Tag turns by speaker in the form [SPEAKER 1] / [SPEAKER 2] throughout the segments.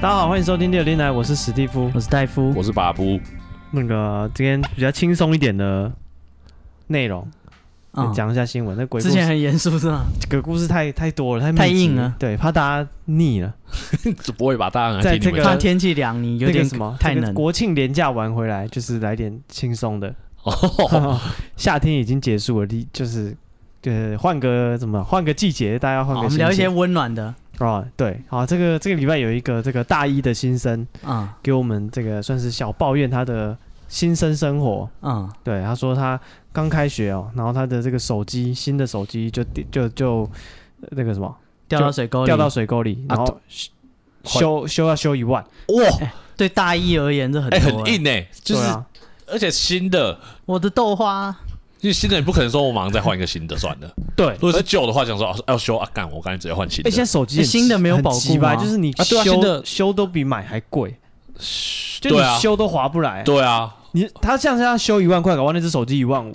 [SPEAKER 1] 大家好，欢迎收听《六零来》，我是史蒂夫，我是戴夫。
[SPEAKER 2] 我是把布，
[SPEAKER 1] 那个今天比较轻松一点的内容，
[SPEAKER 3] 啊、
[SPEAKER 1] 讲一下新闻。那鬼故
[SPEAKER 3] 之前
[SPEAKER 1] 事，
[SPEAKER 3] 很严肃 是吗？
[SPEAKER 1] 鬼故事太太多了，太
[SPEAKER 3] 太
[SPEAKER 1] 密集
[SPEAKER 3] 硬了
[SPEAKER 1] 对，怕大家腻了。
[SPEAKER 2] 这不会吧？大家
[SPEAKER 1] 嗯在
[SPEAKER 2] 来听你
[SPEAKER 1] 这
[SPEAKER 2] 们
[SPEAKER 1] 个
[SPEAKER 3] 怕天气凉，你
[SPEAKER 1] 啊
[SPEAKER 3] 有
[SPEAKER 1] 那
[SPEAKER 3] 点
[SPEAKER 1] 个什么
[SPEAKER 3] 太
[SPEAKER 1] 这个
[SPEAKER 3] 冷。
[SPEAKER 1] 国庆连假玩回来，就是来点轻松的。
[SPEAKER 2] 哦，
[SPEAKER 1] 夏天已经结束了，你就是呃换个怎么换个季节，大家要换
[SPEAKER 3] 好
[SPEAKER 1] 个
[SPEAKER 3] 哦我
[SPEAKER 1] 心情。
[SPEAKER 3] 们聊一些温暖的
[SPEAKER 1] 哦，对，好，这个这个礼拜有一个这个大一的新生
[SPEAKER 3] 啊
[SPEAKER 1] 给我们这个算是小抱怨他的新生生活。
[SPEAKER 3] 啊
[SPEAKER 1] 对，他说他刚开学哦，然后他的这个手机新的手机就就就就呃那个什么
[SPEAKER 3] 掉到水沟里。
[SPEAKER 1] 掉到水沟里，
[SPEAKER 2] 啊
[SPEAKER 1] 然后修修修要修一万，
[SPEAKER 2] 哇，
[SPEAKER 3] 对大一而言，这很
[SPEAKER 2] 哎，很
[SPEAKER 3] 多、欸
[SPEAKER 2] 硬哎，就是
[SPEAKER 1] 对啊，
[SPEAKER 2] 而且新的，
[SPEAKER 3] 我的豆花
[SPEAKER 2] 因为新的你不可能说我马上再换一个新的算了。
[SPEAKER 1] 对
[SPEAKER 2] 如。果是旧的话，想说哦要修啊，干，我刚才直接换新
[SPEAKER 1] 哎，现在
[SPEAKER 2] 的。
[SPEAKER 1] 手机很
[SPEAKER 3] 哎新的没有
[SPEAKER 1] 很
[SPEAKER 3] 保固
[SPEAKER 1] 急吧？
[SPEAKER 3] 吗
[SPEAKER 1] 就是你
[SPEAKER 2] 啊对啊新
[SPEAKER 1] 修
[SPEAKER 2] 的
[SPEAKER 1] 修都比买还贵，就
[SPEAKER 2] 对
[SPEAKER 1] 你
[SPEAKER 2] 啊，
[SPEAKER 1] 修都划不来。
[SPEAKER 2] 对啊，
[SPEAKER 1] 你他像是要修一万块，搞完那只手机一万五，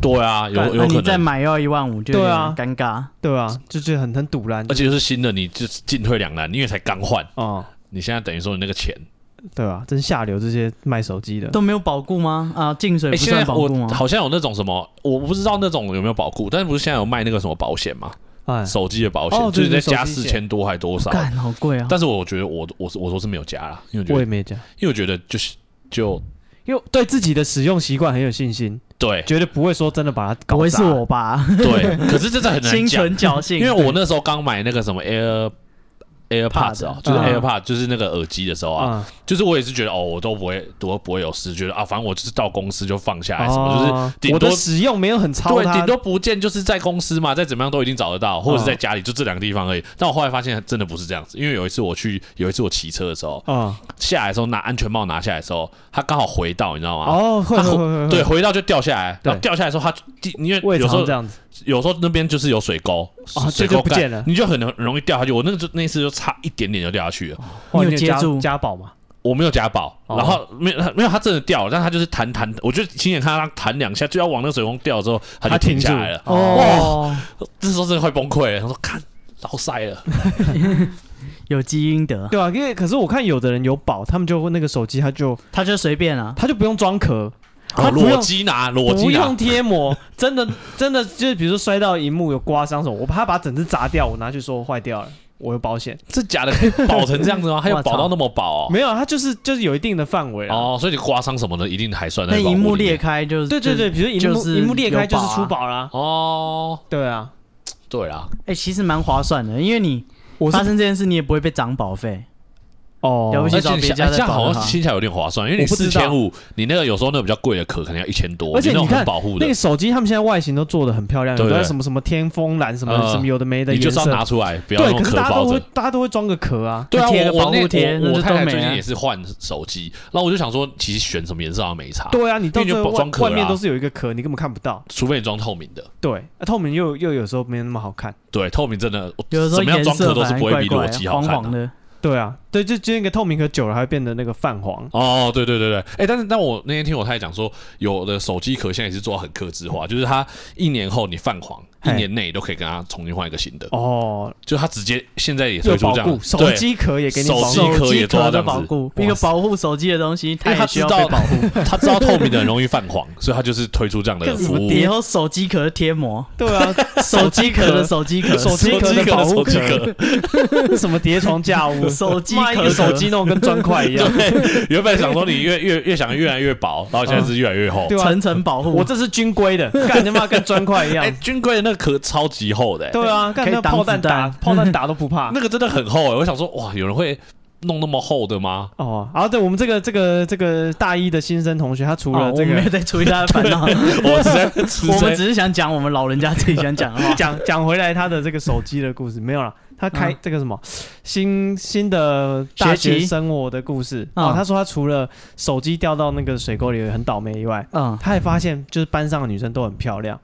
[SPEAKER 2] 对啊，有
[SPEAKER 3] 干
[SPEAKER 2] 有
[SPEAKER 3] 那你
[SPEAKER 2] 可
[SPEAKER 3] 再
[SPEAKER 2] 能，
[SPEAKER 3] 买要一万五，就
[SPEAKER 1] 对
[SPEAKER 3] 有点
[SPEAKER 1] 啊
[SPEAKER 3] 尴尬。
[SPEAKER 1] 对啊，就是很很堵然，
[SPEAKER 2] 而且就是新的，你就是进退两难，因为才刚换，
[SPEAKER 1] 哦，
[SPEAKER 2] 你现在等于说你那个钱，
[SPEAKER 1] 对啊，真下流这些卖手机的，
[SPEAKER 3] 都没有保固吗？啊，进水
[SPEAKER 2] 哎，
[SPEAKER 3] 不
[SPEAKER 2] 现在
[SPEAKER 3] 算保
[SPEAKER 2] 我
[SPEAKER 3] 固吗？
[SPEAKER 2] 好像有那种什么，我不知道那种有没有保固，但是不是现在有卖那个什么保险嘛，
[SPEAKER 1] 哎，
[SPEAKER 2] 手机的保
[SPEAKER 1] 哦
[SPEAKER 2] 险，
[SPEAKER 1] 对
[SPEAKER 2] 就是
[SPEAKER 1] 对
[SPEAKER 2] 再加
[SPEAKER 1] 手
[SPEAKER 2] 四
[SPEAKER 1] 机
[SPEAKER 2] 千
[SPEAKER 1] 险
[SPEAKER 2] 多还多少？
[SPEAKER 3] 干好贵啊！
[SPEAKER 2] 但是我觉得我我我说是没有加啦，因为我觉
[SPEAKER 1] 我
[SPEAKER 2] 得
[SPEAKER 1] 也没讲，
[SPEAKER 2] 因为我觉得就是就
[SPEAKER 1] 因为对自己的使用习惯很有信心，
[SPEAKER 2] 对
[SPEAKER 1] 绝对不会说真的把它搞
[SPEAKER 3] 不会
[SPEAKER 1] 砸
[SPEAKER 3] 是我吧？
[SPEAKER 2] 对，可是真 的很难
[SPEAKER 3] 心
[SPEAKER 2] 讲，
[SPEAKER 3] 存侥幸，
[SPEAKER 2] 因为我那时候刚买那个什么 Air AirPods 哦，
[SPEAKER 3] Pod，
[SPEAKER 2] 就是
[SPEAKER 1] 嗯
[SPEAKER 2] AirPod，就是那个耳机的时候啊，
[SPEAKER 1] 啊，
[SPEAKER 2] 就是我也是觉得哦，我都不会，我都不会有事，觉得啊，反正我就是到公司就放下来什么，就是
[SPEAKER 1] 哦
[SPEAKER 2] 顶
[SPEAKER 1] 我
[SPEAKER 2] 多
[SPEAKER 1] 的使用没有很超
[SPEAKER 2] 对，
[SPEAKER 1] 它
[SPEAKER 2] 顶多不见就是在公司嘛，再怎么样都一定找得到，
[SPEAKER 1] 啊
[SPEAKER 2] 或者是在家里，就这两个地方而已。但我后来发现真的不是这样子，因为有一次我去，有一次我骑车的时候，
[SPEAKER 1] 啊，
[SPEAKER 2] 下来的时候拿安全帽拿下来的时候，它刚好回到，你知道吗？
[SPEAKER 1] 哦，会
[SPEAKER 2] 啊它
[SPEAKER 1] 会
[SPEAKER 2] 回
[SPEAKER 1] 会会，
[SPEAKER 2] 对，回到就掉下来，然后
[SPEAKER 1] 对
[SPEAKER 2] 掉下来的时候，它就地因
[SPEAKER 1] 我
[SPEAKER 2] 为
[SPEAKER 1] 也
[SPEAKER 2] 有时
[SPEAKER 1] 常
[SPEAKER 2] 候
[SPEAKER 1] 这样子，
[SPEAKER 2] 有时候那边就是有水沟，
[SPEAKER 1] 啊这
[SPEAKER 2] 水
[SPEAKER 1] 就
[SPEAKER 2] 沟
[SPEAKER 1] 不
[SPEAKER 2] 盖
[SPEAKER 1] 见了
[SPEAKER 2] 你就很很容易掉下去。我那个就那一次就差一点点就掉下去了，
[SPEAKER 3] 你
[SPEAKER 1] 哇
[SPEAKER 3] 有
[SPEAKER 1] 家
[SPEAKER 3] 接住
[SPEAKER 1] 家宝嘛？
[SPEAKER 2] 我没有夹保，
[SPEAKER 1] 哦
[SPEAKER 2] 然后没有它没有，它真的掉了，但它就是弹弹，我就亲眼看它弹两下，就要往那个水沟掉之后，它就
[SPEAKER 1] 它停
[SPEAKER 2] 停下
[SPEAKER 1] 住
[SPEAKER 2] 来了。
[SPEAKER 3] 哦，
[SPEAKER 2] 这时候真的快崩溃了，他说看。老塞了，
[SPEAKER 3] 有基因的，
[SPEAKER 1] 对啊，因为可是我看有的人有宝，他们就那个手机，他就
[SPEAKER 3] 他就随便啊。
[SPEAKER 1] 他就不用装壳，
[SPEAKER 2] 哦
[SPEAKER 1] 它不
[SPEAKER 2] 裸
[SPEAKER 1] 用
[SPEAKER 2] 机拿，裸
[SPEAKER 1] 不
[SPEAKER 2] 机拿
[SPEAKER 1] 用，贴膜，真的真的就是比如说摔到荧幕有刮伤什么，我怕把整只砸掉，我拿去说坏掉了，我有保险。
[SPEAKER 2] 这假的可以保成这样子吗？还有
[SPEAKER 3] 哇操
[SPEAKER 2] 保到那么薄哦
[SPEAKER 1] 没有，啊它就是就是有一定的范围啊。
[SPEAKER 2] 哦，所以你刮伤什么的一定还算在
[SPEAKER 3] 那
[SPEAKER 2] 保护
[SPEAKER 3] 荧幕
[SPEAKER 2] 里面
[SPEAKER 3] 裂开就
[SPEAKER 1] 对对对，比如荧幕
[SPEAKER 3] 就是
[SPEAKER 1] 荧幕裂开就是
[SPEAKER 3] 有保啊
[SPEAKER 1] 出保啦。
[SPEAKER 2] 哦，
[SPEAKER 1] 对啊，
[SPEAKER 2] 对啦，
[SPEAKER 3] 哎、其实蛮划算的，因为你
[SPEAKER 1] 我
[SPEAKER 3] 发生这件事，你也不会被涨保费。
[SPEAKER 1] 哦
[SPEAKER 3] 了不起
[SPEAKER 2] 而且你想
[SPEAKER 3] 找别家
[SPEAKER 2] 哎
[SPEAKER 3] 的
[SPEAKER 2] 这样好
[SPEAKER 3] 保的
[SPEAKER 2] 像
[SPEAKER 3] 哈
[SPEAKER 2] 听起来有点划算，因为你
[SPEAKER 1] 我不知
[SPEAKER 2] 四
[SPEAKER 1] 道
[SPEAKER 2] 千五，你那个有时候那个比较贵的壳可能要一千多，
[SPEAKER 1] 而且
[SPEAKER 2] 你那种
[SPEAKER 1] 你看
[SPEAKER 2] 很保护的
[SPEAKER 1] 那个，手机他们现在外形都做的很漂亮，有
[SPEAKER 2] 对
[SPEAKER 1] 的
[SPEAKER 2] 对
[SPEAKER 1] 什么什么天风蓝什么
[SPEAKER 2] 呃
[SPEAKER 1] 什么有的没的
[SPEAKER 2] 你
[SPEAKER 1] 颜
[SPEAKER 2] 就是要
[SPEAKER 1] 色，
[SPEAKER 2] 拿出来，不要
[SPEAKER 1] 对，
[SPEAKER 2] 用
[SPEAKER 1] 可是
[SPEAKER 2] 壳
[SPEAKER 1] 大家都
[SPEAKER 2] 包
[SPEAKER 1] 会
[SPEAKER 2] 着。
[SPEAKER 1] 大家都会装个壳啊，
[SPEAKER 2] 对啊，
[SPEAKER 3] 贴个
[SPEAKER 2] 我
[SPEAKER 3] 保
[SPEAKER 2] 我
[SPEAKER 3] 护
[SPEAKER 2] 那
[SPEAKER 3] 贴那
[SPEAKER 2] 我
[SPEAKER 3] 就
[SPEAKER 2] 我太
[SPEAKER 3] 都
[SPEAKER 2] 太
[SPEAKER 3] 没
[SPEAKER 2] 最近
[SPEAKER 3] 了
[SPEAKER 2] 也是换手机，然后我就想说，其实选什么颜色好像没差，
[SPEAKER 1] 对啊，你到
[SPEAKER 2] 因为
[SPEAKER 1] 最
[SPEAKER 2] 就
[SPEAKER 1] 后
[SPEAKER 2] 包装壳
[SPEAKER 1] 外
[SPEAKER 2] 啦
[SPEAKER 1] 面都是有一个壳，你根本看不到。
[SPEAKER 2] 除非你装透明的。
[SPEAKER 1] 对，啊透明又又有时候没有那么好看。
[SPEAKER 2] 对，透明真的，
[SPEAKER 3] 有的时候
[SPEAKER 2] 怎么样
[SPEAKER 3] 颜
[SPEAKER 2] 装
[SPEAKER 3] 色
[SPEAKER 2] 壳都
[SPEAKER 3] 反
[SPEAKER 2] 是
[SPEAKER 3] 而
[SPEAKER 2] 不会
[SPEAKER 3] 怪
[SPEAKER 2] 比
[SPEAKER 3] 怪
[SPEAKER 2] 裸
[SPEAKER 3] 的
[SPEAKER 2] 机好
[SPEAKER 3] 黄
[SPEAKER 2] 看、啊、
[SPEAKER 3] 黄的。
[SPEAKER 1] 对啊，对，就就那个透明壳久了还会变得那个泛黄。
[SPEAKER 2] 哦，对对对对，哎、但是但我那天听我太太讲说，有的手机壳现在也是做到很克制化，就是它一年后你泛黄，一
[SPEAKER 1] 嘿
[SPEAKER 2] 年内都可以跟它重新换一个新的，
[SPEAKER 1] 哦，
[SPEAKER 2] 就它直接现在也
[SPEAKER 1] 又
[SPEAKER 2] 推出
[SPEAKER 1] 保
[SPEAKER 2] 这
[SPEAKER 1] 护
[SPEAKER 2] 样，
[SPEAKER 1] 手
[SPEAKER 2] 对，
[SPEAKER 1] 机壳也给你保护
[SPEAKER 2] 手哦机壳也做到这
[SPEAKER 3] 的
[SPEAKER 2] 样子
[SPEAKER 3] 保护，
[SPEAKER 2] 哇
[SPEAKER 3] 一个保护手机的东西，
[SPEAKER 2] 因
[SPEAKER 3] 它
[SPEAKER 2] 为它
[SPEAKER 3] 也需
[SPEAKER 2] 知
[SPEAKER 3] 要
[SPEAKER 2] 道
[SPEAKER 3] 被保护。
[SPEAKER 2] 它知道透明的很容易泛黄，所以它就是推出这样的
[SPEAKER 1] 更什
[SPEAKER 2] 服
[SPEAKER 1] 么
[SPEAKER 2] 务。
[SPEAKER 3] 以后手机壳贴 膜，
[SPEAKER 1] 对啊，
[SPEAKER 3] 手机壳的手机壳，
[SPEAKER 1] 手机壳
[SPEAKER 2] 手
[SPEAKER 1] 的
[SPEAKER 2] 机壳
[SPEAKER 1] 保
[SPEAKER 2] 的
[SPEAKER 1] 护
[SPEAKER 2] 手机
[SPEAKER 1] 壳
[SPEAKER 2] 壳，
[SPEAKER 1] 什么叠床架屋，
[SPEAKER 3] 手机
[SPEAKER 1] 妈一
[SPEAKER 3] 壳
[SPEAKER 1] 个手机弄得跟砖块 一样。
[SPEAKER 2] 对，原本想说你越越越想越来越薄，然后现在是越来越厚。
[SPEAKER 1] 对啊
[SPEAKER 3] 层，层保护。
[SPEAKER 1] 我这是军规的，干他妈跟砖块一样
[SPEAKER 2] 嗯 哎、。军规的那个壳超级厚的、哎
[SPEAKER 1] 啊对啊，干
[SPEAKER 3] 可以
[SPEAKER 1] 那
[SPEAKER 3] 挡
[SPEAKER 1] 炮弹
[SPEAKER 3] 子
[SPEAKER 1] 打
[SPEAKER 3] 弹
[SPEAKER 1] 炮弹打都不怕。
[SPEAKER 2] 那个真的很厚、哎我想说，哇，有人会弄那么厚的吗？
[SPEAKER 1] 哦，然后对我们这个这个这个大一的新生同学，他除
[SPEAKER 3] 哦
[SPEAKER 1] 了
[SPEAKER 3] 我
[SPEAKER 1] 这
[SPEAKER 3] 没有
[SPEAKER 1] 个
[SPEAKER 3] 在处理他的烦恼，
[SPEAKER 2] 啊我只在吃
[SPEAKER 3] 我们只是想讲我们老人家自己想讲的 话。
[SPEAKER 1] 讲讲回来他的这个手机的故事，没有了。他开
[SPEAKER 3] 嗯
[SPEAKER 1] 这个什么新新的大
[SPEAKER 3] 学
[SPEAKER 1] 学
[SPEAKER 3] 习
[SPEAKER 1] 生活的故事
[SPEAKER 3] 嗯
[SPEAKER 1] 哦，他说他除了手机掉到那个水沟里很倒霉以外，
[SPEAKER 3] 嗯，
[SPEAKER 1] 他还发现就是班上的女生都很漂亮，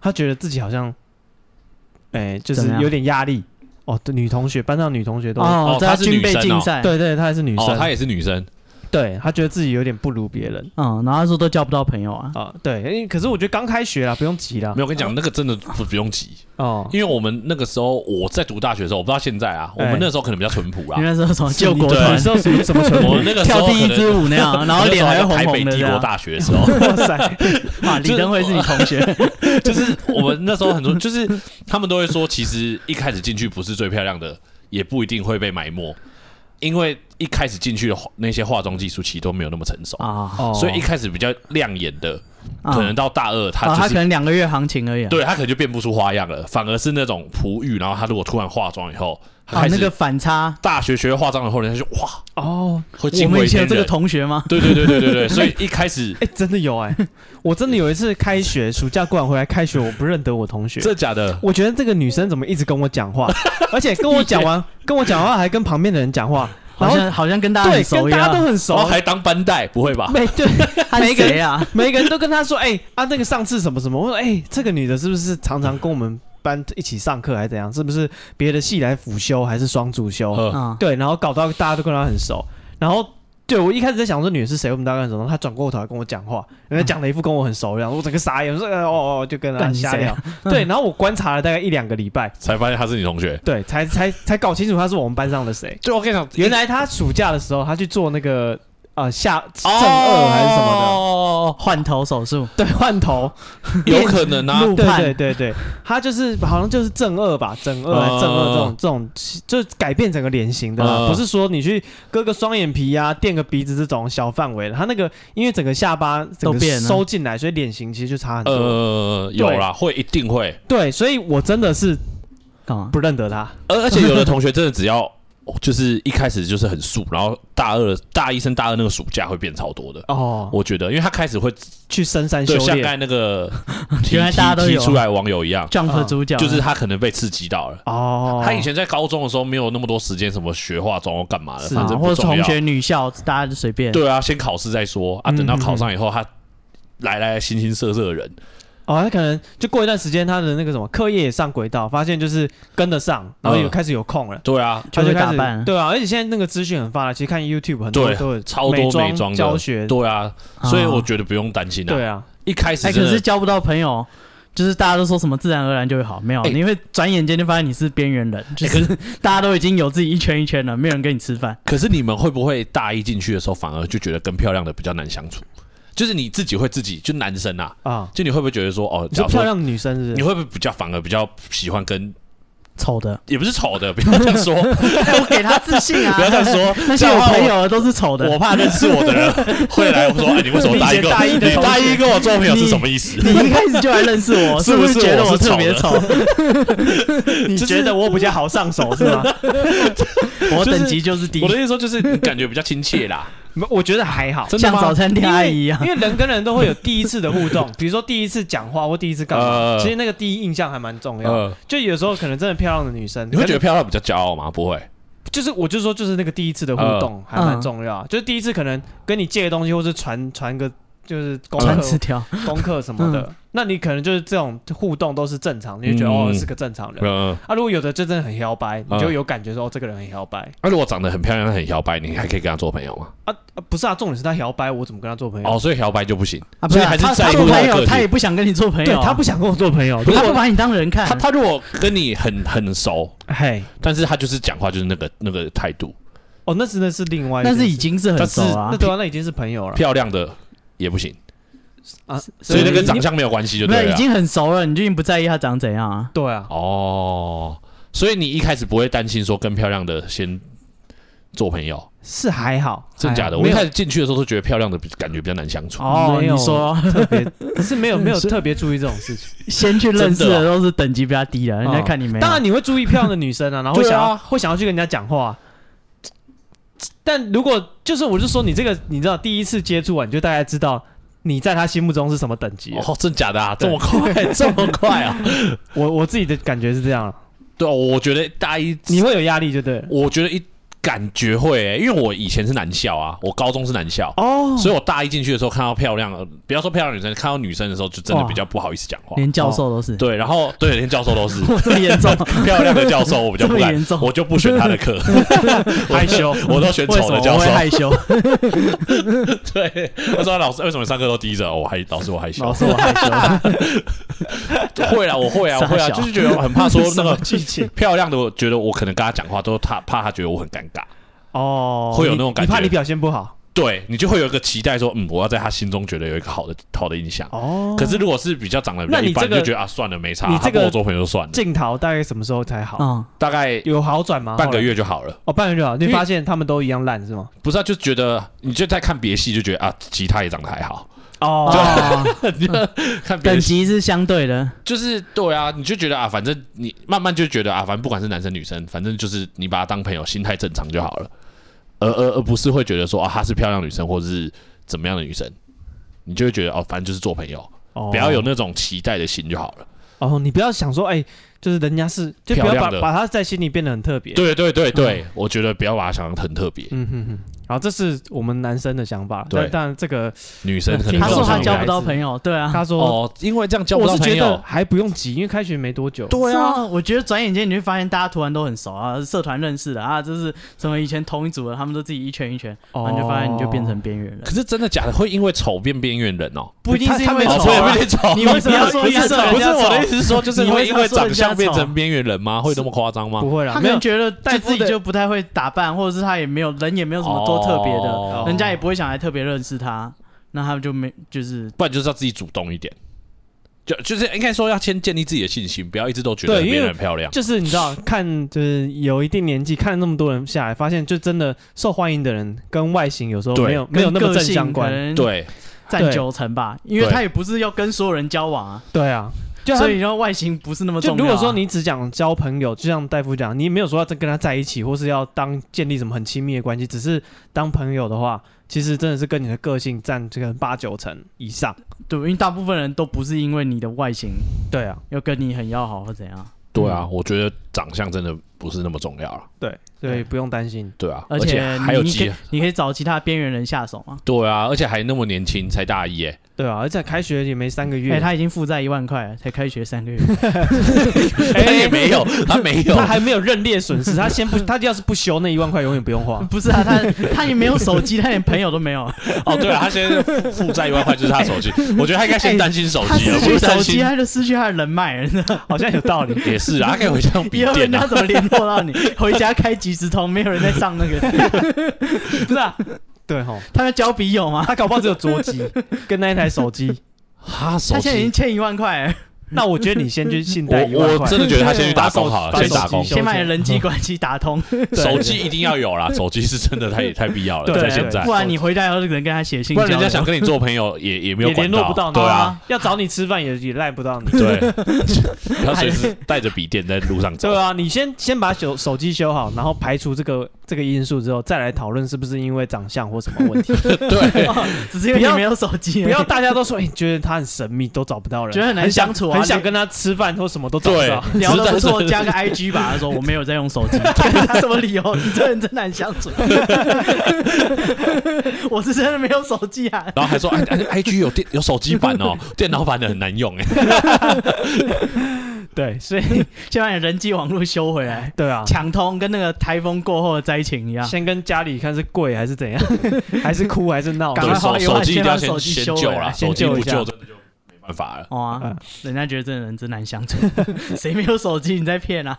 [SPEAKER 1] 他觉得自己好像，哎、就
[SPEAKER 3] 怎
[SPEAKER 1] 是
[SPEAKER 3] 么样
[SPEAKER 1] 有点压力哦。对，女同学班上女同学都、
[SPEAKER 3] 哦
[SPEAKER 2] 哦，
[SPEAKER 3] 在
[SPEAKER 2] 她是
[SPEAKER 3] 军
[SPEAKER 2] 女
[SPEAKER 3] 备
[SPEAKER 2] 生
[SPEAKER 3] 竞
[SPEAKER 2] 哦
[SPEAKER 3] 赛，
[SPEAKER 1] 对对，她还是女生，
[SPEAKER 2] 哦，她也是女生，
[SPEAKER 1] 对他觉得自己有点不如别人
[SPEAKER 3] 嗯，然后他说都交不到朋友啊，
[SPEAKER 1] 啊，对，因为可是我觉得刚开学啦，不用急啦
[SPEAKER 2] 没，有，我跟你讲，那个真的不不用急，
[SPEAKER 1] 哦，
[SPEAKER 2] 因为我们那个时候我在读大学的时候，我不知道现在啊，我们那时候可能比较淳朴啊啦
[SPEAKER 3] 你。那时候什么救国
[SPEAKER 2] 对啊
[SPEAKER 3] 团
[SPEAKER 1] 你，知道什么什么程
[SPEAKER 2] 我
[SPEAKER 1] 度
[SPEAKER 2] 们？那个时
[SPEAKER 3] 跳
[SPEAKER 2] 候
[SPEAKER 3] 第一支
[SPEAKER 2] 可能
[SPEAKER 3] 舞那样，然后脸还
[SPEAKER 2] 那时候
[SPEAKER 3] 会红
[SPEAKER 2] 台北
[SPEAKER 3] 红的
[SPEAKER 2] 帝
[SPEAKER 3] 这
[SPEAKER 2] 国
[SPEAKER 3] 样。
[SPEAKER 2] 大学的时候，
[SPEAKER 1] 哇塞，
[SPEAKER 3] 啊，李登辉是你同学，
[SPEAKER 2] 就是我们那时候很多，就是他们都会说，其实一开始进去不是最漂亮的，也不一定会被埋没，因为一开始进去的化那些化妆技术其实都没有那么成熟，
[SPEAKER 3] 啊，
[SPEAKER 1] 哦
[SPEAKER 2] 所以一开始比较亮眼的，
[SPEAKER 3] 啊
[SPEAKER 2] 可能到大二
[SPEAKER 3] 啊，
[SPEAKER 2] 他
[SPEAKER 3] 他
[SPEAKER 2] 就
[SPEAKER 3] 可
[SPEAKER 2] 是。
[SPEAKER 3] 能两个月行情而已啊。
[SPEAKER 2] 对他可能就变不出花样了，反而是那种璞玉，然后他如果突然化妆以后，他
[SPEAKER 3] 啊，
[SPEAKER 2] 开
[SPEAKER 3] 那个
[SPEAKER 2] 始
[SPEAKER 3] 反差，
[SPEAKER 2] 大学学会化妆以后，人家就哇，
[SPEAKER 1] 哦，
[SPEAKER 2] 会
[SPEAKER 3] 我
[SPEAKER 2] 惊
[SPEAKER 3] 们
[SPEAKER 2] 为
[SPEAKER 3] 以前有
[SPEAKER 2] 天
[SPEAKER 3] 这个
[SPEAKER 2] 人。
[SPEAKER 3] 同学吗？
[SPEAKER 2] 对对对对对对，所以一开始
[SPEAKER 1] 哎，真的有哎，我真的有一次开学暑假过完回来开学，我不认得我同学，
[SPEAKER 2] 这假的，
[SPEAKER 1] 我觉得这个女生怎么一直跟我讲话，而且跟我讲完跟我讲话还跟旁边的人讲话，然
[SPEAKER 3] 好
[SPEAKER 1] 后
[SPEAKER 3] 像好像跟大家
[SPEAKER 1] 对
[SPEAKER 3] 很
[SPEAKER 1] 跟
[SPEAKER 3] 熟一
[SPEAKER 1] 大家都
[SPEAKER 3] 样。
[SPEAKER 1] 很熟
[SPEAKER 2] 然，后哦还当班带，不会 吧？
[SPEAKER 1] 每对
[SPEAKER 3] 他
[SPEAKER 1] 每
[SPEAKER 3] 是
[SPEAKER 1] 一个
[SPEAKER 3] 谁啊？
[SPEAKER 1] 每一个人都跟他说，哎、啊，那个上次什么什么，我说，哎、这个女的是不是常常跟我们班一起上课，还是怎样？是不是别的系来辅修，还是双主修？
[SPEAKER 2] 呃
[SPEAKER 3] 啊，
[SPEAKER 1] 对，然后搞到大家都跟她很熟，然后。对，我一开始在想说女的是谁，我们大概很熟，然后她转过头来跟我讲话，人家讲了一副跟我很熟一样，我整个傻眼，我说呃哦哦，就跟她
[SPEAKER 3] 干你
[SPEAKER 1] 瞎
[SPEAKER 3] 谁啊
[SPEAKER 1] 聊。 对，然后我观察了大概一两个礼拜，
[SPEAKER 2] 才发现他是你同学。
[SPEAKER 1] 对，才才才搞清楚她是我们班上的谁。
[SPEAKER 2] 就我跟你讲，
[SPEAKER 1] 原来她暑假的时候，她去做那个呃下正二还是什么的，
[SPEAKER 2] 么
[SPEAKER 3] 哦换头手术，
[SPEAKER 1] 对，换头，
[SPEAKER 2] 有可能啊。
[SPEAKER 3] 路
[SPEAKER 1] 对
[SPEAKER 3] 判
[SPEAKER 1] 对对对，他就是好像就是正二吧，正二还是正二这种、
[SPEAKER 2] 哦
[SPEAKER 1] 这种，就是改变整个脸型的啦，
[SPEAKER 2] 哦
[SPEAKER 1] 不是说你去割个双眼皮啊、垫个鼻子这种小范围的。他那个因为整个下巴整
[SPEAKER 3] 都
[SPEAKER 1] 个
[SPEAKER 3] 变了
[SPEAKER 1] 收进来，所以脸型其实就差很多。
[SPEAKER 2] 呃，有啦，会一定会。
[SPEAKER 1] 对，所以我真的是
[SPEAKER 3] 干嘛？
[SPEAKER 1] 不认得他。
[SPEAKER 2] 而而且有的同学真的只要哦就是一开始就是很素，然后大二、大一升大二那个暑假会变超多的。
[SPEAKER 1] 哦，
[SPEAKER 2] 我觉得，因为他开始会
[SPEAKER 1] 去深山修
[SPEAKER 2] 对像刚才
[SPEAKER 1] 炼。
[SPEAKER 2] 那个提
[SPEAKER 3] 原来大家都
[SPEAKER 2] 提
[SPEAKER 3] 有啊
[SPEAKER 2] 提出来网友一样，
[SPEAKER 3] Jump 主角
[SPEAKER 2] 嗯就是他可能被刺激到了。
[SPEAKER 1] 哦，
[SPEAKER 2] 他以前在高中的时候没有那么多时间什么学化妆或干嘛的，
[SPEAKER 1] 是
[SPEAKER 2] 反
[SPEAKER 3] 啊，
[SPEAKER 2] 正
[SPEAKER 3] 或
[SPEAKER 2] 不
[SPEAKER 3] 者
[SPEAKER 2] 重
[SPEAKER 3] 同
[SPEAKER 2] 要。
[SPEAKER 3] 学女校，大家就随便。
[SPEAKER 2] 对啊，先考试再说啊，
[SPEAKER 1] 嗯
[SPEAKER 2] 等到
[SPEAKER 1] 嗯
[SPEAKER 2] 考上以后他。来来形形色色的人，
[SPEAKER 1] 哦，他可能就过一段时间，他的那个什么课业也上轨道，发现就是跟得上，然后有
[SPEAKER 2] 嗯
[SPEAKER 1] 开始有空了。
[SPEAKER 2] 对啊，
[SPEAKER 1] 他
[SPEAKER 3] 就会
[SPEAKER 1] 开
[SPEAKER 3] 打
[SPEAKER 1] 始
[SPEAKER 3] 扮
[SPEAKER 1] 对啊，而且现在那个资讯很发达，其实看 YouTube 很多
[SPEAKER 2] 对
[SPEAKER 1] 都有
[SPEAKER 2] 超多美妆
[SPEAKER 1] 妆
[SPEAKER 2] 的
[SPEAKER 1] 教学，
[SPEAKER 2] 对啊，
[SPEAKER 3] 啊，
[SPEAKER 2] 所以我觉得不用担心啊。
[SPEAKER 1] 对啊，
[SPEAKER 2] 一开始
[SPEAKER 3] 哎，
[SPEAKER 2] 真
[SPEAKER 3] 可
[SPEAKER 2] 的
[SPEAKER 3] 是交不到朋友。就是大家都说什么自然而然就会好，没有，
[SPEAKER 2] 哎
[SPEAKER 3] 你会转眼间就发现你是边缘人，就是 大家都已经有自己一圈一圈了，没有人跟你吃饭。
[SPEAKER 2] 可是你们会不会大一进去的时候，反而就觉得跟漂亮的比较难相处？就是你自己会自己就男生啊，
[SPEAKER 1] 啊，
[SPEAKER 2] 就你会不会觉得说哦，
[SPEAKER 1] 你
[SPEAKER 2] 假
[SPEAKER 1] 说
[SPEAKER 2] 如
[SPEAKER 1] 漂
[SPEAKER 2] 说
[SPEAKER 1] 亮的女生是不
[SPEAKER 2] 你
[SPEAKER 1] 是？
[SPEAKER 2] 会不会比较反而比较喜欢跟
[SPEAKER 3] 丑的，
[SPEAKER 2] 也不是丑的，不要这样说，不
[SPEAKER 3] 我给他自 信啊！，
[SPEAKER 2] 要这样说
[SPEAKER 3] 那
[SPEAKER 2] 这
[SPEAKER 3] 些
[SPEAKER 2] 样
[SPEAKER 3] 我
[SPEAKER 2] 的话
[SPEAKER 3] 朋。友都是丑的，
[SPEAKER 2] 我怕认识我的人会来说，哎，你为什么大一跟
[SPEAKER 1] 理解
[SPEAKER 2] 我
[SPEAKER 1] 大一的
[SPEAKER 2] 你
[SPEAKER 1] 同学
[SPEAKER 2] 大一跟我做朋友是什么意思？
[SPEAKER 3] 你一开始就来认识我，
[SPEAKER 2] 是不
[SPEAKER 3] 不
[SPEAKER 2] 是
[SPEAKER 3] 是觉得
[SPEAKER 2] 我是
[SPEAKER 3] 特别丑？
[SPEAKER 1] 你
[SPEAKER 2] 就是
[SPEAKER 1] 觉得我比较好上手是吗？
[SPEAKER 3] 我
[SPEAKER 2] 就是
[SPEAKER 3] 等级就是低
[SPEAKER 2] 我，的意思说就是你感觉比较亲切啦，
[SPEAKER 1] 没我觉得还好，
[SPEAKER 2] 真的
[SPEAKER 3] 像
[SPEAKER 2] 吗
[SPEAKER 3] 早？餐店阿姨一样
[SPEAKER 1] 因为。因为人跟人都会有第一次的互动，比如说第一次讲话或第一次干嘛，
[SPEAKER 2] 呃
[SPEAKER 1] 其实那个第一印象还蛮重要。
[SPEAKER 2] 呃，
[SPEAKER 1] 就有时候可能真的漂亮的女生，
[SPEAKER 2] 你会觉得
[SPEAKER 1] 可
[SPEAKER 2] 漂亮比较骄傲吗？不会，
[SPEAKER 1] 能就是我就说就是那个第一次的互
[SPEAKER 2] 呃
[SPEAKER 1] 动还蛮重要，啊就是第一次可能跟你借东西或是传传个就是功课
[SPEAKER 3] 传词条，
[SPEAKER 1] 功课什么的，那你可能就是这种互动都是正常，你就觉得、
[SPEAKER 2] 嗯
[SPEAKER 1] 哦是个正常人。
[SPEAKER 2] 嗯，
[SPEAKER 1] 啊，如果有的就真的很摇摆，你
[SPEAKER 2] 嗯
[SPEAKER 1] 就有感觉说、哦这个人很摇摆
[SPEAKER 2] 那如果长得很漂亮、很摇摆，你还可以跟他做朋友吗？
[SPEAKER 1] 啊啊不是啊，重点是他摇摆，我怎么跟他做朋友？
[SPEAKER 2] 哦，所以摇摆就不行。
[SPEAKER 3] 啊，
[SPEAKER 2] 所以
[SPEAKER 3] 不
[SPEAKER 2] 还是
[SPEAKER 3] 他
[SPEAKER 2] 在
[SPEAKER 3] 他
[SPEAKER 2] 乎
[SPEAKER 3] 做
[SPEAKER 2] 他
[SPEAKER 3] 朋
[SPEAKER 2] 的个
[SPEAKER 3] 友，
[SPEAKER 2] 体
[SPEAKER 3] 他也不想跟你做朋
[SPEAKER 1] 对
[SPEAKER 3] 友啊，
[SPEAKER 1] 他不想跟我做朋友，
[SPEAKER 3] 他
[SPEAKER 1] 如
[SPEAKER 3] 不
[SPEAKER 1] 果
[SPEAKER 3] 把你当人看
[SPEAKER 2] 他，他如果跟你很很熟，
[SPEAKER 1] 嘿
[SPEAKER 2] 但是他就是讲话就是那个那个态度，
[SPEAKER 1] 哦那真的是另外一件
[SPEAKER 3] 但
[SPEAKER 1] 事，
[SPEAKER 3] 是已经是很熟啊
[SPEAKER 1] 那。对啊，那已经是朋友了
[SPEAKER 2] 漂亮的也不行，
[SPEAKER 1] 啊，
[SPEAKER 2] 所以那
[SPEAKER 1] 已
[SPEAKER 2] 个
[SPEAKER 1] 经
[SPEAKER 2] 长相没有关系就
[SPEAKER 3] 没
[SPEAKER 2] 对
[SPEAKER 3] 有，已
[SPEAKER 2] 了。啊
[SPEAKER 3] 经很熟了，你就已经不在意他长怎样啊？
[SPEAKER 1] 对啊，
[SPEAKER 2] 哦，所以你一开始不会担心说跟漂亮的先做朋友，
[SPEAKER 1] 是还好，
[SPEAKER 2] 真假
[SPEAKER 1] 还
[SPEAKER 2] 的？
[SPEAKER 1] 好
[SPEAKER 2] 我
[SPEAKER 1] 没
[SPEAKER 2] 一
[SPEAKER 1] 有
[SPEAKER 2] 开始嗯进去的时候都觉得漂亮的比感觉比较难相处。
[SPEAKER 3] 哦，
[SPEAKER 1] 没
[SPEAKER 3] 你
[SPEAKER 1] 有
[SPEAKER 3] 说
[SPEAKER 1] 特别 是没有 没有
[SPEAKER 3] 是
[SPEAKER 1] 特别注意这种事情，
[SPEAKER 3] 先去认识的都是等级比较低的，
[SPEAKER 1] 真的
[SPEAKER 3] 人
[SPEAKER 1] 哦
[SPEAKER 3] 家看你没有。
[SPEAKER 1] 当然你会注意漂亮的女生 啊，然后会
[SPEAKER 2] 对
[SPEAKER 1] 想
[SPEAKER 2] 啊
[SPEAKER 1] 要、会想要去跟人家讲话。啊但如果就是我就说你这个，你知道第一次接触完，你就大概知道你在他心目中是什么等级了。
[SPEAKER 2] 哦，真假的啊？这
[SPEAKER 1] 对
[SPEAKER 2] 么快， 这么快啊？
[SPEAKER 1] 我我自己的感觉是这样了，
[SPEAKER 2] 对啊，我觉得大一，
[SPEAKER 1] 你会有压力就对了。
[SPEAKER 2] 我觉得一感觉会、欸，因为我以前是男校啊，我高中是男校，
[SPEAKER 1] 哦，
[SPEAKER 2] 所以我大一进去的时候看到漂亮，呃不要说漂亮女生，看到女生的时候就真的比较不好意思讲话。
[SPEAKER 3] 连教授都是，
[SPEAKER 2] 哦对，然后对，连教授都 是
[SPEAKER 3] 这么严重，
[SPEAKER 2] 漂亮的教授，我比较不
[SPEAKER 3] 这么
[SPEAKER 2] 敢
[SPEAKER 3] 严，重
[SPEAKER 2] 我就不选他的课，
[SPEAKER 3] 害羞，
[SPEAKER 2] 我都选
[SPEAKER 3] 为
[SPEAKER 2] 丑
[SPEAKER 3] 什么
[SPEAKER 2] 的教
[SPEAKER 3] 我会
[SPEAKER 2] 授。
[SPEAKER 3] 害羞？
[SPEAKER 2] 对，我说老师为什么上课都低着？哦我还老师我害羞
[SPEAKER 3] 老，师，我害 羞，
[SPEAKER 2] 会啦，我会啊，我会啊，
[SPEAKER 3] 傻小
[SPEAKER 2] 就是觉得很怕 说那
[SPEAKER 1] 什么剧
[SPEAKER 2] 个
[SPEAKER 1] 情
[SPEAKER 2] 漂亮的，我觉得我可能跟他讲话都他怕他觉得我很尴尬，
[SPEAKER 1] 哦，
[SPEAKER 2] 会有那种感觉
[SPEAKER 1] 你怕你表现不好
[SPEAKER 2] 对你就会有一个期待说，嗯，我要在他心中觉得有一个好的好的印象。
[SPEAKER 1] 哦。
[SPEAKER 2] 可是如果是比较长得比较
[SPEAKER 1] 那你
[SPEAKER 2] 一般，
[SPEAKER 1] 这个
[SPEAKER 2] 就觉得啊算了没差，
[SPEAKER 1] 你
[SPEAKER 2] 他
[SPEAKER 1] 这
[SPEAKER 2] 跟
[SPEAKER 1] 个
[SPEAKER 2] 我做朋友就算了，
[SPEAKER 1] 镜头大概什么时候才好？
[SPEAKER 3] 嗯，
[SPEAKER 2] 大概
[SPEAKER 1] 有好转吗？
[SPEAKER 2] 半
[SPEAKER 1] 后
[SPEAKER 2] 个
[SPEAKER 1] 来
[SPEAKER 2] 月就好了。
[SPEAKER 1] 哦，半个月就好。
[SPEAKER 2] 因
[SPEAKER 1] 你
[SPEAKER 2] 为
[SPEAKER 1] 发现他们都一样烂是吗？
[SPEAKER 2] 不是啊，就觉得你就在看别戏，就觉得啊，其他也长得还好。
[SPEAKER 1] 哦，
[SPEAKER 3] 哦，
[SPEAKER 2] 看别
[SPEAKER 3] 等
[SPEAKER 2] 的戏
[SPEAKER 3] 级是相对的，
[SPEAKER 2] 就是对啊，你就觉得啊，反正你慢慢就觉得啊，反正不管是男生女生，反正就是你把他当朋友，心态正常就好了，而而而不是会觉得说啊，她是漂亮女生或者是怎么样的女生，你就会觉得哦，反正就是做朋友，
[SPEAKER 1] 哦
[SPEAKER 2] 不要有那种期待的心就好了。
[SPEAKER 1] 哦，你不要想说，哎，就是人家是，就不
[SPEAKER 2] 漂
[SPEAKER 1] 要
[SPEAKER 2] 亮
[SPEAKER 1] 把
[SPEAKER 2] 的
[SPEAKER 1] 把他在心里变得很特别。
[SPEAKER 2] 对对对对，
[SPEAKER 3] 嗯
[SPEAKER 2] 我觉得不要把它想得很特别，
[SPEAKER 1] 嗯哼哼，好，这是我们男生的想法。
[SPEAKER 2] 对
[SPEAKER 1] 但当然，这个
[SPEAKER 2] 女生可能
[SPEAKER 3] 嗯他
[SPEAKER 1] 听
[SPEAKER 2] 更
[SPEAKER 1] 众
[SPEAKER 3] 说
[SPEAKER 1] 朋
[SPEAKER 3] 他
[SPEAKER 1] 友
[SPEAKER 3] 交不
[SPEAKER 1] 来
[SPEAKER 3] 到
[SPEAKER 1] 自
[SPEAKER 3] 朋友，对啊，
[SPEAKER 1] 他说，
[SPEAKER 2] 哦，因为这样交不
[SPEAKER 1] 我
[SPEAKER 2] 到
[SPEAKER 1] 是
[SPEAKER 2] 朋
[SPEAKER 1] 觉得
[SPEAKER 2] 友，
[SPEAKER 1] 还不用急，因为开学没多久。
[SPEAKER 2] 对啊
[SPEAKER 3] 是，我觉得转眼间你会发现大家突然都很熟啊，社团认识的啊，就是什么以前同一组的，他们都自己一圈一圈，然
[SPEAKER 1] 哦
[SPEAKER 3] 后啊你就发现你就变成边缘人
[SPEAKER 2] 可。是真的假的会因为丑变边缘人哦？
[SPEAKER 3] 不一定是因为
[SPEAKER 1] 他他没
[SPEAKER 3] 丑
[SPEAKER 2] 哦，
[SPEAKER 3] 啊
[SPEAKER 2] 所以有点丑。
[SPEAKER 3] 你为什么要说
[SPEAKER 2] 不
[SPEAKER 3] 人
[SPEAKER 2] 是
[SPEAKER 3] 家丑
[SPEAKER 2] 不是我的意思，是说就是
[SPEAKER 3] 你
[SPEAKER 2] 会
[SPEAKER 3] 为什
[SPEAKER 2] 因
[SPEAKER 3] 么
[SPEAKER 2] 为
[SPEAKER 3] 要说
[SPEAKER 2] 长
[SPEAKER 3] 人家
[SPEAKER 2] 相变
[SPEAKER 3] 丑
[SPEAKER 2] 成边缘人吗？会那么夸张吗？
[SPEAKER 1] 不会啦，
[SPEAKER 3] 他
[SPEAKER 1] 没
[SPEAKER 3] 可
[SPEAKER 1] 有
[SPEAKER 3] 能觉得
[SPEAKER 1] 戴
[SPEAKER 3] 就
[SPEAKER 1] 夫
[SPEAKER 3] 自己
[SPEAKER 1] 的
[SPEAKER 3] 就不太会打扮，或者是他也没有人也没有什么多特别的，
[SPEAKER 2] 哦
[SPEAKER 3] 人家也不会想来特别认识他，那他们就没就是
[SPEAKER 2] 不然就是要自己主动一点，就就是应该说要先建立自己的信心，不要一直都觉得
[SPEAKER 1] 对因为
[SPEAKER 2] 别人很漂亮。
[SPEAKER 1] 就是你知道，看就是有一定年纪，看那么多人下来，发现就真的受欢迎的人跟外形有时候
[SPEAKER 2] 对
[SPEAKER 1] 没有没有那么正相关。
[SPEAKER 3] 关，
[SPEAKER 2] 对，
[SPEAKER 3] 占九成吧，因为
[SPEAKER 2] 对
[SPEAKER 3] 他也不是要跟所有人交往啊，
[SPEAKER 1] 对啊，就他
[SPEAKER 3] 所以说外形不是那么重
[SPEAKER 1] 就
[SPEAKER 3] 要啊、
[SPEAKER 1] 如果说你只讲交朋友，就像戴夫讲，你没有说要真跟他在一起，或是要当建立什么很亲密的关系，只是当朋友的话，其实真的是跟你的个性占这个八九成以上。
[SPEAKER 3] 对，因为大部分人都不是因为你的外形
[SPEAKER 1] 对啊，
[SPEAKER 3] 要跟你很要好或怎样，
[SPEAKER 2] 对啊，我觉得长相真的不是那么重要了。
[SPEAKER 1] 对，所以不用担心。
[SPEAKER 2] 对啊，
[SPEAKER 3] 而
[SPEAKER 2] 而且还有啊
[SPEAKER 3] 你可
[SPEAKER 2] 机
[SPEAKER 3] 以，你可以找其他边缘人下手嘛。
[SPEAKER 2] 对啊，而且还那么年轻，才大一耶，
[SPEAKER 1] 对啊，而且开学也没三个
[SPEAKER 3] 哎、
[SPEAKER 1] 月，
[SPEAKER 3] 他已经负债一万块了，才开学三个 月，
[SPEAKER 2] 他
[SPEAKER 3] 哎
[SPEAKER 2] 也没有，他没有
[SPEAKER 1] 他，还没有认列损失，他先不， 他要是不修那一万块，永远不用花。
[SPEAKER 3] 不是啊，他他也没有手机，他连朋友都 没有，
[SPEAKER 2] 哦，对啊，他现在负债一万块就是他手机，我觉得他应该先担心手
[SPEAKER 3] 哎他
[SPEAKER 2] 机，而
[SPEAKER 3] 失
[SPEAKER 2] 不
[SPEAKER 3] 去
[SPEAKER 2] 是担
[SPEAKER 3] 手机，啊
[SPEAKER 2] 心。
[SPEAKER 3] 他就失去他的人脉了，
[SPEAKER 1] 好像有道理。
[SPEAKER 2] 也是啊，他可以回家用笔
[SPEAKER 3] 以 后人
[SPEAKER 2] 电
[SPEAKER 3] 家
[SPEAKER 2] 啊。
[SPEAKER 3] 怎么联络到你？回家开即时通，没有人在上那 个，
[SPEAKER 1] 不是啊，对吼，
[SPEAKER 3] 他要交笔友吗？
[SPEAKER 1] 他搞不好只有桌 机跟那一台手机。
[SPEAKER 2] 他手
[SPEAKER 3] 他现在已经
[SPEAKER 2] 机，
[SPEAKER 3] 欠一万块了，
[SPEAKER 1] 那我觉得你先去信贷一
[SPEAKER 2] 我
[SPEAKER 1] 万
[SPEAKER 2] 我
[SPEAKER 1] 块，
[SPEAKER 2] 真的觉得他先去打工好了，
[SPEAKER 1] 把手
[SPEAKER 2] 先打工
[SPEAKER 1] 把手。机
[SPEAKER 3] 先把你的人际关系打 通，
[SPEAKER 1] 对
[SPEAKER 2] 手机一定要有啦，手机是真的太太必要了，
[SPEAKER 1] 对
[SPEAKER 2] 在现在
[SPEAKER 3] 不。然你回家以后就只能跟他写信
[SPEAKER 2] 不
[SPEAKER 3] 交
[SPEAKER 2] 然
[SPEAKER 3] 流，
[SPEAKER 2] 人家想跟你做朋友也也没有
[SPEAKER 1] 也联
[SPEAKER 2] 管
[SPEAKER 1] 络不到你，
[SPEAKER 2] 对啊，，
[SPEAKER 1] 要找你吃饭也也赖不到你。
[SPEAKER 2] 对，不要随时带着笔电在路上走
[SPEAKER 1] 对。啊，你先先把手手机修好，然后排除这个这个因素之后，再来讨论是不是因为长相或什么 问题。
[SPEAKER 2] 对，
[SPEAKER 3] 只是因为你没有手机而已，
[SPEAKER 1] 不要大家都说，哎、觉得他很神秘，都找不到人，
[SPEAKER 3] 觉得很难
[SPEAKER 1] 想
[SPEAKER 3] 相处啊
[SPEAKER 1] 很想跟他吃饭或什么都找不到。
[SPEAKER 3] 聊得不错，加个 IG 吧。他说我没有在用手机，他什么理由？你这人真难相 处。我是真的没有手机啊，
[SPEAKER 2] 然后还说哎哎，IG 有电有手机版哦，电脑版的很难用哎。
[SPEAKER 1] 对， 所以
[SPEAKER 3] 先把你人际网络修回来，
[SPEAKER 1] 对啊，
[SPEAKER 3] 抢通跟那个台风过后的灾情一样。
[SPEAKER 1] 先跟家里看是跪还是怎 样，还是哭还是闹。
[SPEAKER 3] 赶
[SPEAKER 2] 对
[SPEAKER 3] 快花
[SPEAKER 2] 手
[SPEAKER 3] 一万
[SPEAKER 2] 手机一定要
[SPEAKER 3] 先把
[SPEAKER 2] 先
[SPEAKER 3] 手机
[SPEAKER 2] 先
[SPEAKER 3] 修
[SPEAKER 2] 救
[SPEAKER 3] 回
[SPEAKER 2] 啦，
[SPEAKER 3] 来
[SPEAKER 2] 手
[SPEAKER 1] 先
[SPEAKER 2] 机
[SPEAKER 1] 救
[SPEAKER 2] 不
[SPEAKER 1] 一下
[SPEAKER 2] 救真的就没办法了。
[SPEAKER 3] 哦啊
[SPEAKER 1] 嗯，
[SPEAKER 3] 人家觉得这个人真难相 处，谁没有手机？你在骗啊？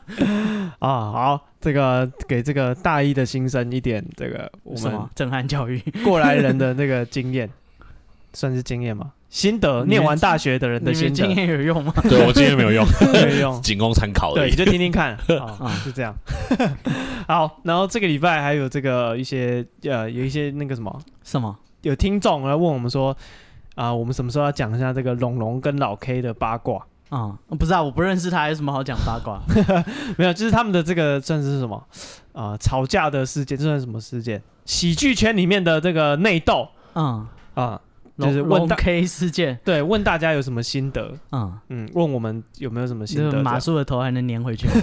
[SPEAKER 1] 啊，好，这个给这个大一的新生一点这个我
[SPEAKER 3] 什
[SPEAKER 1] 们
[SPEAKER 3] 么震撼教育？
[SPEAKER 1] 过来人的那个经验，算是经验吗？心得，
[SPEAKER 3] 你们
[SPEAKER 1] 念完大学的人
[SPEAKER 3] 你
[SPEAKER 1] 的
[SPEAKER 3] 们
[SPEAKER 1] 心
[SPEAKER 3] 经
[SPEAKER 1] 得
[SPEAKER 3] 验有用吗？
[SPEAKER 2] 对我今天没有用，，
[SPEAKER 1] 可以用
[SPEAKER 2] 仅供参考而
[SPEAKER 1] 对，
[SPEAKER 2] 已
[SPEAKER 1] 你。就听听看， 啊
[SPEAKER 3] 啊，
[SPEAKER 1] 是这样。 好，然后这个礼拜还有这个一些呃，有一些那个 什么，
[SPEAKER 3] 什么？
[SPEAKER 1] 有听众来问我们说。啊、我们什么时候要讲一下这个龙龙跟老 K 的八卦？
[SPEAKER 3] 啊、不是啊，我不认识他，有什么好讲八 卦？
[SPEAKER 1] 没有，就是他们的这个算是什么啊、吵架的事件，这算什么事件？喜剧圈里面的这个内斗
[SPEAKER 3] 嗯，
[SPEAKER 1] 啊、就是
[SPEAKER 3] 龙
[SPEAKER 1] 问大
[SPEAKER 3] K 事件，
[SPEAKER 1] 对问大家有什么心得，
[SPEAKER 3] 嗯，
[SPEAKER 1] 嗯，问我们有没有什么心
[SPEAKER 3] 就
[SPEAKER 1] 得这样？
[SPEAKER 3] 是马术的头还能粘回去吗，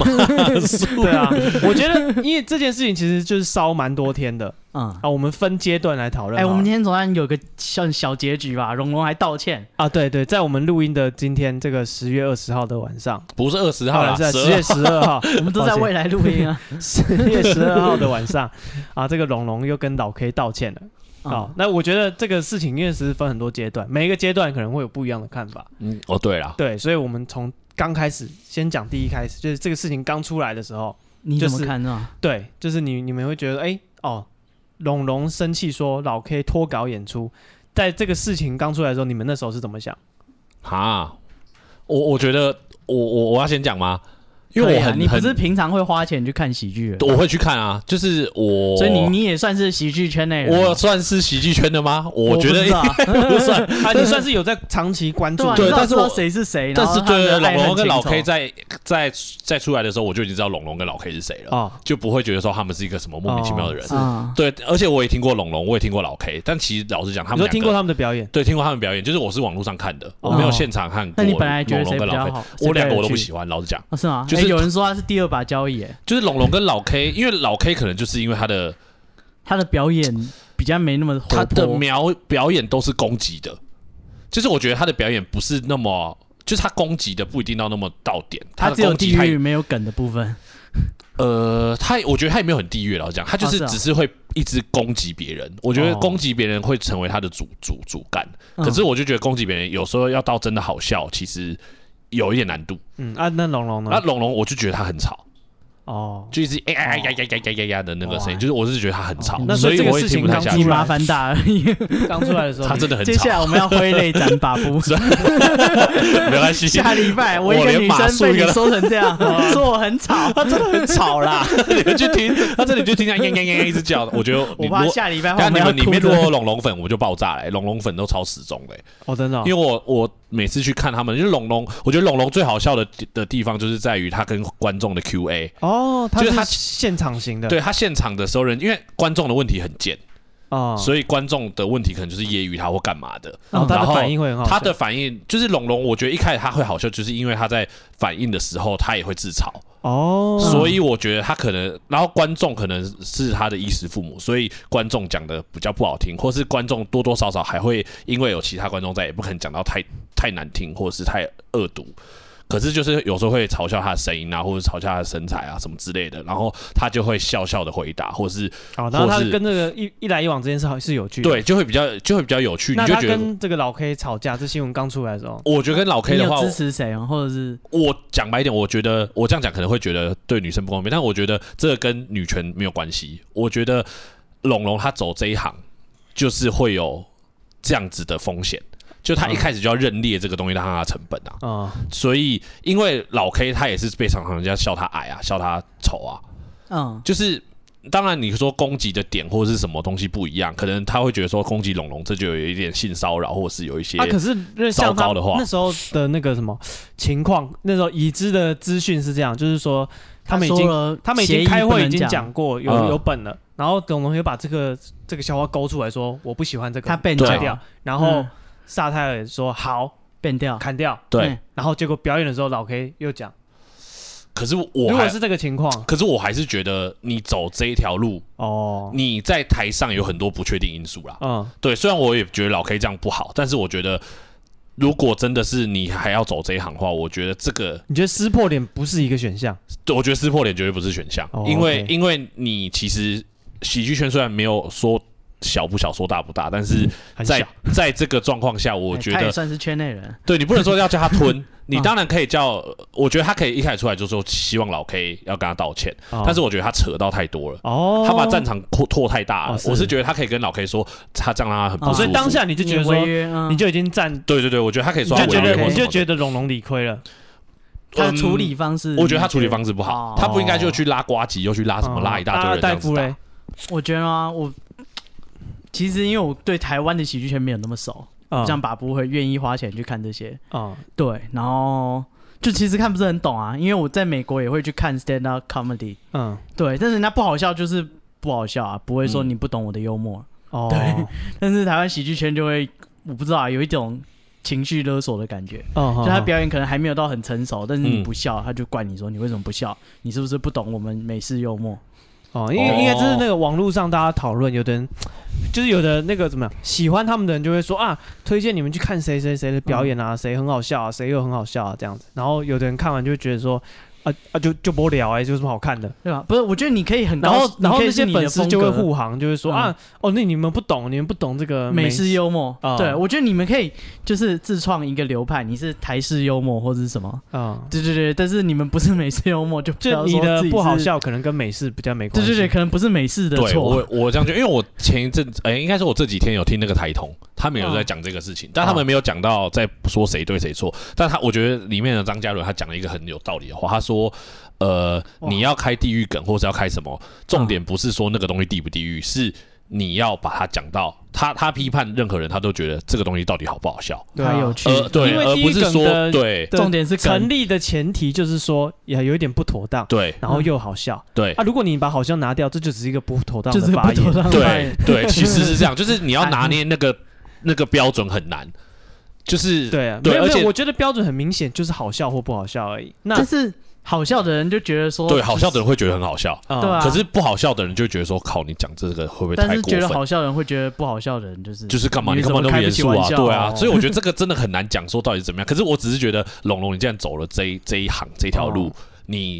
[SPEAKER 1] 对啊， 我觉得因为这件事情其实就是烧蛮多天的
[SPEAKER 3] 嗯，
[SPEAKER 1] 啊，我们分阶段来讨论
[SPEAKER 3] 哎、
[SPEAKER 1] 好了。
[SPEAKER 2] 啊
[SPEAKER 3] 我们今天总算有个小小结局吧，龙龙还道歉，
[SPEAKER 1] 啊，对对，在我们录音的今天这个十月二十号的晚上，
[SPEAKER 2] 不是二十号啦，
[SPEAKER 3] 啊
[SPEAKER 1] 在
[SPEAKER 2] 十
[SPEAKER 1] 十月啊十二号，
[SPEAKER 3] 我们都在未来录音啊，
[SPEAKER 1] 十月十二号 的晚上啊，这个龙龙又跟老 K 道歉了。好、
[SPEAKER 3] 嗯
[SPEAKER 1] 那我觉得这个事情因为是分很多阶段，每一个阶段可能会有不一样的看法。
[SPEAKER 2] 嗯，哦，对啦，
[SPEAKER 1] 对，所以我们从刚开始先讲第一开始，就是这个事情刚出来的时候，
[SPEAKER 3] 你怎么
[SPEAKER 1] 就是
[SPEAKER 3] 看呢？
[SPEAKER 1] 对，就是你你们会觉得，哎、哦，龙龙生气说老 K 脱稿演出，在这个事情刚出来的时候，你们那时候是怎么想？
[SPEAKER 2] 哈，我我觉得我我我要先讲吗？因为
[SPEAKER 3] 可以
[SPEAKER 2] 我
[SPEAKER 3] 啊
[SPEAKER 2] 很
[SPEAKER 3] 你不是
[SPEAKER 2] 很
[SPEAKER 3] 平常会花钱去看喜剧的，
[SPEAKER 2] 我会去看啊，就是我，
[SPEAKER 3] 所以你你也算是喜剧圈内人吗，
[SPEAKER 2] 我算是喜剧圈的吗？我觉
[SPEAKER 3] 不
[SPEAKER 2] 得
[SPEAKER 3] 知道啊
[SPEAKER 2] 不算，
[SPEAKER 1] 啊，你算是有在长期关注
[SPEAKER 3] 对啊，
[SPEAKER 1] 的，
[SPEAKER 2] 对
[SPEAKER 3] 你知道
[SPEAKER 2] 但是我
[SPEAKER 3] 知道谁是谁，
[SPEAKER 2] 但是
[SPEAKER 3] 然后他们
[SPEAKER 2] 对
[SPEAKER 3] 的
[SPEAKER 2] 龙
[SPEAKER 3] 爱恨
[SPEAKER 2] 龙跟
[SPEAKER 3] 情
[SPEAKER 2] 老
[SPEAKER 3] 仇
[SPEAKER 2] K 在在在出来的时候，我就已经知道龙龙跟老 K 是谁了，
[SPEAKER 1] 哦，
[SPEAKER 2] 就不会觉得说他们是一个什么莫名其妙的人。
[SPEAKER 1] 是
[SPEAKER 3] 嗯
[SPEAKER 2] 对，而且我也听过龙龙，我也听过老 K，但其实老实讲，他
[SPEAKER 1] 你
[SPEAKER 2] 们
[SPEAKER 1] 说
[SPEAKER 2] 两个
[SPEAKER 1] 听过他们的表演，
[SPEAKER 2] 对听过他们表演，就是我是网络上看的，我没有现场看过。
[SPEAKER 3] 哦那你本来觉得
[SPEAKER 2] 龙
[SPEAKER 3] 谁
[SPEAKER 2] 龙
[SPEAKER 3] 比
[SPEAKER 2] 跟老
[SPEAKER 3] 较
[SPEAKER 2] K，
[SPEAKER 3] 好？
[SPEAKER 2] 我两个我都不
[SPEAKER 3] 行。
[SPEAKER 2] 喜欢，老实讲，
[SPEAKER 3] 哦，是吗？
[SPEAKER 2] 就
[SPEAKER 3] 就是是有人说他是第二把交椅，哎
[SPEAKER 2] 就是龙龙跟老 K，因为老 K 可能就是因为他的
[SPEAKER 3] 他的表演比较没那么活
[SPEAKER 2] 他的
[SPEAKER 3] 泼。
[SPEAKER 2] 描表演都是攻击的，就是我觉得他的表演不是那么，就是他攻击的不一定到那么到点，
[SPEAKER 3] 他
[SPEAKER 2] 的
[SPEAKER 3] 只有
[SPEAKER 2] 攻击
[SPEAKER 3] 地
[SPEAKER 2] 他
[SPEAKER 3] 狱没有梗的部分，
[SPEAKER 2] 呃，他我觉得他也没有很地狱，老实讲，他就
[SPEAKER 3] 哦
[SPEAKER 2] 是
[SPEAKER 3] 是啊
[SPEAKER 2] 只是会一直攻击别人。我觉得
[SPEAKER 1] 哦
[SPEAKER 2] 攻击别人会成为他的主主主干，
[SPEAKER 3] 嗯
[SPEAKER 2] 可是我就觉得攻击别人有时候要到真的好笑，其实有一点难度。
[SPEAKER 1] 嗯啊，那龙龙呢？
[SPEAKER 2] 那龙龙我就觉得他很吵，
[SPEAKER 1] 哦，
[SPEAKER 2] 就一直哎哎呀呀呀呀呀呀的那个声音，
[SPEAKER 1] 哇
[SPEAKER 2] 就是我是觉得他很吵
[SPEAKER 1] 哦，那所
[SPEAKER 2] 所
[SPEAKER 1] 以
[SPEAKER 2] 以
[SPEAKER 1] 这个
[SPEAKER 2] 我也
[SPEAKER 1] 事情
[SPEAKER 2] 听不太
[SPEAKER 1] 刚
[SPEAKER 2] 下
[SPEAKER 1] 出
[SPEAKER 3] 你
[SPEAKER 2] 去
[SPEAKER 1] 来。
[SPEAKER 3] 麻烦大而已。
[SPEAKER 1] 刚出来的时 候，
[SPEAKER 2] 他 真的很
[SPEAKER 3] 接下来
[SPEAKER 2] 吵，
[SPEAKER 3] 我们要挥泪斩把夫。
[SPEAKER 2] 没关系。
[SPEAKER 3] 下礼拜我一
[SPEAKER 2] 我
[SPEAKER 3] 个
[SPEAKER 2] 连
[SPEAKER 3] 女
[SPEAKER 2] 马
[SPEAKER 3] 生
[SPEAKER 2] 术
[SPEAKER 3] 被
[SPEAKER 2] 一
[SPEAKER 3] 你
[SPEAKER 2] 个都
[SPEAKER 3] 说成这样，说我很吵，
[SPEAKER 1] 他真的很吵啦。
[SPEAKER 2] 你们去听，他这里就听见呀呀呀呀一直叫，我觉得你
[SPEAKER 3] 我
[SPEAKER 2] 如
[SPEAKER 3] 怕
[SPEAKER 2] 果
[SPEAKER 3] 下礼拜
[SPEAKER 2] 但
[SPEAKER 3] 我
[SPEAKER 2] 你
[SPEAKER 3] 要
[SPEAKER 2] 们里
[SPEAKER 3] 哭
[SPEAKER 2] 面如
[SPEAKER 3] 着
[SPEAKER 2] 果有龙龙粉，我们就爆炸嘞，龙龙粉都超时钟嘞。
[SPEAKER 1] 哦，真的哦
[SPEAKER 2] 因为我我每次去看他们，就是龙龙，我觉得龙龙最好笑的的地方就是在于他跟观众的 Q A，
[SPEAKER 1] 哦，他
[SPEAKER 2] 就是他
[SPEAKER 1] 是现场型的，
[SPEAKER 2] 对他现场的时候人，因为观众的问题很贱，
[SPEAKER 1] 哦，
[SPEAKER 2] 所以观众的问题可能就是揶揄他或干嘛的，
[SPEAKER 1] 然后他
[SPEAKER 2] 然
[SPEAKER 1] 的
[SPEAKER 2] 后
[SPEAKER 1] 反应会很好笑，
[SPEAKER 2] 他的反应就是龙龙，我觉得一开始他会好笑，就是因为他在反应的时候他也会自嘲，
[SPEAKER 1] 哦，
[SPEAKER 2] 所以我觉得他可能，然后观众可能是他的衣食父母，所以观众讲的比较不好听，或是观众多多少少还会因为有其他观众在，也不可能讲到太太难听，或者是太恶毒。可是就是有时候会嘲笑他的声音啊，或者嘲笑他的身材啊什么之类的，然后他就会笑笑的回答，或是
[SPEAKER 1] 哦，然后他
[SPEAKER 2] 或是
[SPEAKER 1] 跟这个一一来一往之间是好是有趣的。
[SPEAKER 2] 对，就会比较就会比较有趣，
[SPEAKER 1] 嗯
[SPEAKER 2] 你
[SPEAKER 1] 那
[SPEAKER 2] 就
[SPEAKER 1] 他
[SPEAKER 2] 觉得。
[SPEAKER 1] 跟这个老 K 吵架，这新闻刚出来的时候，
[SPEAKER 2] 我觉得跟老 K
[SPEAKER 3] 你
[SPEAKER 2] 的
[SPEAKER 3] 有
[SPEAKER 2] 话，
[SPEAKER 3] 支持谁吗？或者是
[SPEAKER 2] 我讲白一点，我觉得我这样讲可能会觉得对女生不公平，但我觉得这跟女权没有关系。我觉得龙龙他走这一行，就是会有这样子的风险，就他一开始就要认列这个东西，让他的成本啊。
[SPEAKER 1] 啊、
[SPEAKER 2] 所以，因为老 K 他也是被常常人家笑他矮啊，笑他丑啊，
[SPEAKER 3] 嗯，
[SPEAKER 2] 就是。当然，你说攻击的点或者是什么东西不一样，可能他会觉得说攻击龙龙，这就有一点性骚扰，或者是有一些
[SPEAKER 1] 啊，可是那像
[SPEAKER 2] 糟
[SPEAKER 1] 他
[SPEAKER 2] 糕的话
[SPEAKER 1] 那时候的那个什么情况，那时候已知的资讯是这样，就是说他们已经
[SPEAKER 3] 说了
[SPEAKER 1] 他们已
[SPEAKER 3] 协
[SPEAKER 1] 经
[SPEAKER 3] 议
[SPEAKER 1] 开
[SPEAKER 3] 不
[SPEAKER 1] 会已
[SPEAKER 3] 能
[SPEAKER 1] 经
[SPEAKER 3] 讲，
[SPEAKER 1] 讲过有、
[SPEAKER 2] 嗯
[SPEAKER 1] 有本了，然后董同学把这个这个笑话勾出来说我不喜欢这个，
[SPEAKER 3] 他被
[SPEAKER 2] 对
[SPEAKER 1] 摘
[SPEAKER 2] 啊
[SPEAKER 1] 掉，然后
[SPEAKER 3] 嗯
[SPEAKER 1] 萨泰尔说好
[SPEAKER 3] 变掉，
[SPEAKER 1] 砍掉，
[SPEAKER 2] 对。
[SPEAKER 3] 嗯，
[SPEAKER 1] 然后结果表演的时候老 K 又讲，
[SPEAKER 2] 可是我
[SPEAKER 1] 如
[SPEAKER 2] 还
[SPEAKER 1] 果是这个情况
[SPEAKER 2] 可是我还是觉得你走这一条路，
[SPEAKER 1] 哦，
[SPEAKER 2] 你在台上有很多不确定因素啦。
[SPEAKER 1] 嗯
[SPEAKER 2] 对，虽然我也觉得老 K 这样不好，但是我觉得如果真的是你还要走这一行的话，我觉得这个，
[SPEAKER 1] 你觉得撕破脸不是一个选项？
[SPEAKER 2] 对我觉得撕破脸绝对不是选项，
[SPEAKER 1] 哦
[SPEAKER 2] 因为
[SPEAKER 1] OK
[SPEAKER 2] 因为你其实喜剧圈虽然没有说小不小，说大不大，但是
[SPEAKER 1] 很
[SPEAKER 2] 在
[SPEAKER 1] 小
[SPEAKER 2] 在这个状况下，我
[SPEAKER 3] 哎
[SPEAKER 2] 觉
[SPEAKER 3] 他
[SPEAKER 2] 得
[SPEAKER 3] 也算是圈内人，
[SPEAKER 2] 对你不能说要叫他 吞，你
[SPEAKER 3] 嗯
[SPEAKER 2] 当然可以叫，我觉得他可以一开始出来就说希望老 K 要跟他道歉，
[SPEAKER 1] 哦
[SPEAKER 2] 但是我觉得他扯到太多了。
[SPEAKER 1] 哦，
[SPEAKER 2] 他把战场扩拓太大了。
[SPEAKER 1] 哦是
[SPEAKER 2] 我是觉得他可以跟老 K 说，他这样让他很不舒
[SPEAKER 1] 哦，
[SPEAKER 2] 服。
[SPEAKER 1] 所以当下你就觉得
[SPEAKER 3] 也
[SPEAKER 1] 说
[SPEAKER 3] 违，约，嗯
[SPEAKER 1] 你就已经站，
[SPEAKER 2] 对对对，我觉得他可以
[SPEAKER 1] 你
[SPEAKER 2] 说
[SPEAKER 1] 就
[SPEAKER 2] 他
[SPEAKER 1] 觉
[SPEAKER 2] 违约
[SPEAKER 1] 得
[SPEAKER 2] 或
[SPEAKER 1] 你
[SPEAKER 2] 什么
[SPEAKER 1] 就
[SPEAKER 2] 的
[SPEAKER 1] 觉得龙龙理亏了，
[SPEAKER 3] 他的
[SPEAKER 2] 嗯
[SPEAKER 3] 处理方式，
[SPEAKER 2] 我觉得他
[SPEAKER 3] 你
[SPEAKER 2] 处理方式不好
[SPEAKER 3] 哦，
[SPEAKER 2] 他不应该就去拉瓜吉，又去拉什么
[SPEAKER 1] 嗯
[SPEAKER 2] 拉一大堆
[SPEAKER 1] 啊
[SPEAKER 2] 人这
[SPEAKER 1] 戴
[SPEAKER 2] 样子
[SPEAKER 1] 夫
[SPEAKER 2] 打
[SPEAKER 1] 嘞，
[SPEAKER 3] 我觉得啊，我其实因为我对台湾的喜剧圈没有那么熟，
[SPEAKER 1] 啊
[SPEAKER 3] 像把不会愿意花钱去看这些。
[SPEAKER 1] 啊
[SPEAKER 3] 对，然后就其实看不是很懂啊，因为我在美国也会去看 stand up comedy，
[SPEAKER 1] 嗯
[SPEAKER 3] 嗯对，但是人家不好笑就是不好笑啊，不会说你不懂我的幽默。
[SPEAKER 1] 哦，
[SPEAKER 3] 对但是台湾喜剧圈就会，我不知道啊，有一种情绪勒索的感觉。
[SPEAKER 1] 哦，
[SPEAKER 3] 就他表演可能还没有到很成熟，但是你
[SPEAKER 2] 嗯
[SPEAKER 3] 不笑，他就怪你说你为什么不笑？你是不是不懂我们美式幽默？
[SPEAKER 1] 哦，因为
[SPEAKER 2] 哦
[SPEAKER 1] 应该就是那个网络上大家讨论，有的人就是有的那个怎么样，喜欢他们的人就会说啊，推荐你们去看谁谁谁的表演啊，谁很好笑啊，谁又很好笑啊这样子。然后有的人看完就会觉得说啊啊就就不聊哎、有什么好看的？
[SPEAKER 3] 对吧？不是，我觉得你可以很高
[SPEAKER 1] 然后
[SPEAKER 3] 兴
[SPEAKER 1] 然后
[SPEAKER 3] 你可以
[SPEAKER 1] 那
[SPEAKER 3] 是
[SPEAKER 1] 些
[SPEAKER 3] 你的
[SPEAKER 1] 粉丝就会
[SPEAKER 3] 风格
[SPEAKER 1] 护航，就会说啊哦那你们不懂，你们不懂这个
[SPEAKER 3] 美式哦幽默。
[SPEAKER 1] 啊
[SPEAKER 3] 对，我觉得你们可以就是自创一个流派，你是台式幽默或者是什么？
[SPEAKER 1] 啊。
[SPEAKER 3] 对对对，但是你们不是美式幽默，就不
[SPEAKER 1] 就
[SPEAKER 3] 要
[SPEAKER 1] 你
[SPEAKER 3] 说
[SPEAKER 1] 的
[SPEAKER 3] 自己
[SPEAKER 1] 不好
[SPEAKER 3] 是。
[SPEAKER 1] 笑，可能跟美式比较没关
[SPEAKER 3] 对
[SPEAKER 1] 系。
[SPEAKER 3] 对对，可能不是美式的
[SPEAKER 2] 对
[SPEAKER 3] 错
[SPEAKER 2] 我。我这样觉得，因为我前一阵子，哎、应该是我这几天有听那个台通，他们有
[SPEAKER 1] 嗯
[SPEAKER 2] 在讲这个事情，但他们没有讲到在说谁对谁错，但他我觉得里面的张嘉伦他讲了一个很有道理的话，他说。呃，
[SPEAKER 1] 哇嗯
[SPEAKER 2] 你要开地狱梗，或是要开什么？重点不是说那个东西地不地狱，是你要把它讲到他他批判任何人，他都觉得这个东西到底好不好笑。
[SPEAKER 1] 对啊
[SPEAKER 3] 它有趣，
[SPEAKER 2] 呃，对，
[SPEAKER 1] 因为
[SPEAKER 2] 而
[SPEAKER 1] 地狱
[SPEAKER 2] 不是
[SPEAKER 1] 梗的
[SPEAKER 2] 说对
[SPEAKER 1] 对
[SPEAKER 3] 重点是梗
[SPEAKER 1] 成立的前提就是说也有一点不妥当，
[SPEAKER 2] 对
[SPEAKER 1] 然后又好笑
[SPEAKER 2] 对
[SPEAKER 1] 啊。如果你把好笑拿掉，这就只是一个不妥当
[SPEAKER 3] 就是
[SPEAKER 1] 的
[SPEAKER 3] 不
[SPEAKER 1] 发言
[SPEAKER 3] 妥。当发
[SPEAKER 2] 对
[SPEAKER 3] 言。
[SPEAKER 2] 对，其实是这样，就是你要拿捏那 个那个标准很难，就是
[SPEAKER 1] 对啊，没
[SPEAKER 2] 对，
[SPEAKER 1] 有
[SPEAKER 2] 而
[SPEAKER 1] 没
[SPEAKER 2] 且
[SPEAKER 1] 有，我觉得标准很明显，就是好笑或不好笑而已。那
[SPEAKER 3] 但是好笑的人就觉得说，
[SPEAKER 2] 对好笑的人会觉得很好笑，
[SPEAKER 1] 啊
[SPEAKER 3] 对啊
[SPEAKER 2] 可是不好笑的人就会觉得说，靠，你讲这个会不会
[SPEAKER 3] 但
[SPEAKER 2] 太
[SPEAKER 3] 是
[SPEAKER 2] 过
[SPEAKER 3] 觉得
[SPEAKER 2] 分？
[SPEAKER 3] 好笑的人会觉得不好笑的人就是
[SPEAKER 2] 就是干嘛？
[SPEAKER 3] 你
[SPEAKER 2] 你
[SPEAKER 3] 怎
[SPEAKER 2] 干
[SPEAKER 3] 么
[SPEAKER 2] 嘛那
[SPEAKER 3] 开
[SPEAKER 2] 么
[SPEAKER 3] 不
[SPEAKER 2] 严
[SPEAKER 3] 起
[SPEAKER 2] 肃
[SPEAKER 3] 玩
[SPEAKER 2] 啊？
[SPEAKER 3] 笑
[SPEAKER 2] 对啊
[SPEAKER 3] 哦，
[SPEAKER 2] 所以我觉得这个真的很难讲，说到底是怎么样。可是我只是觉得龙龙，你既然走了这一这一行这条路
[SPEAKER 1] 哦，
[SPEAKER 2] 你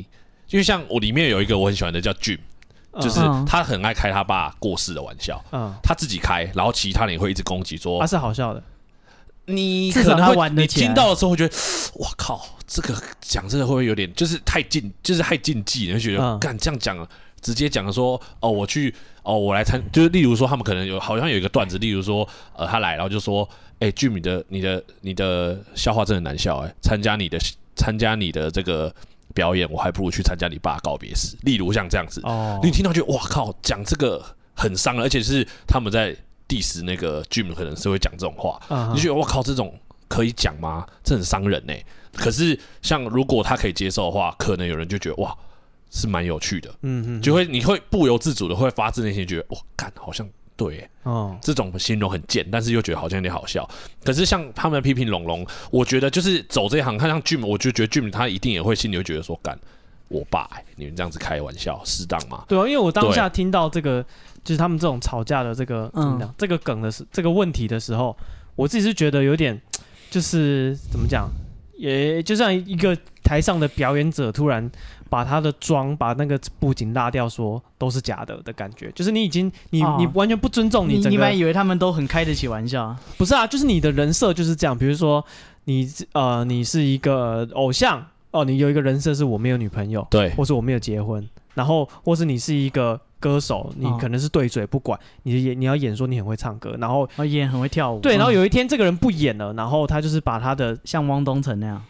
[SPEAKER 2] 因为像我里面有一个我很喜欢的叫 Jim，就是
[SPEAKER 3] 嗯
[SPEAKER 2] 他很爱开他爸过世的玩笑，
[SPEAKER 1] 嗯，
[SPEAKER 2] 他自己开，然后其他人也会一直攻击说
[SPEAKER 1] 他啊是好笑的，
[SPEAKER 2] 你
[SPEAKER 3] 至
[SPEAKER 2] 可
[SPEAKER 3] 少
[SPEAKER 2] 能
[SPEAKER 3] 他
[SPEAKER 2] 会
[SPEAKER 3] 玩得
[SPEAKER 2] 你
[SPEAKER 3] 起来
[SPEAKER 2] 听到的时候会觉得， 哇靠，这个讲这个会不会有点就是太禁，就是太禁忌了，你会觉得
[SPEAKER 1] 嗯
[SPEAKER 2] 干、这样讲，直接讲说哦，我去哦，我来参，就是例如说他们可能有好像有一个段子，例如说呃他来，然后就说，哎、俊米的你的你的笑话真的难笑哎、参加你的参加你的这个表演，我还不如去参加你爸告别式，例如像这样子，
[SPEAKER 1] 哦
[SPEAKER 2] 你听到就哇靠，讲这个很伤人，而且是他们在 diss 那个 Jim 可能是会讲这种话，
[SPEAKER 1] 啊
[SPEAKER 2] 你就觉得我靠，这种可以讲吗？这很伤人呢、欸可是像如果他可以接受的话，可能有人就觉得哇，是蛮有趣的，
[SPEAKER 1] 嗯嗯，
[SPEAKER 2] 就会你会不由自主的会发自内心地觉得哇，干好像对、欸，
[SPEAKER 1] 哦
[SPEAKER 2] 这种形容很贱，但是又觉得好像有点好笑。可是像他们批评龙龙，我觉得就是走这一行，看像 Jim，我就觉得 Jim 他一定也会心里会觉得说干。我爸、欸你们这样子开玩笑，适当吗？
[SPEAKER 1] 对啊，因为我当下听到这个，就是他们这种吵架的这个
[SPEAKER 3] 嗯
[SPEAKER 1] 怎么讲，这个梗的时这个问题的时候，我自己是觉得有点，就是怎么讲，也就像一个台上的表演者突然把他的妆把那个布景拉掉说都是假的的感觉，就是你已经你
[SPEAKER 3] 哦
[SPEAKER 1] 你完全不尊重
[SPEAKER 3] 你
[SPEAKER 1] 整
[SPEAKER 3] 你
[SPEAKER 1] 个
[SPEAKER 3] 们还以为他们都很开得起玩笑啊？
[SPEAKER 1] 不是啊，就是你的人设就是这样。比如说你呃，你是一个偶像哦，你有一个人设是我没有女朋友，
[SPEAKER 2] 对
[SPEAKER 1] 或是我没有结婚，然后或是你是一个歌手，你
[SPEAKER 3] 哦
[SPEAKER 1] 可能是对嘴不管，你演你要演说你很会唱歌，然后
[SPEAKER 3] 然后哦演很会跳舞，
[SPEAKER 1] 对，然后
[SPEAKER 3] 嗯
[SPEAKER 1] 有一天这个人不演了，然后他就是把他的 哦
[SPEAKER 3] 像汪东城那样，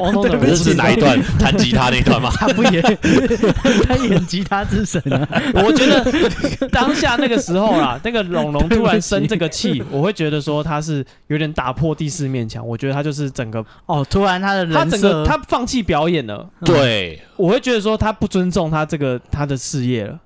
[SPEAKER 1] 王东的
[SPEAKER 3] 对不
[SPEAKER 2] 这
[SPEAKER 3] 起
[SPEAKER 2] 是哪一段？弹吉他那一段吗？
[SPEAKER 3] 他不演， 他演吉他之神啊，
[SPEAKER 1] 我觉 得当下那个时候啦，那个龙龙突然生这个气，我会觉得说他是有点打破第四面墙，我觉得他就是整个
[SPEAKER 3] 哦，突然他的
[SPEAKER 1] 他
[SPEAKER 3] 人
[SPEAKER 1] 整
[SPEAKER 3] 设，
[SPEAKER 1] 个他放弃表演了。
[SPEAKER 2] 对，
[SPEAKER 1] 我会觉得说他不尊重他这个他的事业了，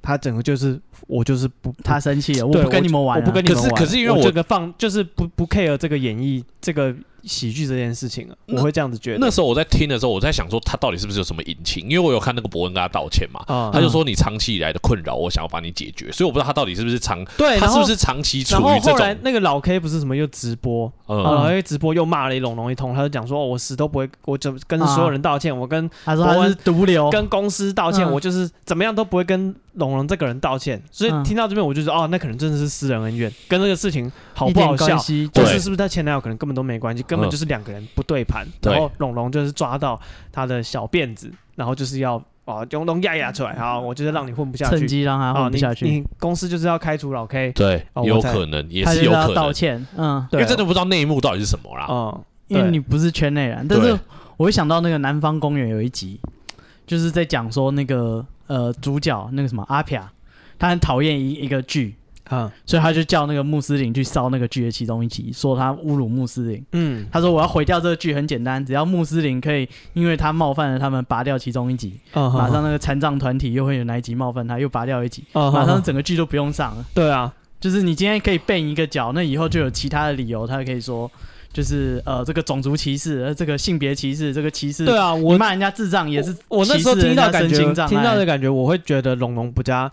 [SPEAKER 1] 他整个就是我就是不
[SPEAKER 3] 他生气了，我
[SPEAKER 1] 对
[SPEAKER 3] 不跟你们玩啊，
[SPEAKER 1] 我不跟你们玩。
[SPEAKER 2] 可是可是因为
[SPEAKER 1] 我
[SPEAKER 2] 我
[SPEAKER 1] 这个放就是不不 care 这个演绎这个喜剧这件事情了，啊
[SPEAKER 2] 那
[SPEAKER 1] 我会这样子觉得
[SPEAKER 2] 那。时候我在听的时候，我在想说他到底是不是有什么隐情？因为我有看那个伯恩跟他道歉嘛，
[SPEAKER 1] 啊
[SPEAKER 2] 他就说你长期以来的困扰，我想要帮你解决，所以我不知道他到底是不是长，
[SPEAKER 1] 对，哎
[SPEAKER 2] 他
[SPEAKER 1] 然
[SPEAKER 2] 是
[SPEAKER 1] 后
[SPEAKER 2] 不是长期处
[SPEAKER 1] 然后
[SPEAKER 2] 于这
[SPEAKER 1] 后来
[SPEAKER 2] 种，
[SPEAKER 1] 那个老 K 不是什么又直播，哦然
[SPEAKER 2] 嗯，
[SPEAKER 1] 后老 K 直播又骂了一龙龙一通，他就讲说、哦、我死都不会，我怎么跟所有人道
[SPEAKER 2] 嗯
[SPEAKER 1] 歉，我跟
[SPEAKER 3] 他说他是毒瘤，
[SPEAKER 1] 跟公司道歉，
[SPEAKER 3] 嗯
[SPEAKER 1] 我就是怎么样都不会跟龙龙这个人道歉。所以
[SPEAKER 3] 嗯
[SPEAKER 1] 听到这边我就说哦，那可能真的是私人恩怨，跟这个事情好
[SPEAKER 3] 一
[SPEAKER 1] 不好
[SPEAKER 3] 点关
[SPEAKER 1] 笑
[SPEAKER 3] 系
[SPEAKER 1] 就
[SPEAKER 2] 对
[SPEAKER 1] 是是不是他前男友可能根本都没关系，根本就是两个人不嗯对盘，
[SPEAKER 2] 对
[SPEAKER 1] 然后龙龙就是抓到他的小辫子，然后就是要啊用龙压压出来，好，我就是让你混不下
[SPEAKER 3] 趁
[SPEAKER 1] 去，
[SPEAKER 3] 机让他
[SPEAKER 1] 啊
[SPEAKER 3] 混不哦下
[SPEAKER 1] 你
[SPEAKER 3] 去，
[SPEAKER 1] 你公司就是要开除老 K，
[SPEAKER 2] 对
[SPEAKER 1] 哦，
[SPEAKER 2] 有
[SPEAKER 1] 我在
[SPEAKER 2] 可能也
[SPEAKER 3] 他就是
[SPEAKER 2] 有
[SPEAKER 3] 要
[SPEAKER 2] 可
[SPEAKER 3] 道
[SPEAKER 2] 能，
[SPEAKER 3] 歉，嗯，
[SPEAKER 2] 因
[SPEAKER 1] 对，啊
[SPEAKER 2] 为真的不知道内幕到底是什么啦。
[SPEAKER 1] 嗯，
[SPEAKER 3] 因为
[SPEAKER 1] 对
[SPEAKER 3] 你不是圈内人，但是
[SPEAKER 2] 对
[SPEAKER 3] 我会想到那个《南方公园》有一集，就是在讲说那个呃主角那个什么阿撇，他很讨厌一一个剧，
[SPEAKER 1] 啊，
[SPEAKER 3] 所以他就叫那个穆斯林去烧那个剧的其中一集，说他侮辱穆斯林。
[SPEAKER 1] 嗯，
[SPEAKER 3] 他说我要毁掉这个剧很简单，只要穆斯林可以，因为他冒犯了他们，拔掉其中一集，
[SPEAKER 1] 啊
[SPEAKER 3] 马上那个残障团体又会有哪一集冒犯他，又拔掉一集，
[SPEAKER 1] 啊
[SPEAKER 3] 马上整个剧都不用上了。
[SPEAKER 1] 对啊，
[SPEAKER 3] 就是你今天可以背一个角，那以后就有其他的理由，他可以说就是呃这个种族歧视，呃这个性别歧视，这个歧视，
[SPEAKER 1] 对啊，我
[SPEAKER 3] 骂人家智障也是
[SPEAKER 1] 我那时候
[SPEAKER 3] 歧
[SPEAKER 1] 听
[SPEAKER 3] 视人
[SPEAKER 1] 到
[SPEAKER 3] 家
[SPEAKER 1] 感觉
[SPEAKER 3] 身心障碍
[SPEAKER 1] 听到的感觉，我会觉得龙龙不加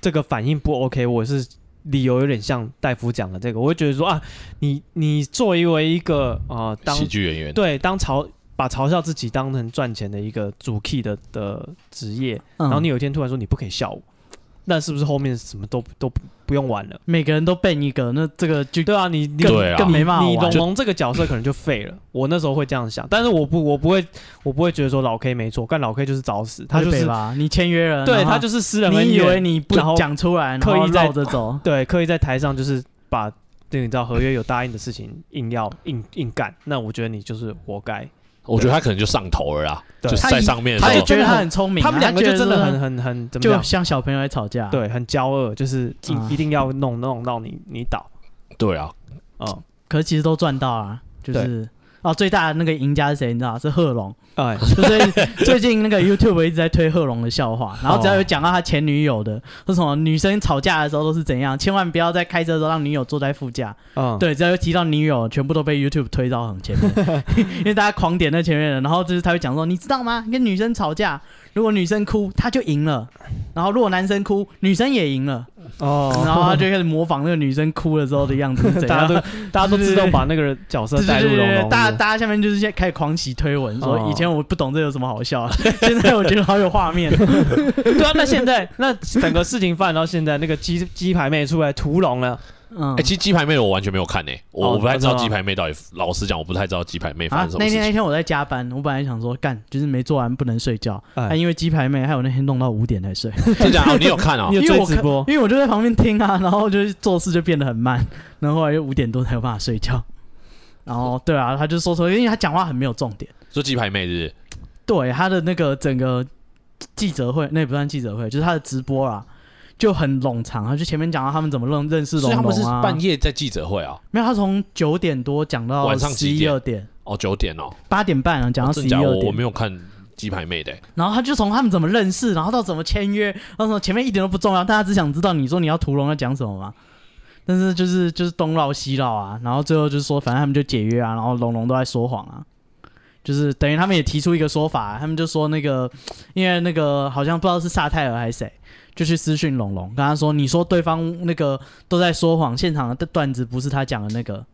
[SPEAKER 1] 这个反应不 OK，我是理由有点像戴夫讲的这个，我会觉得说啊，你你作为一个啊、呃当
[SPEAKER 2] 喜剧演员，
[SPEAKER 1] 对当嘲把嘲笑自己当成赚钱的一个主 key 的的职业，然后你
[SPEAKER 3] 嗯
[SPEAKER 1] 有一天突然说你不可以笑我，那是不是后面什么都都不不用玩了？
[SPEAKER 3] 每个人都背一个，那这个就
[SPEAKER 1] 对啊，你你
[SPEAKER 3] 更
[SPEAKER 2] 对啊
[SPEAKER 3] 更没办法
[SPEAKER 1] 你
[SPEAKER 3] 玩
[SPEAKER 1] 龙
[SPEAKER 3] 了。
[SPEAKER 1] 龙这个角色可能就废了，我那时候会这样想，但是我不我不会我不会觉得说老 K 没错，干老 K 就是找死，他就
[SPEAKER 3] 北
[SPEAKER 1] 是
[SPEAKER 3] 吧，你签约了，
[SPEAKER 1] 对
[SPEAKER 3] 然后
[SPEAKER 1] 他就是私人恩
[SPEAKER 3] 你以
[SPEAKER 1] 怨
[SPEAKER 3] 为你不
[SPEAKER 1] 然后
[SPEAKER 3] 讲出来，然
[SPEAKER 1] 刻意
[SPEAKER 3] 后
[SPEAKER 1] 在
[SPEAKER 3] 绕着走，
[SPEAKER 1] 对刻意在台上就是把对你知道合约有答应的事情硬要硬硬干，那我觉得你就是活该。
[SPEAKER 2] 我觉得他可能就上头了啦，
[SPEAKER 1] 对
[SPEAKER 2] 就是在上面的
[SPEAKER 3] 他
[SPEAKER 2] 时
[SPEAKER 3] 也
[SPEAKER 2] 候，
[SPEAKER 3] 觉得他很聪明啊，
[SPEAKER 1] 他们两个
[SPEAKER 3] 觉
[SPEAKER 1] 就
[SPEAKER 3] 得
[SPEAKER 1] 真的
[SPEAKER 3] 说
[SPEAKER 1] 很很很怎么
[SPEAKER 3] 就
[SPEAKER 1] 讲？
[SPEAKER 3] 像小朋友在吵架，，
[SPEAKER 1] 对，很骄傲，就是一、
[SPEAKER 3] 啊
[SPEAKER 1] 一定要弄弄到你你倒
[SPEAKER 2] 对啊，
[SPEAKER 1] 啊、嗯
[SPEAKER 3] 可是其实都赚到啊，就是。哦，最大的那个赢家是谁？你知道是贺龙，
[SPEAKER 1] 哎，
[SPEAKER 3] 就是最 近那个 YouTube 一直在推贺龙的笑话，然后只要有讲到他前女友的，说什么女生吵架的时候都是怎样，千万不要在开车的时候让女友坐在副驾，
[SPEAKER 1] 嗯，
[SPEAKER 3] 对，只要有提到女友，全部都被 YouTube 推到 很前面，因为大家狂点在前面了。然后就是他会讲说，你知道吗？跟女生吵架，如果女生哭，他就赢了；然后如果男生哭，女生也赢了。然
[SPEAKER 1] 哦，
[SPEAKER 3] 后他就开始模仿那个女生哭的时候的样子是 怎
[SPEAKER 1] 大家
[SPEAKER 3] 样。
[SPEAKER 1] 都大家都自动
[SPEAKER 3] 对
[SPEAKER 1] 把那个人角色
[SPEAKER 3] 对
[SPEAKER 1] 带
[SPEAKER 3] 对
[SPEAKER 1] 入
[SPEAKER 3] 对
[SPEAKER 1] 龙
[SPEAKER 3] 对
[SPEAKER 1] 龙，，
[SPEAKER 3] 大
[SPEAKER 1] 是
[SPEAKER 3] 家大家下面就是现在开始狂喜推文，说
[SPEAKER 1] 哦
[SPEAKER 3] 以前我不懂这有什么好笑， 现在我觉得好有画 面。
[SPEAKER 1] 不是对啊。那现在 那整个事情发展到现在，那个鸡鸡排妹出来屠龙了，
[SPEAKER 3] 嗯
[SPEAKER 2] 哎，，其实鸡排妹我完全没有看诶，我我不太知道
[SPEAKER 1] 哦真的吗
[SPEAKER 2] 鸡排妹到底，老实讲，我不太知道鸡排妹发
[SPEAKER 3] 啊
[SPEAKER 2] 生什，么
[SPEAKER 3] 那
[SPEAKER 2] 事
[SPEAKER 3] 天那
[SPEAKER 2] 情。
[SPEAKER 3] 天我在加班，我本来想说干，就是没做完不能睡觉，
[SPEAKER 1] 哎
[SPEAKER 3] 但因为鸡排妹，还有那天弄到五点才睡。
[SPEAKER 2] 真假？哦你有看啊
[SPEAKER 1] 你？有
[SPEAKER 3] 因为
[SPEAKER 1] 追
[SPEAKER 3] 我
[SPEAKER 1] 直
[SPEAKER 3] 看
[SPEAKER 1] 播？
[SPEAKER 3] 因为我就在旁边听啊，然后就是做事就变得很慢，然后后来就五点多才有办法睡觉。然后对啊，他就说说，因为他讲话很没有重点。
[SPEAKER 2] 说鸡排妹是不是？
[SPEAKER 3] 对他的那个整个记者会，那也不算记者会，就是他的直播啊，就很冗长。他就前面讲到他们怎么认认识
[SPEAKER 2] 所
[SPEAKER 3] 龙
[SPEAKER 2] 以他们是
[SPEAKER 3] 龙啊
[SPEAKER 2] 半，夜在记者会啊？
[SPEAKER 3] 没有，他从九点多讲到
[SPEAKER 2] 晚上
[SPEAKER 3] 十
[SPEAKER 2] 几
[SPEAKER 3] 一
[SPEAKER 2] 点
[SPEAKER 3] 二点，
[SPEAKER 2] 哦，九点哦，
[SPEAKER 3] 八点半啊，讲到
[SPEAKER 2] 哦
[SPEAKER 3] 十
[SPEAKER 2] 真
[SPEAKER 3] 一
[SPEAKER 2] 假？
[SPEAKER 3] 二
[SPEAKER 2] 我我
[SPEAKER 3] 点
[SPEAKER 2] 没。有看鸡排妹的欸，
[SPEAKER 3] 然后他就从他们怎么认识，然后到怎么签约，然后什么前面一点都不重要，大家只想知道你说你要屠龙要讲什么嘛。但是就是就是东绕西绕啊，然后最后就是说，反正他们就解约啊，然后龙龙都在说谎啊，就是等于他们也提出一个说法、啊他们就说那个，因为那个好像不知道是萨泰尔还是谁，就去私讯龙龙，跟他说，你说对方那个都在说谎，现场的段子不是他讲的那个，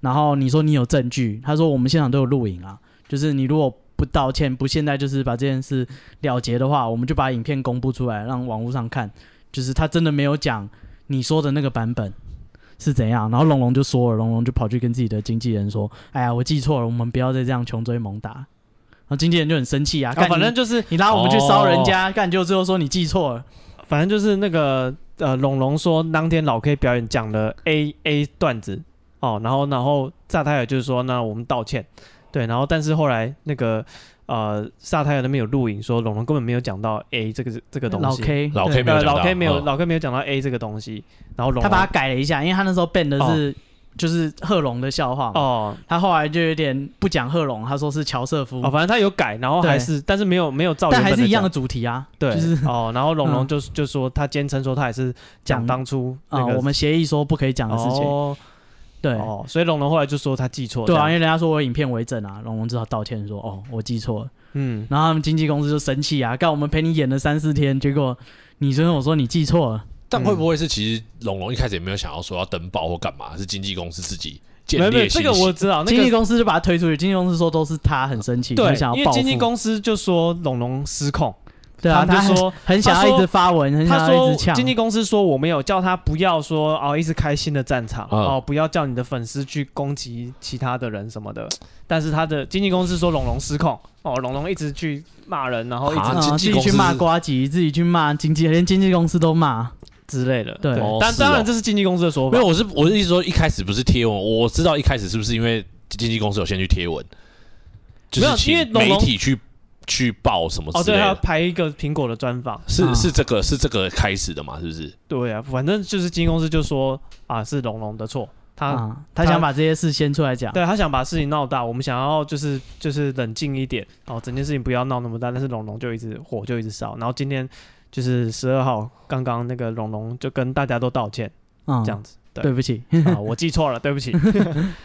[SPEAKER 3] 然后你说你有证据，他说我们现场都有录影啊，就是你如果不道歉，不现在就是把这件事了结的话，我们就把影片公布出来，让网络上看，就是他真的没有讲你说的那个版本是怎样。然后龙龙就说了，龙龙就跑去跟自己的经纪人说：“哎呀，我记错了，我们不要再这样穷追猛打。”然后经纪人就很生气啊，
[SPEAKER 1] 啊
[SPEAKER 3] 干
[SPEAKER 1] 反正
[SPEAKER 3] 你
[SPEAKER 1] 就是
[SPEAKER 3] 你拉我们去烧人
[SPEAKER 1] 哦
[SPEAKER 3] 家，干就最后说你记错了，
[SPEAKER 1] 反正就是那个呃，龙龙说当天老 K 表演讲了 A A 段子哦，然后然后萨泰尔就是说那我们道歉，对，然后但是后来那个呃萨泰尔那边有录影说龙龙根本没有讲到 A 这个这个东
[SPEAKER 3] 老
[SPEAKER 1] 西，
[SPEAKER 3] K
[SPEAKER 2] 老 K
[SPEAKER 3] 对
[SPEAKER 2] 没有
[SPEAKER 1] 呃
[SPEAKER 2] 讲到
[SPEAKER 1] 老 K 没有
[SPEAKER 2] 嗯
[SPEAKER 1] 老 K 没有讲到 A 这个东西，然后龙
[SPEAKER 3] 他
[SPEAKER 1] 龙
[SPEAKER 3] 把它改了一下，因为他那时候变的是、就是贺龙的笑话嘛。
[SPEAKER 1] 哦
[SPEAKER 3] 他后来就有点不讲贺龙，他说是乔瑟夫，
[SPEAKER 1] 哦，反正他有改，然后
[SPEAKER 3] 对
[SPEAKER 1] 还是但是没有没有照原
[SPEAKER 3] 但
[SPEAKER 1] 本
[SPEAKER 3] 还是一样的
[SPEAKER 1] 讲。
[SPEAKER 3] 主题啊，
[SPEAKER 1] 对，
[SPEAKER 3] 就是
[SPEAKER 1] 哦，然后龙龙
[SPEAKER 3] 嗯
[SPEAKER 1] 就就说他坚称说他也是讲
[SPEAKER 3] 讲
[SPEAKER 1] 当初
[SPEAKER 3] 啊、
[SPEAKER 1] 那个
[SPEAKER 3] 我们协议说不可以讲的事情，
[SPEAKER 1] 哦
[SPEAKER 3] 对、
[SPEAKER 1] 哦，所以龙龙后来就说他记错，
[SPEAKER 3] 对啊，因
[SPEAKER 1] 这样，
[SPEAKER 3] 为人家说我有影片为证啊，龙龙只好道歉说哦我记错了，
[SPEAKER 1] 嗯，
[SPEAKER 3] 然后他们经纪公司就生气啊，干我们陪你演了三四天，结果你昨天我说你记错
[SPEAKER 1] 哦
[SPEAKER 3] 了，
[SPEAKER 2] 但
[SPEAKER 1] 嗯
[SPEAKER 2] 会不会是其实龙龙一开始也没有想要说要登报或干嘛，是经纪公司自己建
[SPEAKER 1] 没有没有，
[SPEAKER 2] 立
[SPEAKER 1] 这个我知道，那
[SPEAKER 3] 经纪
[SPEAKER 1] 个
[SPEAKER 3] 公司就把他推出去，经纪公司说都是他很生气，很想
[SPEAKER 1] 对，
[SPEAKER 3] 要
[SPEAKER 1] 因
[SPEAKER 3] 报
[SPEAKER 1] 为
[SPEAKER 3] 复
[SPEAKER 1] 经，纪公司就说龙龙失控，
[SPEAKER 3] 对啊，
[SPEAKER 1] 他们
[SPEAKER 3] 他
[SPEAKER 1] 就说
[SPEAKER 3] 很很想
[SPEAKER 1] 他
[SPEAKER 3] 要
[SPEAKER 1] 说
[SPEAKER 3] 一直发文，很
[SPEAKER 1] 他
[SPEAKER 3] 想要
[SPEAKER 1] 说
[SPEAKER 3] 一直呛，
[SPEAKER 1] 经纪公司说我们有叫他不要说哦，一直开新的战场、
[SPEAKER 3] 啊
[SPEAKER 2] 嗯
[SPEAKER 1] 哦，不要叫你的粉丝去攻击其他的人什么的，但是他的经纪公司说龙龙失控哦，龙龙一直去骂人，然后一
[SPEAKER 2] 啊
[SPEAKER 1] 直
[SPEAKER 3] 嗯
[SPEAKER 2] 经
[SPEAKER 3] 自
[SPEAKER 2] 纪
[SPEAKER 3] 己
[SPEAKER 2] 公司
[SPEAKER 3] 去
[SPEAKER 2] 是
[SPEAKER 3] 骂瓜吉，自己去骂经纪，连经纪公司都骂，
[SPEAKER 1] 之类的，
[SPEAKER 3] 对啊
[SPEAKER 2] 哦
[SPEAKER 1] 但
[SPEAKER 2] 是哦
[SPEAKER 1] 当然这是经纪公司的说法，
[SPEAKER 2] 没有，我是我是意思说一开始不是贴文，我知道一开始是不是因为经纪公司有先去贴文，就
[SPEAKER 1] 没有
[SPEAKER 2] 是请
[SPEAKER 1] 因为龙
[SPEAKER 2] 媒
[SPEAKER 1] 龙
[SPEAKER 2] 体去去报什么
[SPEAKER 1] 哦，
[SPEAKER 2] 之类
[SPEAKER 1] 对，还
[SPEAKER 2] 的。
[SPEAKER 1] 要拍一个苹果的专访。
[SPEAKER 2] 是
[SPEAKER 3] 啊
[SPEAKER 2] 是这个是这个开始的嘛？是不是？
[SPEAKER 1] 对啊，反正就是经纪公司就说啊，是龙龙的错，他、
[SPEAKER 3] 啊，他想把这些事先出来讲，
[SPEAKER 1] 对他想把事情闹大，我们想要就是就是冷静一点，哦，整件事情不要闹那么大。但是龙龙就一直火就一直烧，然后今天就是十二号，刚刚那个龙龙就跟大家都道歉，
[SPEAKER 3] 嗯，
[SPEAKER 1] 这样子。对
[SPEAKER 3] 对不起，
[SPEAKER 1] 啊，我记错了，对不起。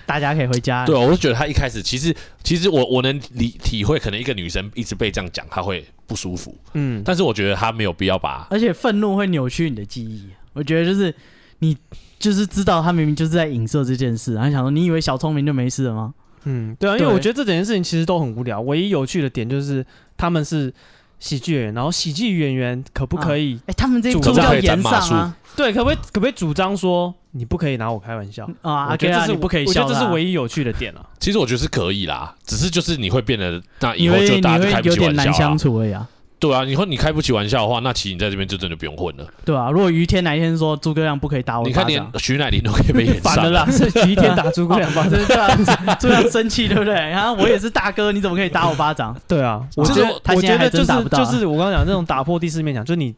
[SPEAKER 3] 大家可以回
[SPEAKER 1] 哎
[SPEAKER 3] 家。
[SPEAKER 2] 对，我就觉得他一开始其实其实我我能理体会，可能一个女生一直被这样讲，她会不舒服。
[SPEAKER 1] 嗯，
[SPEAKER 2] 但是我觉得她没有必要把
[SPEAKER 3] 而且愤怒会扭曲你的记忆。我觉得就是你就是知道他明明就是在影射这件事，然后想说你以为小聪明就没事了吗？
[SPEAKER 1] 嗯，对啊，因为我
[SPEAKER 3] 对
[SPEAKER 1] 觉得这整件事情其实都很无聊，唯一有趣的点就是他们是喜剧演员，然后喜剧演员可不可以、
[SPEAKER 3] 哎、他们这一
[SPEAKER 1] 主
[SPEAKER 3] 部
[SPEAKER 1] 张
[SPEAKER 3] 叫
[SPEAKER 2] 可以斩
[SPEAKER 3] 言
[SPEAKER 2] 马
[SPEAKER 3] 上啊
[SPEAKER 1] 对，可不可以可不可以主张说你不可以拿我开玩笑？
[SPEAKER 3] 啊，阿
[SPEAKER 1] 我觉
[SPEAKER 3] K
[SPEAKER 1] 得这
[SPEAKER 3] 啊，
[SPEAKER 1] 是
[SPEAKER 3] 你不可以
[SPEAKER 1] 我
[SPEAKER 3] 笑
[SPEAKER 1] 觉
[SPEAKER 3] 的
[SPEAKER 1] 得
[SPEAKER 3] 啊、
[SPEAKER 1] 这是唯一有趣的点 啊。
[SPEAKER 2] 其实我觉得是可以啦，只是就是你会变得，那以
[SPEAKER 3] 因
[SPEAKER 2] 后
[SPEAKER 3] 为
[SPEAKER 2] 就
[SPEAKER 3] 你
[SPEAKER 2] 大家就开
[SPEAKER 3] 会
[SPEAKER 2] 不
[SPEAKER 3] 有
[SPEAKER 2] 起
[SPEAKER 3] 点
[SPEAKER 2] 玩
[SPEAKER 3] 难
[SPEAKER 2] 笑、
[SPEAKER 3] 相
[SPEAKER 2] 啊。
[SPEAKER 3] 处而已啊，
[SPEAKER 2] 对啊，以后你开不起玩笑的话，那其实你在这边就真的不用混了。
[SPEAKER 3] 对啊，如果于天哪一天说诸葛亮不可以打我
[SPEAKER 2] 你
[SPEAKER 3] 一巴
[SPEAKER 2] 看，
[SPEAKER 3] 掌，
[SPEAKER 2] 连徐乃麟都可以被演
[SPEAKER 1] 反
[SPEAKER 2] 上
[SPEAKER 1] 了
[SPEAKER 2] 了。
[SPEAKER 1] 啦，是哦吉天打 诸葛亮 吧？
[SPEAKER 3] 对啊，诸葛亮生气对不对？然后我也是大哥，你怎么可以打我巴掌？
[SPEAKER 1] 对啊，我
[SPEAKER 2] 就
[SPEAKER 1] 觉
[SPEAKER 2] 是
[SPEAKER 1] 得
[SPEAKER 3] 他
[SPEAKER 1] 我
[SPEAKER 3] 现在
[SPEAKER 1] 觉
[SPEAKER 3] 还
[SPEAKER 1] 得就
[SPEAKER 3] 真打
[SPEAKER 1] 是
[SPEAKER 3] 不到啊
[SPEAKER 1] 就是我刚刚讲的那种打破第四面墙，就是你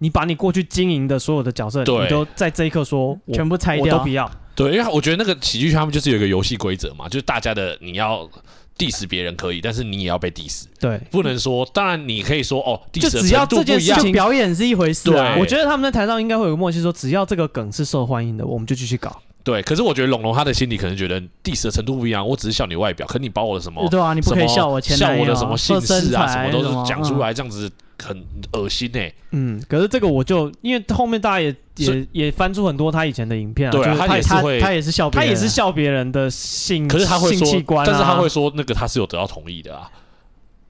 [SPEAKER 1] 你把你过去经营的所有的角色，
[SPEAKER 2] 对
[SPEAKER 1] 你都在这一刻说我
[SPEAKER 3] 全部拆
[SPEAKER 1] 我
[SPEAKER 3] 掉
[SPEAKER 1] 都不要。
[SPEAKER 2] 对，因为我觉得那个喜剧圈他们就是有一个游戏规则嘛，就是大家的你要 diss 别人可以，但是你也要被 diss，
[SPEAKER 1] 对，
[SPEAKER 2] 不能说。当然你可以说哦，diss 的
[SPEAKER 1] 只要
[SPEAKER 2] 程度
[SPEAKER 1] 这件
[SPEAKER 2] 不一
[SPEAKER 1] 事
[SPEAKER 2] 样
[SPEAKER 1] 情
[SPEAKER 3] 就表演是一回事啊
[SPEAKER 2] 对，
[SPEAKER 1] 我觉得他们在台上应该会有个默契，说只要这个梗是受欢迎的，我们就继续搞。
[SPEAKER 2] 对，可是我觉得龙龙他的心里可能觉得 diss 的程度不一样，我只是笑你外表，可你把我的什么
[SPEAKER 3] 对啊，你不可以笑我前
[SPEAKER 2] 笑
[SPEAKER 3] 男友
[SPEAKER 2] 我
[SPEAKER 3] 啊，
[SPEAKER 2] 的什么姓
[SPEAKER 3] 或身
[SPEAKER 2] 氏啊，什
[SPEAKER 3] 材
[SPEAKER 2] 么都是讲出
[SPEAKER 3] 嗯
[SPEAKER 2] 来，这样子很恶心欸呢、
[SPEAKER 1] 嗯，可是这个我就因为后面大家也
[SPEAKER 2] 所
[SPEAKER 1] 也也翻出很多他以前的影片啊，
[SPEAKER 2] 对啊
[SPEAKER 1] 就是
[SPEAKER 2] 他
[SPEAKER 1] 他
[SPEAKER 2] 也
[SPEAKER 1] 也
[SPEAKER 2] 是
[SPEAKER 3] 他
[SPEAKER 2] 会
[SPEAKER 3] 他也是笑别
[SPEAKER 1] 他
[SPEAKER 3] 人啊，
[SPEAKER 1] 也是笑别人的性，
[SPEAKER 2] 可是他会
[SPEAKER 1] 性
[SPEAKER 2] 说
[SPEAKER 1] 器，官啊，
[SPEAKER 2] 但是他会说那个他是有得到同意的啊。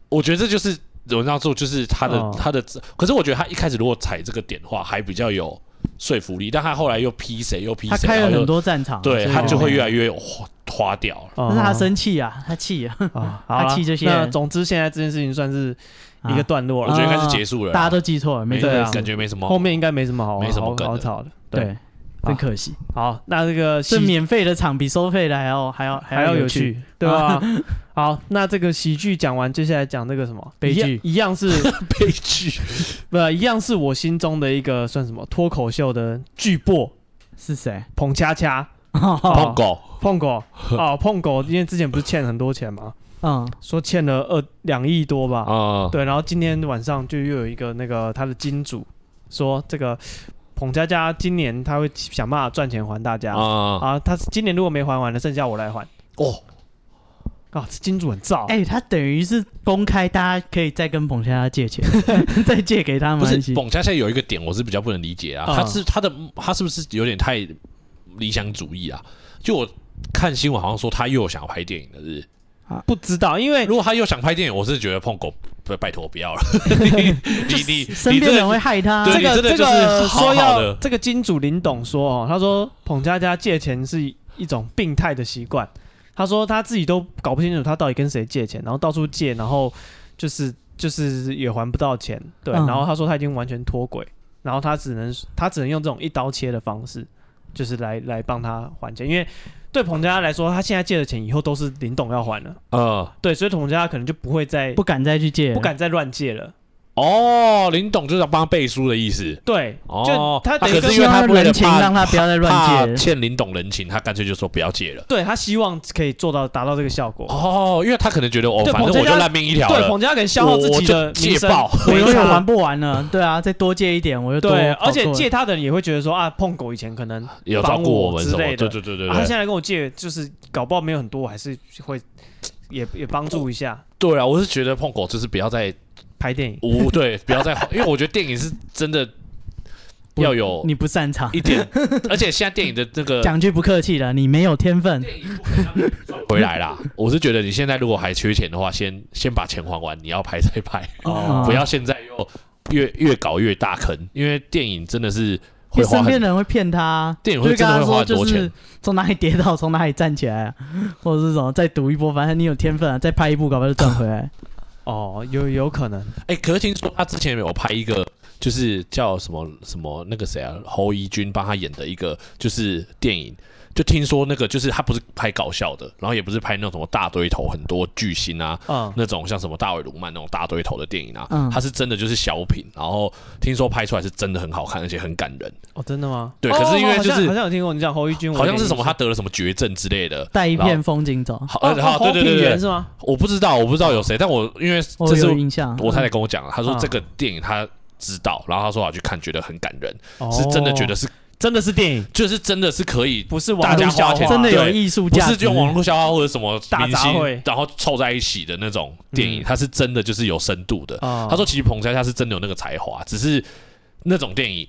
[SPEAKER 2] 我觉得这就是文章做，就是他的、
[SPEAKER 1] 哦
[SPEAKER 2] 他的，可是我觉得他一开始如果踩这个点的话，还比较有说服力，但他后来又批谁又批
[SPEAKER 3] 他
[SPEAKER 2] 谁，
[SPEAKER 3] 开了
[SPEAKER 2] 然后又
[SPEAKER 3] 很多战场啊，
[SPEAKER 2] 对
[SPEAKER 3] 所以
[SPEAKER 2] 他就会
[SPEAKER 3] 没有
[SPEAKER 2] 越来越有花花掉了。
[SPEAKER 1] 哦，
[SPEAKER 3] 但是他生气啊，他气 啊，
[SPEAKER 1] 啊，
[SPEAKER 3] 他
[SPEAKER 1] 好啦
[SPEAKER 3] 气这些
[SPEAKER 1] 那
[SPEAKER 3] 人
[SPEAKER 1] 总之，现在这件事情算是一个
[SPEAKER 3] 啊
[SPEAKER 1] 段落
[SPEAKER 2] 我
[SPEAKER 1] 了
[SPEAKER 2] 觉，得应该是
[SPEAKER 3] 啊
[SPEAKER 2] 结束了啦，
[SPEAKER 3] 大家都记错了，没
[SPEAKER 2] 没
[SPEAKER 3] 错
[SPEAKER 1] 对啊，
[SPEAKER 2] 感觉没什么。
[SPEAKER 1] 后面应该没什么好
[SPEAKER 2] 没什么
[SPEAKER 1] 好
[SPEAKER 2] 梗的
[SPEAKER 1] 好吵的。对，
[SPEAKER 3] 对，真
[SPEAKER 1] 啊
[SPEAKER 3] 可惜。
[SPEAKER 1] 好，那这个喜
[SPEAKER 3] 这免费的场比收费的还要还要
[SPEAKER 1] 还
[SPEAKER 3] 要
[SPEAKER 1] 要有
[SPEAKER 3] 趣，
[SPEAKER 1] 趣，对吧？ 好，那这个喜剧讲完，接下来讲那个什么
[SPEAKER 3] 悲剧
[SPEAKER 1] 一样一样是
[SPEAKER 2] 悲剧，
[SPEAKER 1] 不一样是我心中的一个算什么脱口秀的巨擘
[SPEAKER 3] 是谁？
[SPEAKER 1] 彭恰恰
[SPEAKER 2] 碰狗
[SPEAKER 1] 碰狗啊碰狗，因为之前不是欠很多钱嘛，
[SPEAKER 3] 嗯，
[SPEAKER 1] 说欠了二两亿多吧，
[SPEAKER 2] 啊，
[SPEAKER 1] 对，然后今天晚上就又有一个那个他的金主说，这个彭佳佳今年他会想办法赚钱还大家啊
[SPEAKER 2] 啊
[SPEAKER 1] 他今年如果没还完的，剩下我来还
[SPEAKER 2] 哦，
[SPEAKER 1] 啊。这金主很燥，
[SPEAKER 3] 哎，他等于是公开，大家可以再跟彭佳佳 借钱，再借给他
[SPEAKER 2] 不
[SPEAKER 3] 们一
[SPEAKER 2] 是
[SPEAKER 3] 起。
[SPEAKER 2] 蹦恰恰有一个点我是比较不能理解啊，
[SPEAKER 1] 嗯
[SPEAKER 2] 他是他的他是不是有点太理想主义啊？就我看新闻好像说他又想要拍电影了，是不是
[SPEAKER 1] 不知道，因为
[SPEAKER 2] 如果他又想拍电影，我是觉得碰狗不拜托不要了， 你 你你
[SPEAKER 3] 身
[SPEAKER 2] 你
[SPEAKER 3] 边
[SPEAKER 2] 这
[SPEAKER 3] 人会害他，
[SPEAKER 2] 对
[SPEAKER 1] 这
[SPEAKER 2] 你
[SPEAKER 1] 个
[SPEAKER 2] 真的
[SPEAKER 1] 这
[SPEAKER 2] 就是
[SPEAKER 1] 个
[SPEAKER 2] 好好
[SPEAKER 1] 说
[SPEAKER 2] 的
[SPEAKER 1] 要这个金主林董说哦，他说彭佳佳借钱是一种病态的习惯，他说他自己都搞不清楚他到底跟谁借钱，然后到处借，然后就是就是也还不到钱，对，
[SPEAKER 3] 嗯
[SPEAKER 1] 然后他说他已经完全脱轨，然后他只能他只能用这种一刀切的方式，就是来来帮他还钱，因为对彭佳佳来说，他现在借的钱以后都是林董要还了，
[SPEAKER 2] 呃
[SPEAKER 1] 对，所以彭佳佳可能就不会再
[SPEAKER 3] 不敢再去借，
[SPEAKER 1] 不。敢再乱借了，
[SPEAKER 2] 哦，林董就是要帮他背书的意思。
[SPEAKER 1] 对，
[SPEAKER 2] 哦
[SPEAKER 1] 就，他等于
[SPEAKER 2] 可
[SPEAKER 1] 跟
[SPEAKER 2] 是因为他为了
[SPEAKER 3] 人情
[SPEAKER 2] 怕
[SPEAKER 3] 让他不要再乱借
[SPEAKER 2] 怕欠林董人情，他干脆就说不要借了。
[SPEAKER 1] 对他希望可以做到达到这个效果。
[SPEAKER 2] 哦，因为他可能觉得哦，
[SPEAKER 1] 对
[SPEAKER 2] 反正
[SPEAKER 1] 彭
[SPEAKER 2] 我
[SPEAKER 1] 佳佳
[SPEAKER 2] 就烂命一条
[SPEAKER 1] 对，
[SPEAKER 2] 了
[SPEAKER 1] 彭。佳可以消耗自己的名
[SPEAKER 2] 我我就借
[SPEAKER 1] 声
[SPEAKER 2] 爆，
[SPEAKER 3] 我
[SPEAKER 1] 没
[SPEAKER 3] 永远
[SPEAKER 1] 差
[SPEAKER 3] 还不完呢，对啊，再多借一点，我又多
[SPEAKER 1] 哦对，
[SPEAKER 3] 好
[SPEAKER 1] 而且
[SPEAKER 3] 过
[SPEAKER 1] 借他的人也会觉得说啊，碰狗以前可能啊，
[SPEAKER 2] 有照顾我们什么？
[SPEAKER 1] 帮我之类
[SPEAKER 2] 对
[SPEAKER 1] 的
[SPEAKER 2] 对对对对。
[SPEAKER 1] 他现在来跟我借，就是搞不好没有很多，我还是会也也帮助一下
[SPEAKER 2] 对啊，我是觉得碰狗就是不要再
[SPEAKER 1] 拍电影。
[SPEAKER 2] 无对，不要再，因为我觉得电影是真的
[SPEAKER 3] 不
[SPEAKER 2] 要有
[SPEAKER 3] 你不擅长，
[SPEAKER 2] 一点，而且现在电影的那个
[SPEAKER 3] 讲句不客气的，你没有天分。
[SPEAKER 2] 回来啦，我是觉得你现在如果还缺钱的话，先先把钱还完，你要拍再拍，
[SPEAKER 1] 哦
[SPEAKER 3] 嗯
[SPEAKER 2] 不要现在又越越搞越大坑，因为电影真的是会
[SPEAKER 3] 因为
[SPEAKER 2] 花
[SPEAKER 3] 身边
[SPEAKER 2] 很。
[SPEAKER 3] 人会骗他，
[SPEAKER 2] 电影
[SPEAKER 3] 就
[SPEAKER 2] 会
[SPEAKER 3] 是跟
[SPEAKER 2] 真
[SPEAKER 3] 他
[SPEAKER 2] 的会花
[SPEAKER 3] 说
[SPEAKER 2] 很多
[SPEAKER 3] 就
[SPEAKER 2] 钱
[SPEAKER 3] 是， 从哪里跌倒从哪里站起来啊、或者是什么再赌一波，反正你有天分啊，再拍一部搞不好就赚 回来。
[SPEAKER 1] 哦，有有可能
[SPEAKER 2] 哎、可是听说他之前有拍一个，就是叫什么什么那个谁啊，侯怡君帮他演的一个就是电影，就听说那个就是他不是拍搞笑的，然后也不是拍那种什么大堆头很多巨星啊，
[SPEAKER 1] 嗯，
[SPEAKER 2] 那种像什么大卫·鲁曼那种大堆头的电影啊，
[SPEAKER 3] 嗯
[SPEAKER 2] 它是真的就是小品，然后听说拍出来是真的很好看，而且很感人。
[SPEAKER 1] 哦，真的吗？
[SPEAKER 2] 对
[SPEAKER 1] 哦
[SPEAKER 2] 可是因为
[SPEAKER 1] 好像
[SPEAKER 2] 就是
[SPEAKER 1] 好像有听过你讲侯玉君，我
[SPEAKER 2] 好像
[SPEAKER 1] 有
[SPEAKER 2] 是
[SPEAKER 1] 点
[SPEAKER 2] 什么
[SPEAKER 1] 印
[SPEAKER 2] 他
[SPEAKER 1] 象
[SPEAKER 2] 得了什么绝症之类的，
[SPEAKER 3] 带一
[SPEAKER 2] 然
[SPEAKER 3] 片
[SPEAKER 2] 后
[SPEAKER 3] 风 景走，
[SPEAKER 2] 好，
[SPEAKER 1] 哦
[SPEAKER 2] 呃好，
[SPEAKER 1] 侯
[SPEAKER 2] 对对
[SPEAKER 1] 品
[SPEAKER 2] 对
[SPEAKER 1] 源
[SPEAKER 2] 对，
[SPEAKER 1] 是吗？
[SPEAKER 2] 我不知道，我不知道有谁，但我因为
[SPEAKER 3] 我
[SPEAKER 2] 这是
[SPEAKER 3] 有印象。
[SPEAKER 2] 我太太
[SPEAKER 3] 嗯
[SPEAKER 2] 跟我讲了，她说
[SPEAKER 1] 嗯
[SPEAKER 2] 这个电影她知道，然后她说她去看，觉得很感人，
[SPEAKER 1] 哦
[SPEAKER 2] 是真的觉得是
[SPEAKER 1] 真的是电影，
[SPEAKER 2] 就是真的是可以，
[SPEAKER 1] 不是
[SPEAKER 2] 大
[SPEAKER 1] 网
[SPEAKER 2] 家
[SPEAKER 1] 络
[SPEAKER 2] 花
[SPEAKER 1] 笑
[SPEAKER 2] 钱
[SPEAKER 1] 话，
[SPEAKER 3] 真的有
[SPEAKER 2] 对
[SPEAKER 3] 艺术
[SPEAKER 2] 不
[SPEAKER 3] 价值，
[SPEAKER 2] 是就网络笑话或者什么
[SPEAKER 1] 大
[SPEAKER 2] 明
[SPEAKER 1] 杂
[SPEAKER 2] 星
[SPEAKER 1] 烩，
[SPEAKER 2] 然后凑在一起的那种电影，
[SPEAKER 1] 嗯
[SPEAKER 2] 它是真的就是有深度的。
[SPEAKER 1] 啊
[SPEAKER 2] 他说其实彭佳佳是真的有那个才华，只是那种电影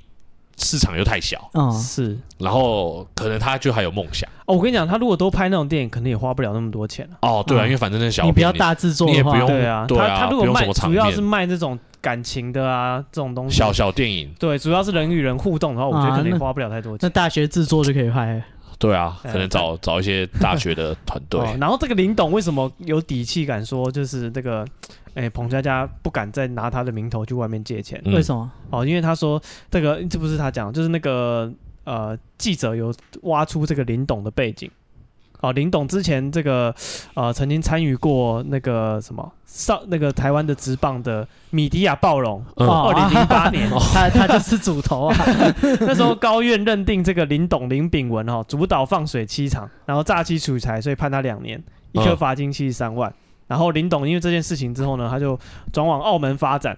[SPEAKER 2] 市场又太小，
[SPEAKER 3] 嗯，
[SPEAKER 1] 哦是
[SPEAKER 2] 然后可能他就还有梦想。
[SPEAKER 1] 哦，我跟你讲，他如果都拍那种电影，可能也花不了那么多钱了。
[SPEAKER 2] 哦，对啊，
[SPEAKER 3] 嗯
[SPEAKER 2] 因为反正那小
[SPEAKER 3] 你
[SPEAKER 2] 品
[SPEAKER 3] 不要大制作
[SPEAKER 2] 你也
[SPEAKER 3] 的话，
[SPEAKER 2] 不用
[SPEAKER 1] 对啊，
[SPEAKER 2] 对啊
[SPEAKER 1] 他他如果
[SPEAKER 2] 不用什
[SPEAKER 1] 卖
[SPEAKER 2] 么场
[SPEAKER 1] 主要是
[SPEAKER 2] 面
[SPEAKER 1] 卖这种感情的啊，这种东西。
[SPEAKER 2] 小小电影，
[SPEAKER 1] 对，主要是人与人互动的话，我觉得可
[SPEAKER 3] 啊
[SPEAKER 1] 能也
[SPEAKER 3] 那
[SPEAKER 1] 花不了太多
[SPEAKER 3] 那
[SPEAKER 1] 钱。
[SPEAKER 3] 大学制作就可以拍了。
[SPEAKER 2] 对啊，
[SPEAKER 1] 哎
[SPEAKER 2] 可能找找一些大学 的团队。
[SPEAKER 1] 哦然后这个林董为什么有底气敢说，就是这个，哎，彭佳佳不敢再拿他的名头去外面借钱
[SPEAKER 2] 嗯
[SPEAKER 3] 为什么？
[SPEAKER 1] 哦，因为他说这个这不是他讲，就是那个呃记者有挖出这个林董的背景。哦，林董之前这个呃曾经参与过那个什么上那个台湾的职棒的米迪亚暴龙，
[SPEAKER 2] 嗯
[SPEAKER 1] 二零零 八年，
[SPEAKER 3] 他他就是主头 啊，
[SPEAKER 1] 那时候高院认定这个林董林炳文哦，主导放水七场，然后诈欺取财，所以判他两年，一颗
[SPEAKER 2] 嗯
[SPEAKER 1] 罚金七十三万。然后林董因为这件事情之后呢，他就转往澳门发展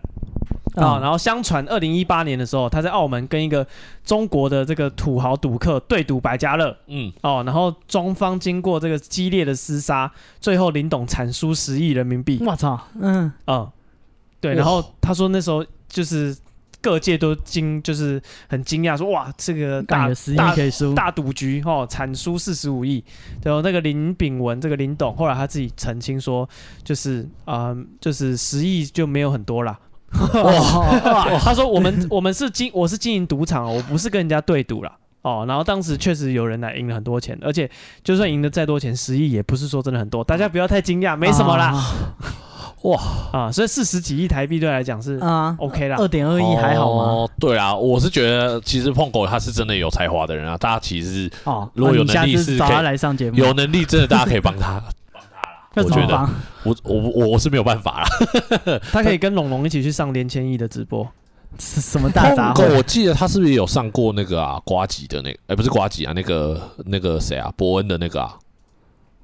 [SPEAKER 2] 哦
[SPEAKER 3] 哦
[SPEAKER 1] 啊、
[SPEAKER 3] 嗯
[SPEAKER 1] 然后相传二零一八年的时候，他在澳门跟一个中国的这个土豪赌客对赌百家乐
[SPEAKER 2] 嗯，
[SPEAKER 1] 哦，然后中方经过这个激烈的厮杀，最后林董惨输十亿人民币。
[SPEAKER 3] 我操，嗯，
[SPEAKER 1] 嗯，对，
[SPEAKER 2] 哇
[SPEAKER 1] 然后他说那时候就是各界都惊，就是很惊讶，说哇，这个
[SPEAKER 3] 大
[SPEAKER 1] 大
[SPEAKER 3] 有嗯十亿
[SPEAKER 1] 大
[SPEAKER 3] 可以输，
[SPEAKER 1] 大赌局哦，产输四十五亿。然后那个林炳文，这个林董，后来他自己澄清说，就是啊、呃就是十亿就没有很多啦。哇！ 他说我们我们是经我是经营赌场哦，我不是跟人家对赌啦。哦，然后当时确实有人来赢了很多钱，而且就算赢得再多钱，十亿也不是说真的很多，大家不要太惊讶，没什么啦。
[SPEAKER 3] 啊
[SPEAKER 1] 啊，所以四十几亿台币对来讲是
[SPEAKER 3] 啊，
[SPEAKER 1] OK 啦。
[SPEAKER 3] 二点二亿还好吗？
[SPEAKER 2] 哦？对啊，我是觉得其实碰狗他是真的有才华的人啊，大家其实是
[SPEAKER 3] 哦，
[SPEAKER 2] 如果有
[SPEAKER 3] 那你下
[SPEAKER 2] 能力
[SPEAKER 3] 次
[SPEAKER 2] 是
[SPEAKER 3] 找
[SPEAKER 2] 可以
[SPEAKER 3] 他来上节目，
[SPEAKER 2] 有能力，真的大家可以帮他。
[SPEAKER 3] 要怎
[SPEAKER 2] 我
[SPEAKER 3] 么
[SPEAKER 2] 觉得
[SPEAKER 3] 帮？
[SPEAKER 2] 我我我我是没有办法啦。
[SPEAKER 1] 他可以跟龙龙一起去上连千亿的直播。
[SPEAKER 3] 是 什么大杂
[SPEAKER 2] 碰狗
[SPEAKER 3] 烩？
[SPEAKER 2] 我记得他是不是也有上过那个啊瓜吉的那个？哎、不是瓜吉啊，那个那个谁啊，伯恩的那个啊，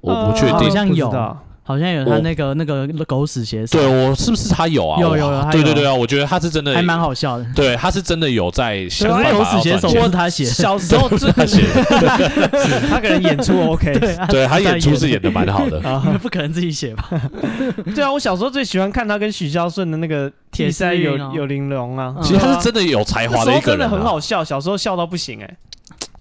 [SPEAKER 2] 我不确
[SPEAKER 1] 呃
[SPEAKER 2] 定
[SPEAKER 3] 好。像有
[SPEAKER 1] 不知道
[SPEAKER 3] 好像有他那个那个狗屎鞋手，
[SPEAKER 2] 对我是不是他有啊？
[SPEAKER 3] 有
[SPEAKER 2] 我
[SPEAKER 3] 有有他
[SPEAKER 2] 对
[SPEAKER 3] 有
[SPEAKER 2] 对对啊，我觉得他是真的，
[SPEAKER 3] 还蛮好笑的。
[SPEAKER 2] 对，他是真的有在想
[SPEAKER 3] 对啊，
[SPEAKER 2] 办
[SPEAKER 3] 狗
[SPEAKER 2] 法
[SPEAKER 3] 屎
[SPEAKER 2] 要
[SPEAKER 3] 写手
[SPEAKER 2] 赚
[SPEAKER 3] 不
[SPEAKER 2] 钱
[SPEAKER 3] 是。他写，
[SPEAKER 1] 小时 候最
[SPEAKER 2] 他写，
[SPEAKER 1] 他可能演出 OK。
[SPEAKER 3] 对啊，
[SPEAKER 2] 对他演出是演
[SPEAKER 3] 的，
[SPEAKER 2] 的蛮好 的。
[SPEAKER 1] 啊，
[SPEAKER 3] 不可能自己写吧？
[SPEAKER 1] 对啊，我小时候最喜欢看他跟许孝顺的那个《
[SPEAKER 3] 铁
[SPEAKER 1] 铁
[SPEAKER 3] 丝
[SPEAKER 1] 塞
[SPEAKER 3] 运
[SPEAKER 1] 有
[SPEAKER 3] 哦
[SPEAKER 1] 有玲珑》啊，
[SPEAKER 3] 嗯
[SPEAKER 2] 其实他是
[SPEAKER 1] 对啊
[SPEAKER 2] 真的有才华
[SPEAKER 1] 那时
[SPEAKER 2] 的
[SPEAKER 1] 候
[SPEAKER 2] 一个
[SPEAKER 1] 真
[SPEAKER 2] 人、
[SPEAKER 1] 的
[SPEAKER 2] 啊，
[SPEAKER 1] 很好笑，小时候笑到不行哎，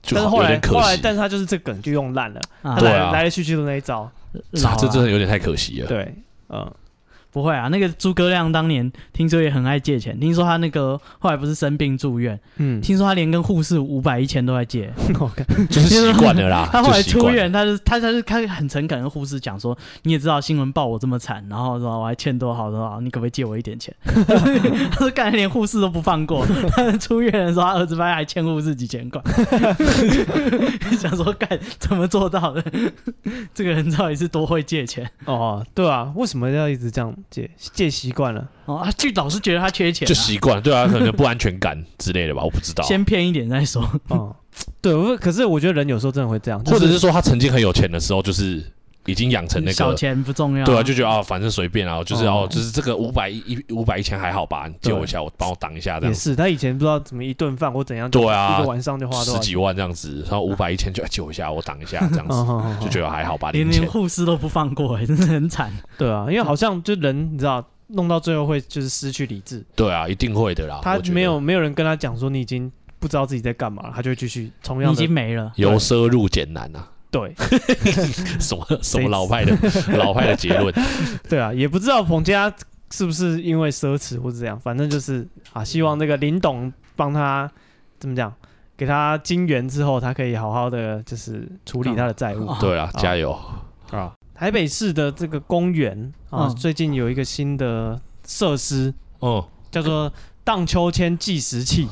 [SPEAKER 2] 就
[SPEAKER 1] 但是后
[SPEAKER 2] 有
[SPEAKER 1] 来
[SPEAKER 2] 点可
[SPEAKER 1] 后来，
[SPEAKER 2] 惜。
[SPEAKER 1] 但是他就是这梗就用烂了，
[SPEAKER 3] 啊
[SPEAKER 1] 他
[SPEAKER 2] 对
[SPEAKER 1] 来
[SPEAKER 2] 啊
[SPEAKER 1] 来来去去都那一招，
[SPEAKER 3] 老啊
[SPEAKER 2] 这真的有点太可惜了。
[SPEAKER 1] 对，嗯，
[SPEAKER 3] 不会啊，那个诸葛亮当年听说也很爱借钱，听说他那个后来不是生病住院，
[SPEAKER 1] 嗯，
[SPEAKER 3] 听说他连跟护士五百一千都在借。
[SPEAKER 1] 我看
[SPEAKER 2] 就是习惯了啦。
[SPEAKER 3] 他后来
[SPEAKER 2] 就习
[SPEAKER 3] 出
[SPEAKER 2] 惯了
[SPEAKER 3] 院，他就他他就他很诚恳跟护士讲说，你也知道新闻报我这么惨，然后说我还欠多少多少，你可不可以借我一 点钱？他说干连护士都不放过，他出院的时候他儿子班还欠护士几 千块，想说干怎么做到的？这个人到底是多会借钱？
[SPEAKER 1] 哦，对啊，为什么要一直这样借借习惯了？
[SPEAKER 3] 哦，他就老是觉得他缺钱、啊，
[SPEAKER 2] 就啊习惯，对啊，可能不安全感之类的吧，我不知道。
[SPEAKER 3] 先骗一点再说。
[SPEAKER 1] 嗯，对，我可是我觉得人有时候真的会这样，就
[SPEAKER 2] 或者是说他曾经很有钱的时候，就是已经养成那
[SPEAKER 3] 小
[SPEAKER 2] 个，
[SPEAKER 3] 钱不重要、
[SPEAKER 2] 对啊，就觉得啊，反正随便啊，就是
[SPEAKER 1] 哦
[SPEAKER 2] 哦，就是这个五百一五百一千还好吧，你借我一下，我帮我挡一下这
[SPEAKER 1] 也
[SPEAKER 2] 样子，
[SPEAKER 1] 是，他以前不知道怎么一顿饭或怎样，
[SPEAKER 2] 对啊
[SPEAKER 1] 一个晚上就花多
[SPEAKER 2] 十
[SPEAKER 1] 少钱，
[SPEAKER 2] 几万这样子，然后五百一千就哎借我一下，我挡一下这样
[SPEAKER 1] 嗯
[SPEAKER 2] 子，
[SPEAKER 1] 哼哼哼
[SPEAKER 2] 就觉得还好吧，
[SPEAKER 3] 连
[SPEAKER 2] 零
[SPEAKER 3] 连
[SPEAKER 2] 钱。
[SPEAKER 3] 护士都不放过、欸，真的很惨。
[SPEAKER 1] 对啊，因为好像就人你知道，弄到最后会就是失去理智，
[SPEAKER 2] 对啊，一定会的啦。
[SPEAKER 1] 他
[SPEAKER 2] 我觉得
[SPEAKER 1] 没有没有人跟他讲说你已经不知道自己在干嘛了，他就会继续同
[SPEAKER 3] 你
[SPEAKER 1] 样
[SPEAKER 3] 已
[SPEAKER 1] 的
[SPEAKER 3] 经没了，
[SPEAKER 2] 由奢入俭难 啊，
[SPEAKER 1] 对
[SPEAKER 2] 什么什么老派的老派的结 论，
[SPEAKER 1] 对啊，也不知道彭家是不是因为奢侈或者怎样，反正就是啊，希望这个林董帮他怎么讲，给他金元之后，他可以好好的就是处理他的债务
[SPEAKER 3] 哦
[SPEAKER 2] 对啊，
[SPEAKER 1] 好
[SPEAKER 2] 加油。
[SPEAKER 1] 啊。台北市的这个公园啊，
[SPEAKER 3] 嗯
[SPEAKER 1] 最近有一个新的设施，
[SPEAKER 2] 嗯，
[SPEAKER 1] 叫做荡秋千计时器。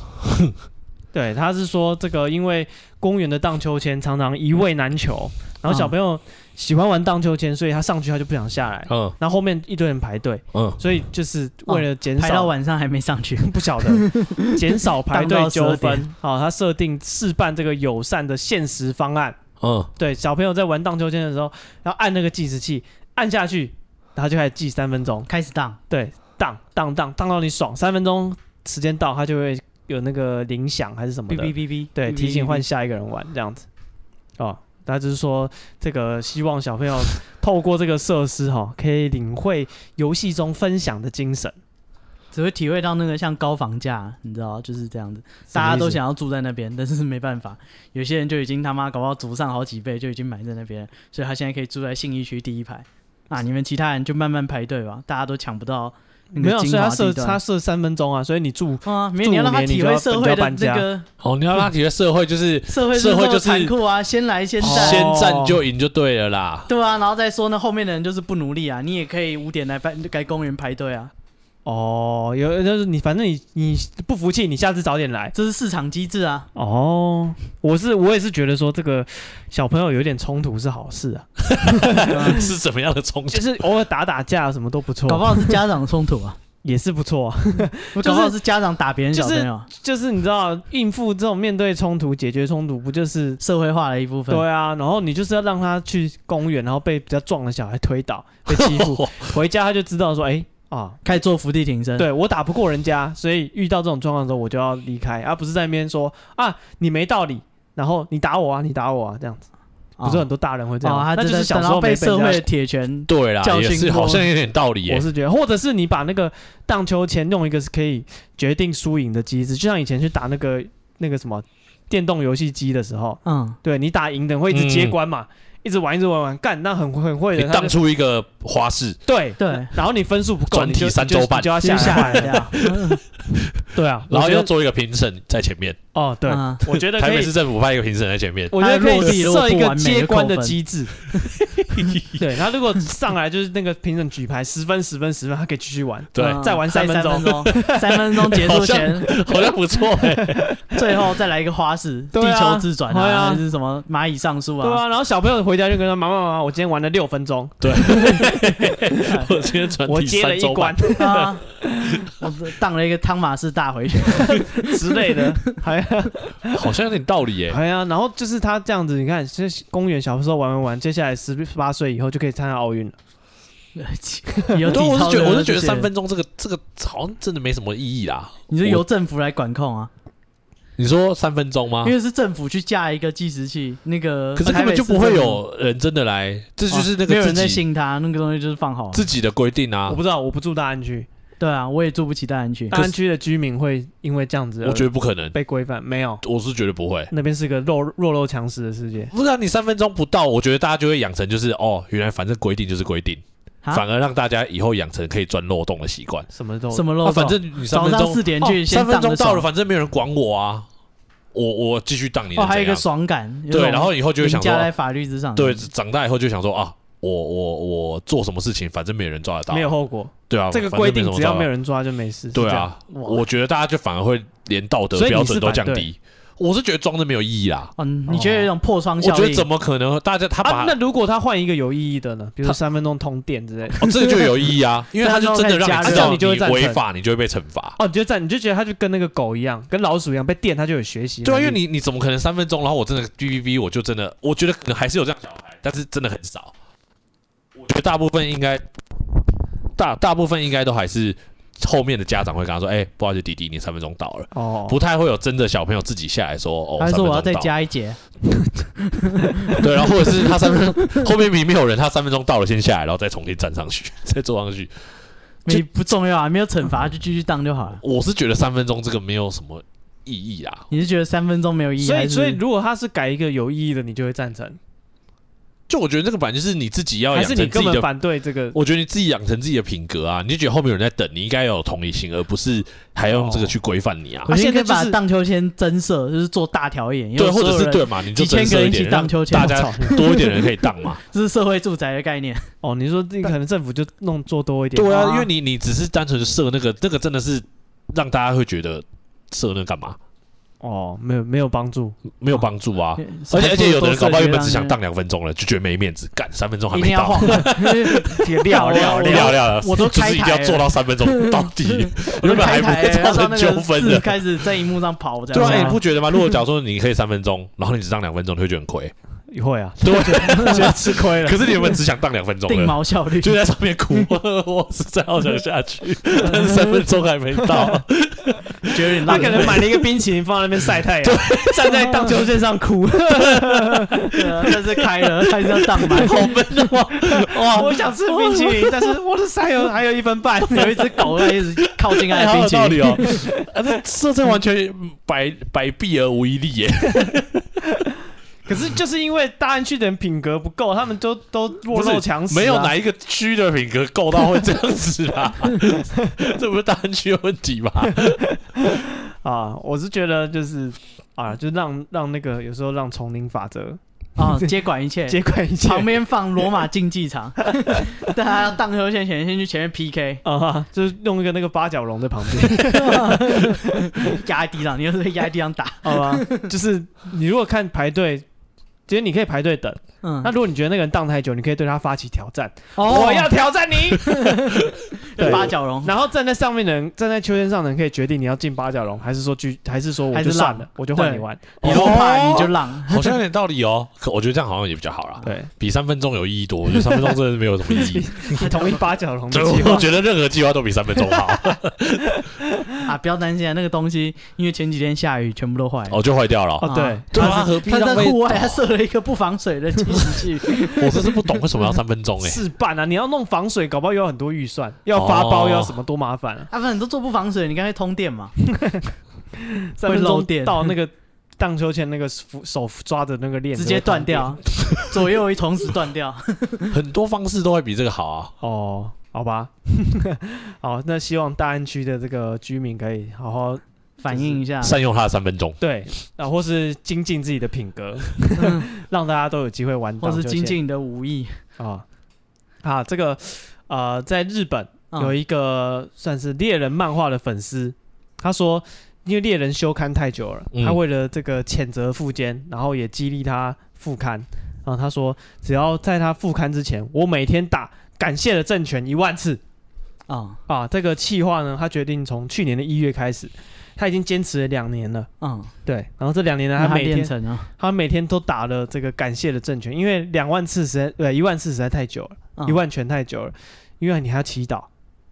[SPEAKER 1] 对，他是说这个，因为公园的荡秋千常常一位难求，然后小朋友喜欢玩荡秋千，所以他上去他就不想下
[SPEAKER 3] 啊
[SPEAKER 1] 来，
[SPEAKER 2] 嗯
[SPEAKER 1] 然后后面一堆人排队，
[SPEAKER 2] 嗯，
[SPEAKER 1] 所以就是为了减
[SPEAKER 3] 排到
[SPEAKER 1] 少、
[SPEAKER 3] 晚上还没上去，
[SPEAKER 1] 不晓得减少排
[SPEAKER 3] 荡
[SPEAKER 1] 队
[SPEAKER 3] 到
[SPEAKER 1] 纠
[SPEAKER 3] 12
[SPEAKER 1] 纷
[SPEAKER 3] 点，
[SPEAKER 1] 好、他设定试办这个友善的限时方案，
[SPEAKER 2] 嗯，
[SPEAKER 1] 对，小朋友在玩荡秋千的时候，要按那个计时器，按下去，然后就开始计三分钟，
[SPEAKER 3] 开始荡。
[SPEAKER 1] 对，荡荡荡荡到你爽，三分钟时间到，它就会有那个铃响还是什么
[SPEAKER 3] 哔
[SPEAKER 1] 的
[SPEAKER 3] 哔，哔哔，
[SPEAKER 1] 对，
[SPEAKER 3] 哔哔
[SPEAKER 1] 提醒
[SPEAKER 3] 哔
[SPEAKER 1] 换
[SPEAKER 3] 哔
[SPEAKER 1] 下一个人玩这样子。哦，他就是说这个希望小朋友透过这个设施哈、可以领会游戏中分享的精神。
[SPEAKER 3] 只会体会到那个像高房价，你知道，就是这样子，
[SPEAKER 1] 什么
[SPEAKER 3] 大家
[SPEAKER 1] 意
[SPEAKER 3] 都
[SPEAKER 1] 思
[SPEAKER 3] 想要住在那边，但是没办法，有些人就已经他妈搞不好祖上好几辈就已经买在那边，所以他现在可以住在信义区第一排啊！你们其他人就慢慢排队吧，大家都抢不到那
[SPEAKER 1] 没有，
[SPEAKER 3] 个
[SPEAKER 1] 所以
[SPEAKER 3] 精
[SPEAKER 1] 他
[SPEAKER 3] 华地
[SPEAKER 1] 设他
[SPEAKER 3] 段。
[SPEAKER 1] 设三分钟啊，所以你住
[SPEAKER 3] 啊，没有
[SPEAKER 1] 住
[SPEAKER 3] 你要让他
[SPEAKER 1] 五年你
[SPEAKER 3] 体
[SPEAKER 1] 就
[SPEAKER 3] 会
[SPEAKER 1] 要
[SPEAKER 3] 社
[SPEAKER 1] 你就
[SPEAKER 3] 会
[SPEAKER 1] 要
[SPEAKER 3] 的
[SPEAKER 1] 搬
[SPEAKER 3] 那个
[SPEAKER 2] 哦，你要拉体的社会就是
[SPEAKER 3] 社会
[SPEAKER 2] 社会
[SPEAKER 3] 这么
[SPEAKER 2] 就是
[SPEAKER 3] 残酷啊，先来先战，
[SPEAKER 2] 先
[SPEAKER 1] 哦
[SPEAKER 2] 战就赢就对 了啦。
[SPEAKER 3] 对啊，然后再说呢，后面的人就是不努力啊，你也可以五点来排来公园排队啊，
[SPEAKER 1] 哦，有就是你反正你你不服气，你下次早点来。
[SPEAKER 3] 这是市场机制啊，
[SPEAKER 1] 哦，我是我也是觉得说这个小朋友有点冲突是好事啊，
[SPEAKER 2] 是怎么样的冲突
[SPEAKER 1] 就？是偶尔打打架什么都不错，
[SPEAKER 3] 搞不好是家长冲 突啊，
[SPEAKER 1] 也是不错、啊。
[SPEAKER 3] 搞不好是家长打别人小朋友啊。
[SPEAKER 1] 就是你知道应付这种面对冲突、解决冲突，不就是
[SPEAKER 3] 社会化的一部分。
[SPEAKER 1] 对啊？然后你就是要让他去公园，然后被比较壮的小孩推 倒、被欺负，回家他就知道说，哎、啊，
[SPEAKER 3] 开始做伏地挺身。，
[SPEAKER 1] 对我打不过人家，所以遇到这种状况的时候我就要离开，而、不是在那边说啊你没道理，然后你打我啊，你打我啊这样子。不是很
[SPEAKER 3] 哦，
[SPEAKER 1] 多大人会这样，
[SPEAKER 3] 他
[SPEAKER 1] 那就
[SPEAKER 3] 真的
[SPEAKER 1] 是小
[SPEAKER 3] 等
[SPEAKER 1] 时
[SPEAKER 3] 到
[SPEAKER 1] 候
[SPEAKER 3] 被
[SPEAKER 1] 没
[SPEAKER 3] 社
[SPEAKER 1] 人家
[SPEAKER 3] 会的铁拳。
[SPEAKER 2] 对啦，
[SPEAKER 3] 教训
[SPEAKER 2] 也是
[SPEAKER 3] 过
[SPEAKER 2] 好像有点道理耶
[SPEAKER 1] 我。是觉得，或者是你把那个荡秋千用一个是可以决定输赢的机制，就像以前去打那个那个什么电动游戏机的时候，
[SPEAKER 3] 嗯，
[SPEAKER 1] 对你打赢的会一直接关嘛，一直玩一直玩玩干，那很很会
[SPEAKER 2] 你
[SPEAKER 1] 的，他
[SPEAKER 2] 当
[SPEAKER 1] 就
[SPEAKER 2] 初一个花式，
[SPEAKER 1] 对
[SPEAKER 3] 对。
[SPEAKER 1] 然后你分数不够，
[SPEAKER 2] 转
[SPEAKER 1] 你就
[SPEAKER 2] 体三周半
[SPEAKER 1] 你就你就
[SPEAKER 3] 接
[SPEAKER 1] 要
[SPEAKER 3] 下
[SPEAKER 1] 下
[SPEAKER 3] 来
[SPEAKER 1] 来。
[SPEAKER 3] 的，嗯
[SPEAKER 1] 对啊，
[SPEAKER 2] 然后
[SPEAKER 1] 我觉
[SPEAKER 2] 要
[SPEAKER 1] 得
[SPEAKER 2] 做一个评审在前面，
[SPEAKER 1] 哦，对，
[SPEAKER 3] 嗯
[SPEAKER 1] 我觉得
[SPEAKER 2] 台
[SPEAKER 1] 可
[SPEAKER 2] 北
[SPEAKER 1] 以
[SPEAKER 2] 市，政府派一个评审在 前面。
[SPEAKER 1] 我觉得可
[SPEAKER 3] 他落
[SPEAKER 1] 以
[SPEAKER 3] 地如果
[SPEAKER 1] 设一
[SPEAKER 3] 不
[SPEAKER 1] 个
[SPEAKER 3] 完美就
[SPEAKER 1] 接
[SPEAKER 3] 扣
[SPEAKER 1] 关的
[SPEAKER 3] 分
[SPEAKER 1] 机制。 对，他如果上来就是那个评审举牌十分十分十分，他可以继续玩。
[SPEAKER 2] 对
[SPEAKER 3] 嗯
[SPEAKER 1] 再玩
[SPEAKER 3] 再
[SPEAKER 1] 三
[SPEAKER 3] 三
[SPEAKER 1] 分钟
[SPEAKER 3] 钟， 三分钟结束前，
[SPEAKER 2] 好像不错哎、
[SPEAKER 3] 最后再来一个花式，
[SPEAKER 1] 对
[SPEAKER 3] 地
[SPEAKER 1] 啊
[SPEAKER 3] 球自转
[SPEAKER 1] 对啊
[SPEAKER 3] 还是什么蚂蚁上树
[SPEAKER 1] 对
[SPEAKER 3] 啊？
[SPEAKER 1] 啊，然后小朋友回家就跟他妈妈妈妈，我今天玩了六分钟，
[SPEAKER 2] 对，我今天 传
[SPEAKER 1] 我
[SPEAKER 2] 递
[SPEAKER 1] 接了
[SPEAKER 2] 三
[SPEAKER 1] 一
[SPEAKER 2] 周
[SPEAKER 1] 关
[SPEAKER 2] 半，
[SPEAKER 3] 啊，我荡了一个汤马士大回旋，
[SPEAKER 1] 之类 的，还
[SPEAKER 2] 好像有点道理耶、
[SPEAKER 1] 哎呀，然后就是他这样子，你看，其实公园小时候玩玩玩，接下来十八岁以后就可以参加奥运了。
[SPEAKER 3] 有
[SPEAKER 2] 对，
[SPEAKER 1] 啊
[SPEAKER 3] 体
[SPEAKER 2] 我是
[SPEAKER 3] 操
[SPEAKER 2] 觉
[SPEAKER 3] 的
[SPEAKER 2] 得，我是觉
[SPEAKER 3] 这
[SPEAKER 2] 得
[SPEAKER 3] 些
[SPEAKER 2] 三，分钟这个这个好像真的没什么意义啦。
[SPEAKER 3] 你说由政府来管控啊，
[SPEAKER 2] 你说三分钟吗
[SPEAKER 1] 啊
[SPEAKER 3] 因？为是政府去架一个计时器，那个
[SPEAKER 2] 可是
[SPEAKER 3] 台
[SPEAKER 2] 根
[SPEAKER 3] 北
[SPEAKER 2] 本就
[SPEAKER 3] 市
[SPEAKER 2] 不会
[SPEAKER 3] 政府
[SPEAKER 2] 有人真的来，这就是那
[SPEAKER 3] 没有
[SPEAKER 2] 个
[SPEAKER 3] 人在
[SPEAKER 2] 自己
[SPEAKER 3] 信他，那个东西就是放好了。
[SPEAKER 2] 自己的规定啊
[SPEAKER 1] 我。不知道，我不住大安区，
[SPEAKER 3] 对啊，我也住不起大安区
[SPEAKER 1] 大。安区的居民会因为这样子，
[SPEAKER 2] 我觉得不可能，
[SPEAKER 1] 被规范没有，
[SPEAKER 2] 我是觉得不会。
[SPEAKER 1] 那边是个弱弱肉强食的世界。
[SPEAKER 2] 不啊然你三分钟不到，我觉得大家就会养成就是哦，原来反正规定就是规定，
[SPEAKER 3] 啊
[SPEAKER 2] 反而让大家以后养成可以钻漏洞的习惯。
[SPEAKER 1] 什么都
[SPEAKER 3] 什么
[SPEAKER 2] 那、
[SPEAKER 3] 漏洞？
[SPEAKER 2] 啊反正你三
[SPEAKER 3] 早
[SPEAKER 2] 分
[SPEAKER 3] 上
[SPEAKER 2] 钟
[SPEAKER 3] 四点去，
[SPEAKER 2] 哦
[SPEAKER 3] 先
[SPEAKER 2] 三分
[SPEAKER 3] 荡
[SPEAKER 2] 钟
[SPEAKER 3] 着
[SPEAKER 2] 到了，
[SPEAKER 3] 爽
[SPEAKER 2] 反正没有人管我啊，我我继续当你能
[SPEAKER 3] 哦，还有一
[SPEAKER 2] 怎
[SPEAKER 3] 个
[SPEAKER 2] 样？
[SPEAKER 3] 爽感。有
[SPEAKER 2] 对，
[SPEAKER 3] 种
[SPEAKER 2] 然后以后就会
[SPEAKER 3] 凌
[SPEAKER 2] 想说哦
[SPEAKER 3] 驾，在法律之上。
[SPEAKER 2] 对，长大以后就想说啊，我我我做什么事情，反正没有人抓得到，
[SPEAKER 1] 没有，后果，
[SPEAKER 2] 对啊，
[SPEAKER 1] 这个
[SPEAKER 2] 反正
[SPEAKER 1] 规定
[SPEAKER 2] 什么
[SPEAKER 1] 只要
[SPEAKER 2] 抓
[SPEAKER 1] 没有
[SPEAKER 2] 到
[SPEAKER 1] 人抓就没事。是
[SPEAKER 2] 对
[SPEAKER 1] 这样，
[SPEAKER 2] 啊，我觉得大家就反而会连道德
[SPEAKER 1] 所以你
[SPEAKER 2] 标
[SPEAKER 1] 是
[SPEAKER 2] 准都降
[SPEAKER 1] 反对
[SPEAKER 2] 低。我是觉得装的没有意义啦，
[SPEAKER 3] 嗯，你觉得有一种破窗
[SPEAKER 2] 我
[SPEAKER 3] 效
[SPEAKER 2] 觉得
[SPEAKER 3] 应？
[SPEAKER 2] 怎么可能？大家他把、
[SPEAKER 1] 啊，那如果他换一个有意义的呢？比如说
[SPEAKER 2] 他
[SPEAKER 1] 三分钟通电之类的，
[SPEAKER 2] 哦，这个就有意义 啊，因为他就真的让你知
[SPEAKER 1] 这样
[SPEAKER 2] 道
[SPEAKER 1] 你就会赞成
[SPEAKER 2] 违法，你就会被惩罚。
[SPEAKER 1] 哦，你就在你就觉得他就跟那个狗一样，跟老鼠一样被电，他就有学习能力。
[SPEAKER 2] 对啊，因为你你怎么可能三分钟，然后我真的哔哔哔，我就真的，我觉得可能还是有这样的小孩，但是真的很少。我觉得大部分应该，大大部分应该都还是后面的家长会跟他说，哎、不好意思，弟弟，你三分钟到了，
[SPEAKER 1] 哦，
[SPEAKER 2] 不太会有真的小朋友自己下来说，哦，
[SPEAKER 3] 还是我要
[SPEAKER 2] 三分
[SPEAKER 3] 再
[SPEAKER 2] 钟到
[SPEAKER 3] 加一节？
[SPEAKER 2] 对，然后或者是他三分 钟后面明明没有人，他三分钟到了先下来，然后再重新站上去，再坐上去。
[SPEAKER 3] 没不重要啊，没有惩
[SPEAKER 2] 嗯
[SPEAKER 3] 罚就继续荡就好了。
[SPEAKER 2] 我是觉得三分钟这个没有什么意义啊啦，
[SPEAKER 3] 你是觉得三分钟没有意义？
[SPEAKER 1] 所
[SPEAKER 3] 还
[SPEAKER 1] 以
[SPEAKER 3] 是
[SPEAKER 1] 所以如果他是改一个有意义的，你就会赞成，
[SPEAKER 2] 就我觉得这个版就是你自己要
[SPEAKER 1] 还
[SPEAKER 2] 养
[SPEAKER 1] 是
[SPEAKER 2] 成
[SPEAKER 1] 你
[SPEAKER 2] 自
[SPEAKER 1] 根
[SPEAKER 2] 己
[SPEAKER 1] 本
[SPEAKER 2] 的
[SPEAKER 1] 反对这个？
[SPEAKER 2] 我觉得你自己养成自己的品格啊，你就觉得后面有人在等你，应该要有同理心，而不是还要用这个去规范你啊。
[SPEAKER 3] 我
[SPEAKER 1] 啊
[SPEAKER 3] 觉
[SPEAKER 1] 现
[SPEAKER 3] 得你可
[SPEAKER 1] 在
[SPEAKER 3] 以把
[SPEAKER 1] 就是
[SPEAKER 3] 荡秋千增设，就是做大条一点，
[SPEAKER 2] 对，
[SPEAKER 3] 有
[SPEAKER 2] 或
[SPEAKER 3] 所
[SPEAKER 2] 者
[SPEAKER 3] 有
[SPEAKER 2] 是
[SPEAKER 3] 人，
[SPEAKER 2] 对嘛，你就
[SPEAKER 3] 几
[SPEAKER 2] 增
[SPEAKER 3] 千个
[SPEAKER 2] 设
[SPEAKER 3] 人
[SPEAKER 2] 一
[SPEAKER 3] 一起
[SPEAKER 2] 点，
[SPEAKER 3] 荡
[SPEAKER 2] 让
[SPEAKER 3] 秋千
[SPEAKER 2] 大
[SPEAKER 1] 我
[SPEAKER 2] 家
[SPEAKER 1] 操
[SPEAKER 2] 多一点人可以荡 嘛。
[SPEAKER 3] 这是社会住宅的概念。
[SPEAKER 1] 哦，你说这个可能政府就弄做多一点，
[SPEAKER 2] 对啊，
[SPEAKER 3] 啊
[SPEAKER 2] 因为你你只是单纯设那个，那个真的是让大家会觉得设那干嘛？
[SPEAKER 1] 哦，没有没有帮助，
[SPEAKER 2] 没有帮助啊。而
[SPEAKER 3] 而
[SPEAKER 2] 且而且有的人搞不好原本只想当两分钟了，就觉得没面子，干三分钟还
[SPEAKER 3] 啊一
[SPEAKER 2] 没
[SPEAKER 3] 定要
[SPEAKER 2] 到
[SPEAKER 3] 晃，， 哦
[SPEAKER 4] 料料
[SPEAKER 2] 不
[SPEAKER 4] 料
[SPEAKER 2] 了，了了，
[SPEAKER 3] 我都
[SPEAKER 2] 就是
[SPEAKER 3] 开
[SPEAKER 2] 一定
[SPEAKER 3] 台
[SPEAKER 2] 要做到三分钟到 底，
[SPEAKER 3] 我
[SPEAKER 2] 原
[SPEAKER 3] 就
[SPEAKER 2] 本还
[SPEAKER 3] 开
[SPEAKER 2] 不
[SPEAKER 3] 台
[SPEAKER 2] 会
[SPEAKER 3] 然
[SPEAKER 2] 造
[SPEAKER 3] 后
[SPEAKER 2] 成
[SPEAKER 3] 让那
[SPEAKER 2] 纠
[SPEAKER 3] 个
[SPEAKER 2] 纷
[SPEAKER 3] 字
[SPEAKER 2] 的。
[SPEAKER 3] 开始在荧幕上跑这
[SPEAKER 2] 对
[SPEAKER 3] 样
[SPEAKER 2] 啊，
[SPEAKER 3] 子。
[SPEAKER 2] 哎
[SPEAKER 1] 对
[SPEAKER 2] 你不觉得吗？如果假如说你可以三分 钟，然后你只当两分钟，你会觉得很亏。
[SPEAKER 1] 会 啊，
[SPEAKER 2] 对，
[SPEAKER 1] 觉得吃亏了
[SPEAKER 2] 可。是你原本只想当两分钟
[SPEAKER 3] 定
[SPEAKER 2] 了，
[SPEAKER 3] 毛效率，
[SPEAKER 2] 就在上面哭，我实在好想下去，但是三分钟还没到。
[SPEAKER 3] 觉得有点
[SPEAKER 1] 他
[SPEAKER 3] 浪费
[SPEAKER 1] 可能买了一个冰淇淋放在那边晒太阳， 站在荡秋千上哭。
[SPEAKER 3] 对啊但是开了，还是要上 班。
[SPEAKER 1] 哇，我想吃冰淇淋，但是我的还有还有一分 半。
[SPEAKER 3] 有一只狗在一直靠近爱
[SPEAKER 2] 哎，
[SPEAKER 3] 的
[SPEAKER 2] 好
[SPEAKER 3] 冰
[SPEAKER 2] 有
[SPEAKER 3] 淇
[SPEAKER 2] 道
[SPEAKER 3] 淋
[SPEAKER 2] 理， 哦！啊，这这这完全百百弊而无一利 耶。
[SPEAKER 1] 可是就是因为大安区的人品格不够，他们都都弱肉强食、啊，
[SPEAKER 2] 没有哪一个区的品格够到会这样子 啦，这不是大安区的问题吧？
[SPEAKER 1] 啊！我是觉得就是啊，就让让那个有时候让丛林法则
[SPEAKER 2] 哦
[SPEAKER 3] 啊，接管一切。
[SPEAKER 1] 接管一切
[SPEAKER 3] 旁边放罗马竞技场， 大家要荡秋千前先去前面 PK，
[SPEAKER 1] 啊，就是弄一个那个八角笼在旁边，
[SPEAKER 3] 压在地上，你又是被压在地上打。
[SPEAKER 1] 好吧？就是你如果看排队。其实你可以排队等，
[SPEAKER 3] 嗯
[SPEAKER 1] 那，如果你觉得那个人荡太久，你可以对他发起挑战。
[SPEAKER 3] 哦
[SPEAKER 1] 我要挑战 你，对
[SPEAKER 3] 八角笼，
[SPEAKER 1] 然后站在上面的人，站在秋千上的人可以决定你要进八角笼，还是说去，还是说我
[SPEAKER 3] 还
[SPEAKER 1] 就是算
[SPEAKER 3] 浪
[SPEAKER 1] 了，我就换你
[SPEAKER 3] 对
[SPEAKER 1] 玩。
[SPEAKER 3] 你如果怕
[SPEAKER 2] 哦
[SPEAKER 3] 你就浪，
[SPEAKER 2] 好像有点道理哦。可我觉得这样好像也比较好啦，
[SPEAKER 1] 对，
[SPEAKER 2] 比三分钟有意义多。我觉得三分钟真的是没有什么意义。
[SPEAKER 1] 你同意八角笼的
[SPEAKER 2] 就
[SPEAKER 1] 计
[SPEAKER 2] 我
[SPEAKER 1] 划？
[SPEAKER 2] 觉得任何计划都比三分钟好，
[SPEAKER 3] 啊，不要担心啊，那个东西因为前几天下雨，全部都坏了。
[SPEAKER 2] 哦，就坏掉了。
[SPEAKER 1] 哦，对，
[SPEAKER 2] 对啊
[SPEAKER 3] 他
[SPEAKER 2] 何必
[SPEAKER 3] 他在
[SPEAKER 2] 浪费
[SPEAKER 3] 户外， 他设了一个不防水的计时 器，
[SPEAKER 2] 我真是不懂为什么要三分钟哎。
[SPEAKER 1] 事办啊！你要弄防水，搞不好又要很多预算，要发包，
[SPEAKER 2] 哦
[SPEAKER 1] 又要什么，多麻 烦啊！
[SPEAKER 3] 啊，不然你都做不防水，你干脆通电嘛。
[SPEAKER 1] 三分
[SPEAKER 3] 漏
[SPEAKER 1] 钟
[SPEAKER 3] 电
[SPEAKER 1] 到那个荡秋千那个扶手抓着那个链
[SPEAKER 3] 直
[SPEAKER 1] 子
[SPEAKER 3] 接
[SPEAKER 1] 会
[SPEAKER 3] 断掉，左右一同时断掉。
[SPEAKER 2] 很多方式都会比这个好啊。
[SPEAKER 1] 哦，好吧， 好，那希望大安区的这个居民可以好好
[SPEAKER 3] 反映一下，
[SPEAKER 2] 善用他的三分钟，
[SPEAKER 1] 对，啊，或是精进自己的品格， 让大家都有机会玩
[SPEAKER 3] 嗯或
[SPEAKER 1] 荡秋
[SPEAKER 3] 是
[SPEAKER 1] 千
[SPEAKER 3] 精进你的武艺。
[SPEAKER 1] 啊啊，这个呃，在日本
[SPEAKER 3] 嗯
[SPEAKER 1] 有一个算是猎人漫画的粉丝，他说，因为猎人休刊太久了，
[SPEAKER 2] 嗯
[SPEAKER 1] 他为了这个谴责富坚，然后也激励他复刊，然后他说，只要在他复刊之前，我每天打感谢了政权一万次
[SPEAKER 3] 啊
[SPEAKER 1] 啊。这个企划呢，他决定从去年的一月开始，他已经坚持了两年了。
[SPEAKER 3] 嗯，
[SPEAKER 1] 对，然后这两年呢，
[SPEAKER 3] 那
[SPEAKER 1] 他
[SPEAKER 3] 他
[SPEAKER 1] 每
[SPEAKER 3] 练
[SPEAKER 1] 天
[SPEAKER 3] 成啊，
[SPEAKER 1] 他每天都打了这个感谢的政权，因为两万次实在对一万次实在太久了，
[SPEAKER 3] 嗯
[SPEAKER 1] 一万拳太久了，因为你还要祈祷，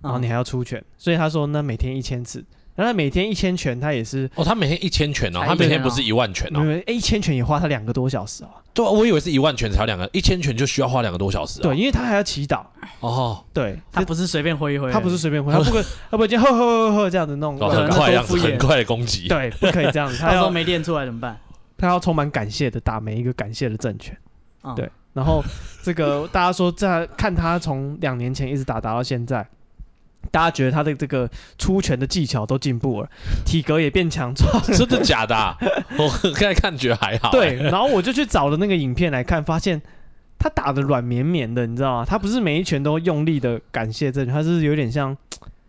[SPEAKER 1] 然后
[SPEAKER 3] 嗯
[SPEAKER 1] 你还要出拳，所以他说那每天一千次，然后他每天一千拳，他也是，
[SPEAKER 2] 哦，他每天一千拳哦，
[SPEAKER 3] 才
[SPEAKER 2] 他每
[SPEAKER 3] 一
[SPEAKER 2] 天
[SPEAKER 3] 千
[SPEAKER 2] 不
[SPEAKER 3] 哦
[SPEAKER 2] 是一万拳
[SPEAKER 1] 没有
[SPEAKER 2] 哦，
[SPEAKER 1] 没有哎一千拳也花他两个多小时哦，
[SPEAKER 2] 对啊，我以为是一万拳才有两个，一千拳就需要花两个多小时、哦。
[SPEAKER 1] 对，，因为他还要祈祷，
[SPEAKER 2] 哦，
[SPEAKER 1] 对，
[SPEAKER 3] 他不是随便挥一挥而已，
[SPEAKER 1] 他不是随便挥，他不会， 他不会就呵呵呵呵这样子弄，呃
[SPEAKER 2] 哦
[SPEAKER 3] 对
[SPEAKER 2] 很快的样子，
[SPEAKER 3] 那多敷衍
[SPEAKER 2] 很快的攻击。
[SPEAKER 1] 对，不可以这样 子，
[SPEAKER 3] 他
[SPEAKER 1] 他
[SPEAKER 3] 说
[SPEAKER 1] 要
[SPEAKER 3] 没练出来怎么办？
[SPEAKER 1] 他要充满感谢的打每一个感谢的政权。
[SPEAKER 3] 啊
[SPEAKER 1] 对，然后这个大家说，在看他从两年前一直打打到现在，大家觉得他的这个出拳的技巧都进步了，体格也变强壮。
[SPEAKER 2] 真的假的啊、我刚才看觉得还好、
[SPEAKER 1] 对，
[SPEAKER 2] 哎，
[SPEAKER 1] 然后我就去找了那个影片来看，发现他打的软绵绵的，你知道吗？他不是每一拳都用力的感谢这，他是有点像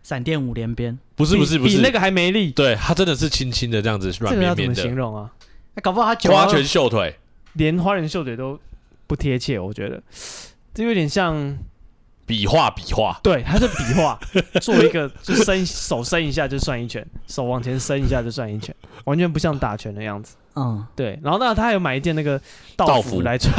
[SPEAKER 3] 闪电五连鞭，
[SPEAKER 2] 不是
[SPEAKER 1] 比
[SPEAKER 2] 不是不是，
[SPEAKER 1] 比那个还没力。
[SPEAKER 2] 对他真的是轻轻的这样子，
[SPEAKER 1] 这
[SPEAKER 2] 软
[SPEAKER 1] 个要
[SPEAKER 2] 绵
[SPEAKER 1] 怎么
[SPEAKER 2] 绵
[SPEAKER 1] 形
[SPEAKER 2] 的，
[SPEAKER 1] 容啊？
[SPEAKER 3] 那哎搞不好他九
[SPEAKER 2] 花
[SPEAKER 3] 二
[SPEAKER 2] 拳绣腿，
[SPEAKER 1] 连花人秀腿都不贴切，我觉得这有点像，
[SPEAKER 2] 比划比划。
[SPEAKER 1] 对，他是比划，做一个就伸手伸一下就算一拳，手往前伸一下就算一拳，完全不像打拳的样子。
[SPEAKER 3] 嗯，
[SPEAKER 1] 对，然后那他还有买一件那个道
[SPEAKER 2] 道
[SPEAKER 1] 服
[SPEAKER 2] 服
[SPEAKER 1] 来穿，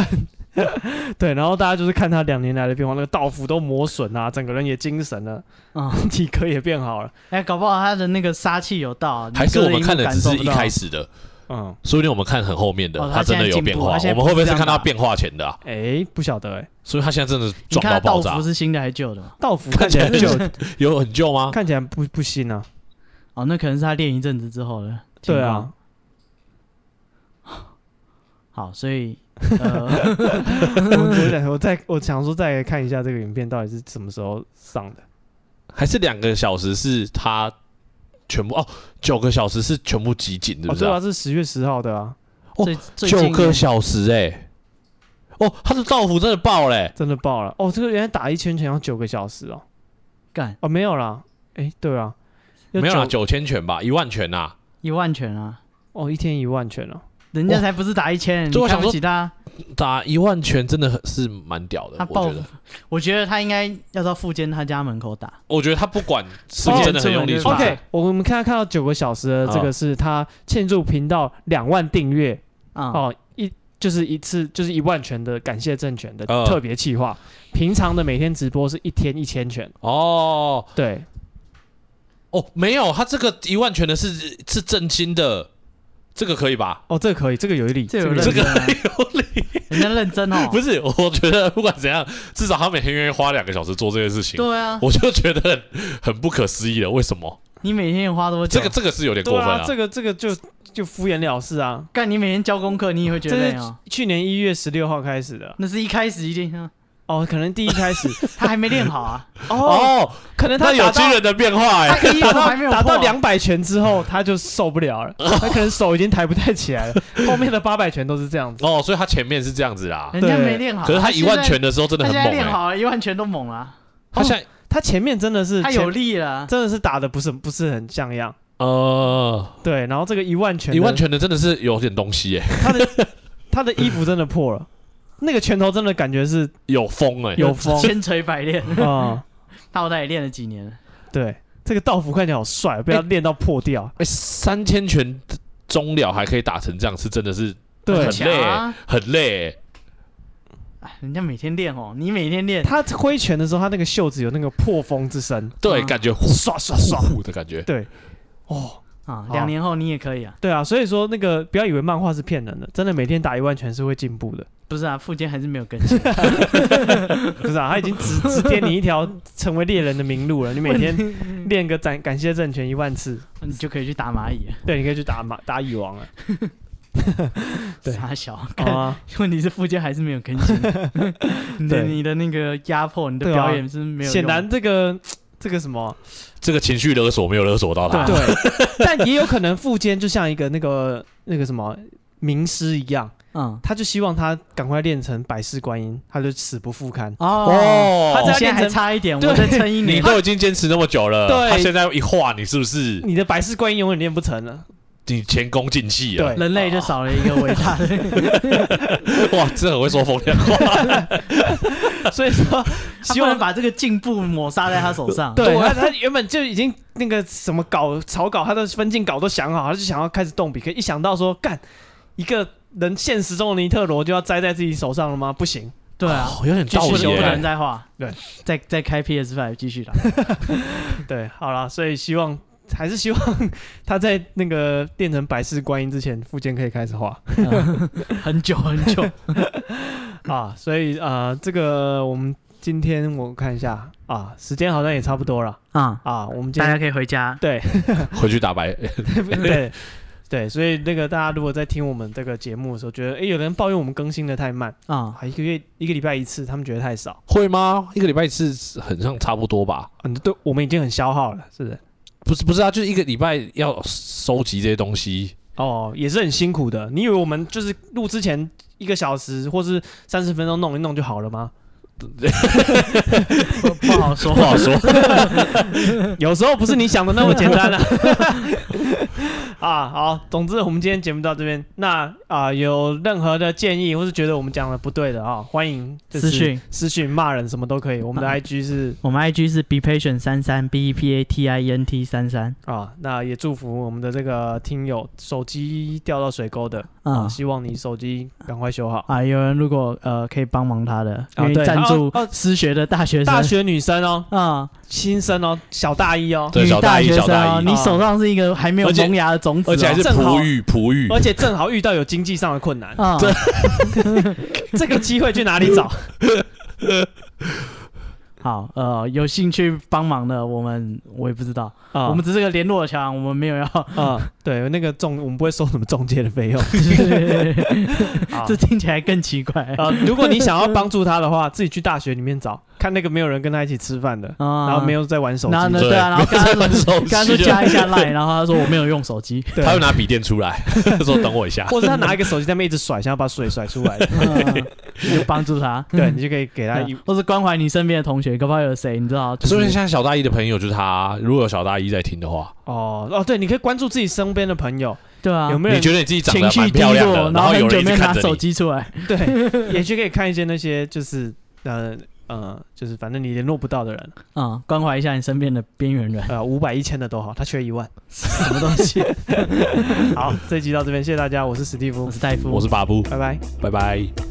[SPEAKER 1] 对，然后大家就是看他两年来的变化，那个道服都磨损啊，整个人也精神了，
[SPEAKER 3] 啊，
[SPEAKER 1] 体格也变好了，
[SPEAKER 3] 哎，搞不好他的那个杀气有到，啊你
[SPEAKER 2] 还是
[SPEAKER 3] 隔
[SPEAKER 2] 我
[SPEAKER 3] 着
[SPEAKER 2] 们
[SPEAKER 3] 荧幕
[SPEAKER 2] 看的
[SPEAKER 3] 感
[SPEAKER 2] 只
[SPEAKER 3] 受
[SPEAKER 2] 是
[SPEAKER 3] 不
[SPEAKER 2] 一
[SPEAKER 3] 到啊
[SPEAKER 2] 开始的，
[SPEAKER 1] 嗯，
[SPEAKER 2] 说不定我们看很后面的，
[SPEAKER 3] 哦他
[SPEAKER 2] 他真的
[SPEAKER 3] 现
[SPEAKER 2] 有
[SPEAKER 3] 在进步
[SPEAKER 2] 变化。
[SPEAKER 3] 他现在
[SPEAKER 2] 我们
[SPEAKER 3] 不
[SPEAKER 2] 会
[SPEAKER 3] 是
[SPEAKER 2] 不会是
[SPEAKER 3] 这样
[SPEAKER 2] 看到
[SPEAKER 3] 打
[SPEAKER 2] 变化前的、啊？
[SPEAKER 1] 哎，不晓得哎、
[SPEAKER 2] 所以他现在真的
[SPEAKER 3] 你
[SPEAKER 2] 撞
[SPEAKER 3] 看
[SPEAKER 2] 到
[SPEAKER 3] 他道
[SPEAKER 2] 爆炸
[SPEAKER 3] 服，是新的还是旧的嘛？
[SPEAKER 1] 道服看起来
[SPEAKER 2] 看
[SPEAKER 1] 很
[SPEAKER 2] 起
[SPEAKER 1] 旧
[SPEAKER 2] 来，有很旧吗？
[SPEAKER 1] 看起来不不新啊，
[SPEAKER 3] 哦，那可能是他练一阵子之后的。
[SPEAKER 1] 对啊，，
[SPEAKER 3] 好，所以呃，
[SPEAKER 1] 我我想我再我想说再看一下这个影片到底是什么时候上的。
[SPEAKER 2] 还是两个小时是他全部哦，九个小时是全部集锦，对
[SPEAKER 1] 哦，
[SPEAKER 2] 不对
[SPEAKER 1] 对
[SPEAKER 2] 啊
[SPEAKER 1] 啊，？是十月十号的啊，
[SPEAKER 2] 哦
[SPEAKER 3] 最最
[SPEAKER 2] 九
[SPEAKER 3] 近
[SPEAKER 2] 个小时哎、哦，他的道服真的爆欸嘞、
[SPEAKER 1] 真的爆了。哦，这个原来打一圈拳要九个小时哦。
[SPEAKER 3] 干
[SPEAKER 1] 哦，没有啦，哎，对啊，要
[SPEAKER 2] 没有啦，
[SPEAKER 1] 九
[SPEAKER 2] 九千拳吧，一万拳呐、
[SPEAKER 3] 一万拳啊，
[SPEAKER 1] 哦，一天一万拳哦，
[SPEAKER 3] 人家才不是打一千，
[SPEAKER 2] 就
[SPEAKER 3] 你
[SPEAKER 2] 我
[SPEAKER 3] 看
[SPEAKER 2] 想
[SPEAKER 3] 不
[SPEAKER 2] 说
[SPEAKER 3] 起他。
[SPEAKER 2] 打一万拳真的很是蛮屌的
[SPEAKER 3] 他，
[SPEAKER 2] 呃我
[SPEAKER 3] 报
[SPEAKER 2] 觉得。
[SPEAKER 3] 我觉得他应该要到富坚他家门口打。
[SPEAKER 2] 我觉得他不管是不是真的很用力出
[SPEAKER 3] 吧
[SPEAKER 1] OK，
[SPEAKER 2] 拳，
[SPEAKER 1] 我们看看到九个小时
[SPEAKER 2] 啊
[SPEAKER 1] 的这个是他庆祝频道两万订阅
[SPEAKER 3] 啊、
[SPEAKER 1] 哦，一就是一次就是一万拳的感谢政权的
[SPEAKER 2] 嗯
[SPEAKER 1] 特别企划。平常的每天直播是一天一千拳，
[SPEAKER 2] 哦
[SPEAKER 1] 对，
[SPEAKER 2] 哦，没有，他这个一万拳的是是正经的，这个可以吧？
[SPEAKER 1] 哦，这个可以，这个有理，
[SPEAKER 3] 这有认
[SPEAKER 1] 理
[SPEAKER 2] 这个
[SPEAKER 3] 真啊，
[SPEAKER 2] 有理，
[SPEAKER 3] 人家认真哦。
[SPEAKER 2] 不是？我觉得不管怎样，至少他每天愿意花两个小时做这件事情，
[SPEAKER 3] 对啊，
[SPEAKER 2] 我就觉得很很不可思议了。为什么？
[SPEAKER 3] 你每天花多久？
[SPEAKER 2] 这个这个是有点
[SPEAKER 1] 对
[SPEAKER 2] 过分
[SPEAKER 1] 啊，
[SPEAKER 2] 啊
[SPEAKER 1] 这。个这个就就敷衍了事啊。
[SPEAKER 3] 干，你每天交功课，你也会觉
[SPEAKER 1] 这
[SPEAKER 3] 得累
[SPEAKER 1] 是
[SPEAKER 3] 哦。
[SPEAKER 1] 去年一月十六号开始的
[SPEAKER 3] 那是一开始一定，嗯
[SPEAKER 1] 哦，可能第一开 始
[SPEAKER 3] 他还没练好啊。
[SPEAKER 1] 哦，
[SPEAKER 2] 哦，
[SPEAKER 1] 可能他
[SPEAKER 2] 那有
[SPEAKER 1] 打到
[SPEAKER 2] 惊人的变化哎、
[SPEAKER 3] 他 一
[SPEAKER 1] 打
[SPEAKER 3] 都还没有
[SPEAKER 1] 到打
[SPEAKER 3] 破啊
[SPEAKER 1] 到两百拳之后，他就受不 了了，他可能手已经抬不太起来了。后面的八百拳都是这样子。
[SPEAKER 2] 哦，所以他前面是这样子啦，
[SPEAKER 3] 人家没练好。
[SPEAKER 2] 可是他一万
[SPEAKER 3] 现
[SPEAKER 2] 拳的时候真
[SPEAKER 3] 在，
[SPEAKER 2] 的
[SPEAKER 3] 嗯他
[SPEAKER 2] 很猛
[SPEAKER 3] 现在
[SPEAKER 2] 哎、
[SPEAKER 3] 练好了，一万拳都猛了，
[SPEAKER 2] 他现在
[SPEAKER 1] 他前面真的欸是
[SPEAKER 3] 他
[SPEAKER 1] 前
[SPEAKER 3] 有力啊了。
[SPEAKER 1] 真的是打的不是不是很像样。
[SPEAKER 2] 呃，
[SPEAKER 1] 对，然后这个一万拳，
[SPEAKER 2] 一万，拳的真的是有点东西耶、欸
[SPEAKER 1] 他的衣服真的破 了，那个拳头真的感觉是
[SPEAKER 2] 有风哎、
[SPEAKER 1] 有风
[SPEAKER 3] 千锤百炼，
[SPEAKER 1] 啊、
[SPEAKER 3] 他好歹也练了几年了。
[SPEAKER 1] 对，这个道服看起来好
[SPEAKER 3] 哎
[SPEAKER 1] 帅，被他练到破掉。
[SPEAKER 2] 哎、三千拳中了还可以打成这样，是真的是
[SPEAKER 1] 对
[SPEAKER 2] 很，
[SPEAKER 3] 强
[SPEAKER 2] 累、
[SPEAKER 3] 啊
[SPEAKER 2] 很累、欸。
[SPEAKER 3] 哎，人家每天练哦，你每天练，
[SPEAKER 1] 他挥拳的时候，他那个袖子有那个破风之声，
[SPEAKER 2] 对，
[SPEAKER 3] 啊
[SPEAKER 2] 感觉呼
[SPEAKER 1] 唰唰唰。
[SPEAKER 2] 呼的感觉。
[SPEAKER 1] 对，哦，
[SPEAKER 3] 啊，
[SPEAKER 1] 好
[SPEAKER 3] 两年后你也可以啊。
[SPEAKER 1] 对啊，所以说那个不要以为漫画是骗人的，真的每天打一万拳是会进步的。
[SPEAKER 3] 不是啊，富坚还是没有更 新。
[SPEAKER 1] 不是啊，他已经 指指点你一条成为猎人的明路了。你每天练个感感谢政权一万次，
[SPEAKER 3] 你就可以去打蚂蚁了。
[SPEAKER 1] 对，你可以去打马打蚁王了。对
[SPEAKER 3] 傻小，
[SPEAKER 1] 好
[SPEAKER 3] 看
[SPEAKER 1] 啊，
[SPEAKER 3] 问题是附件还是没有更 新，你的
[SPEAKER 1] 对
[SPEAKER 3] 你的那个压迫，你的
[SPEAKER 1] 对啊
[SPEAKER 3] 表演是没有用。
[SPEAKER 1] 显然这个这个什么，
[SPEAKER 2] 这个情绪勒索没有勒索到他。
[SPEAKER 1] 对， 但也有可能富坚就像一个那个那个什么名师一样，
[SPEAKER 3] 嗯，
[SPEAKER 1] 他就希望他赶快练成百世观音，他就死不复刊。
[SPEAKER 3] 哦，
[SPEAKER 2] 哦，
[SPEAKER 1] 他
[SPEAKER 3] 我
[SPEAKER 1] 这样
[SPEAKER 3] 现在还
[SPEAKER 1] 练成
[SPEAKER 3] 差一点，
[SPEAKER 1] 对
[SPEAKER 3] 我再撑
[SPEAKER 2] 你
[SPEAKER 3] 一年。
[SPEAKER 2] 都已经坚持那么久了，
[SPEAKER 1] 对
[SPEAKER 2] 他现在一画你是不是
[SPEAKER 1] 你的百世观音永远练不成了。
[SPEAKER 2] 你前功尽弃了？
[SPEAKER 3] 人类就少了一个伟大的，
[SPEAKER 2] 哇，这很会说风凉话。
[SPEAKER 1] 所以说，
[SPEAKER 3] 他
[SPEAKER 1] 希
[SPEAKER 3] 不能
[SPEAKER 1] 望
[SPEAKER 3] 把这个进步抹杀在他手上。
[SPEAKER 1] 对他他原本就已经那个什么稿草稿，他的分镜稿都想好，他就想要开始动笔，可一想到说干一个人现实中的尼特罗就要栽在自己手上了吗？不行，
[SPEAKER 3] 对 啊，
[SPEAKER 2] 哦，有点
[SPEAKER 3] 继
[SPEAKER 2] 道
[SPEAKER 3] 续
[SPEAKER 2] 理
[SPEAKER 3] 修，不能
[SPEAKER 2] 耶。
[SPEAKER 3] 再画，
[SPEAKER 1] 对，
[SPEAKER 3] 再再开 PS Five 继续打。
[SPEAKER 1] 对，好啦，所以希望。还是希望 他在那个练成百世观音之前，附件可以开始画
[SPEAKER 2] 嗯
[SPEAKER 3] 很久很久，
[SPEAKER 1] 啊。所以啊、呃这个我们今天我看一下啊，时间好像也差不多了
[SPEAKER 3] 啊，
[SPEAKER 1] 啊。我们今
[SPEAKER 3] 大家
[SPEAKER 1] 天
[SPEAKER 3] 可以回家。
[SPEAKER 1] 对，
[SPEAKER 2] 回去打白，
[SPEAKER 1] 对对，所以那个大家如果在听我们这个节目的时候，觉得诶有人抱怨我们更新的太慢
[SPEAKER 3] 啊，
[SPEAKER 1] 啊，一个月一个礼拜一次，他们觉得太少，
[SPEAKER 2] 会吗？一个礼拜一次，很像差不多吧？
[SPEAKER 1] 嗯，对我们已经很消耗了，是不是？
[SPEAKER 2] 不是不是啊，就是一个礼拜要收集这些东西。
[SPEAKER 1] 哦，也是很辛苦的。你以为我们就是录之前一个小时或是三十分钟弄一弄就好了吗？
[SPEAKER 3] 不不好说
[SPEAKER 2] 不。好说，
[SPEAKER 1] 有时候不是你想的那么简单了 啊。好，总之我们今天节目到这边，那啊、有任何的建议或是觉得我们讲的不对的啊、欢迎就是
[SPEAKER 3] 私讯
[SPEAKER 1] 私讯骂人什么都可以，我们的
[SPEAKER 3] 啊
[SPEAKER 1] IG 是。
[SPEAKER 3] 我们 IG 是 be patient 三三 b e p a t i e n t 三三
[SPEAKER 1] 啊，那也祝福我们的这个听友手机掉到水沟的啊，
[SPEAKER 2] 哦
[SPEAKER 3] 啊
[SPEAKER 1] 希望你手机赶快修好。
[SPEAKER 3] 啊！有人如果呃可以帮忙他的，
[SPEAKER 2] 哦
[SPEAKER 3] 因为
[SPEAKER 1] 对
[SPEAKER 3] 赞助
[SPEAKER 1] 啊啊
[SPEAKER 3] 失学的大学生，
[SPEAKER 1] 大学女生哦，
[SPEAKER 3] 啊，
[SPEAKER 1] 新生哦，小大一哦，
[SPEAKER 2] 对
[SPEAKER 3] 女
[SPEAKER 2] 小大一
[SPEAKER 3] 学生
[SPEAKER 2] 小大
[SPEAKER 3] 哦，
[SPEAKER 2] 一
[SPEAKER 3] 你手上是一个还没有
[SPEAKER 2] 而且
[SPEAKER 3] 萌芽的种子哦，
[SPEAKER 2] 而且还是
[SPEAKER 1] 正好
[SPEAKER 2] 璞玉璞玉。
[SPEAKER 3] 哦
[SPEAKER 1] 而且正好遇到有经济上的困 难，
[SPEAKER 3] 啊，
[SPEAKER 2] 对
[SPEAKER 1] 这个机会去哪里 找？
[SPEAKER 3] 好，呃，有兴趣帮忙的，我们我也不知道，
[SPEAKER 1] 啊，
[SPEAKER 3] 我们只是个联络墙，我们 没有要，
[SPEAKER 1] 啊，对，那个中我们不会收什么中介的费用。 啊
[SPEAKER 3] 这听起来更奇怪
[SPEAKER 1] 啊，如果你想要帮助他的话，自己去大学里面 找，看那个没有人跟他一起吃饭的，
[SPEAKER 3] 啊
[SPEAKER 1] 然后没， 有在玩手机
[SPEAKER 3] 然后
[SPEAKER 1] 的，
[SPEAKER 3] 呢，
[SPEAKER 2] 对
[SPEAKER 3] 对 啊，然后跟他
[SPEAKER 2] 没有在玩手
[SPEAKER 3] 说，
[SPEAKER 2] 机
[SPEAKER 3] 跟他说加一下 line，然后他说我没有用 手机，
[SPEAKER 1] 对
[SPEAKER 2] 他又拿笔电出来， 说等我一下。
[SPEAKER 1] 或者他拿一个手机在那边一直甩，想要把水甩出 来，
[SPEAKER 3] 嗯就帮 助他，
[SPEAKER 1] 对你就可以给他
[SPEAKER 3] 对啊
[SPEAKER 1] 一
[SPEAKER 3] 或是关怀你身边的同学，搞不好有谁你知道，就
[SPEAKER 2] 所以
[SPEAKER 3] 是
[SPEAKER 2] 现在小大一的朋友就是他，如果有小大一在听的话，
[SPEAKER 1] 哦哦，对，你可以关注自己身边的朋友，
[SPEAKER 3] 对啊，
[SPEAKER 1] 有没有
[SPEAKER 2] 你
[SPEAKER 1] 人
[SPEAKER 2] 觉得你自己长得
[SPEAKER 3] 情绪
[SPEAKER 2] 蛮
[SPEAKER 3] 低
[SPEAKER 2] 漂亮
[SPEAKER 3] 落
[SPEAKER 2] 的，，
[SPEAKER 3] 然后
[SPEAKER 2] 有
[SPEAKER 3] 很久
[SPEAKER 2] 人一
[SPEAKER 3] 没
[SPEAKER 2] 直
[SPEAKER 3] 有拿
[SPEAKER 2] 看着
[SPEAKER 3] 手
[SPEAKER 2] 你，
[SPEAKER 3] 机出 来，
[SPEAKER 1] 对，也去可以看一些那些就是呃呃，就是反正你联络不到的人，
[SPEAKER 3] 嗯，关怀一下你身边的边缘人，
[SPEAKER 1] 呃，五百一千的都好，他缺一万。
[SPEAKER 3] 什么东 西？
[SPEAKER 1] 好，这一集到这边，谢谢大家，我是史蒂夫
[SPEAKER 3] 我，是戴夫，
[SPEAKER 2] 我是巴布，
[SPEAKER 1] 拜拜。
[SPEAKER 2] 拜拜。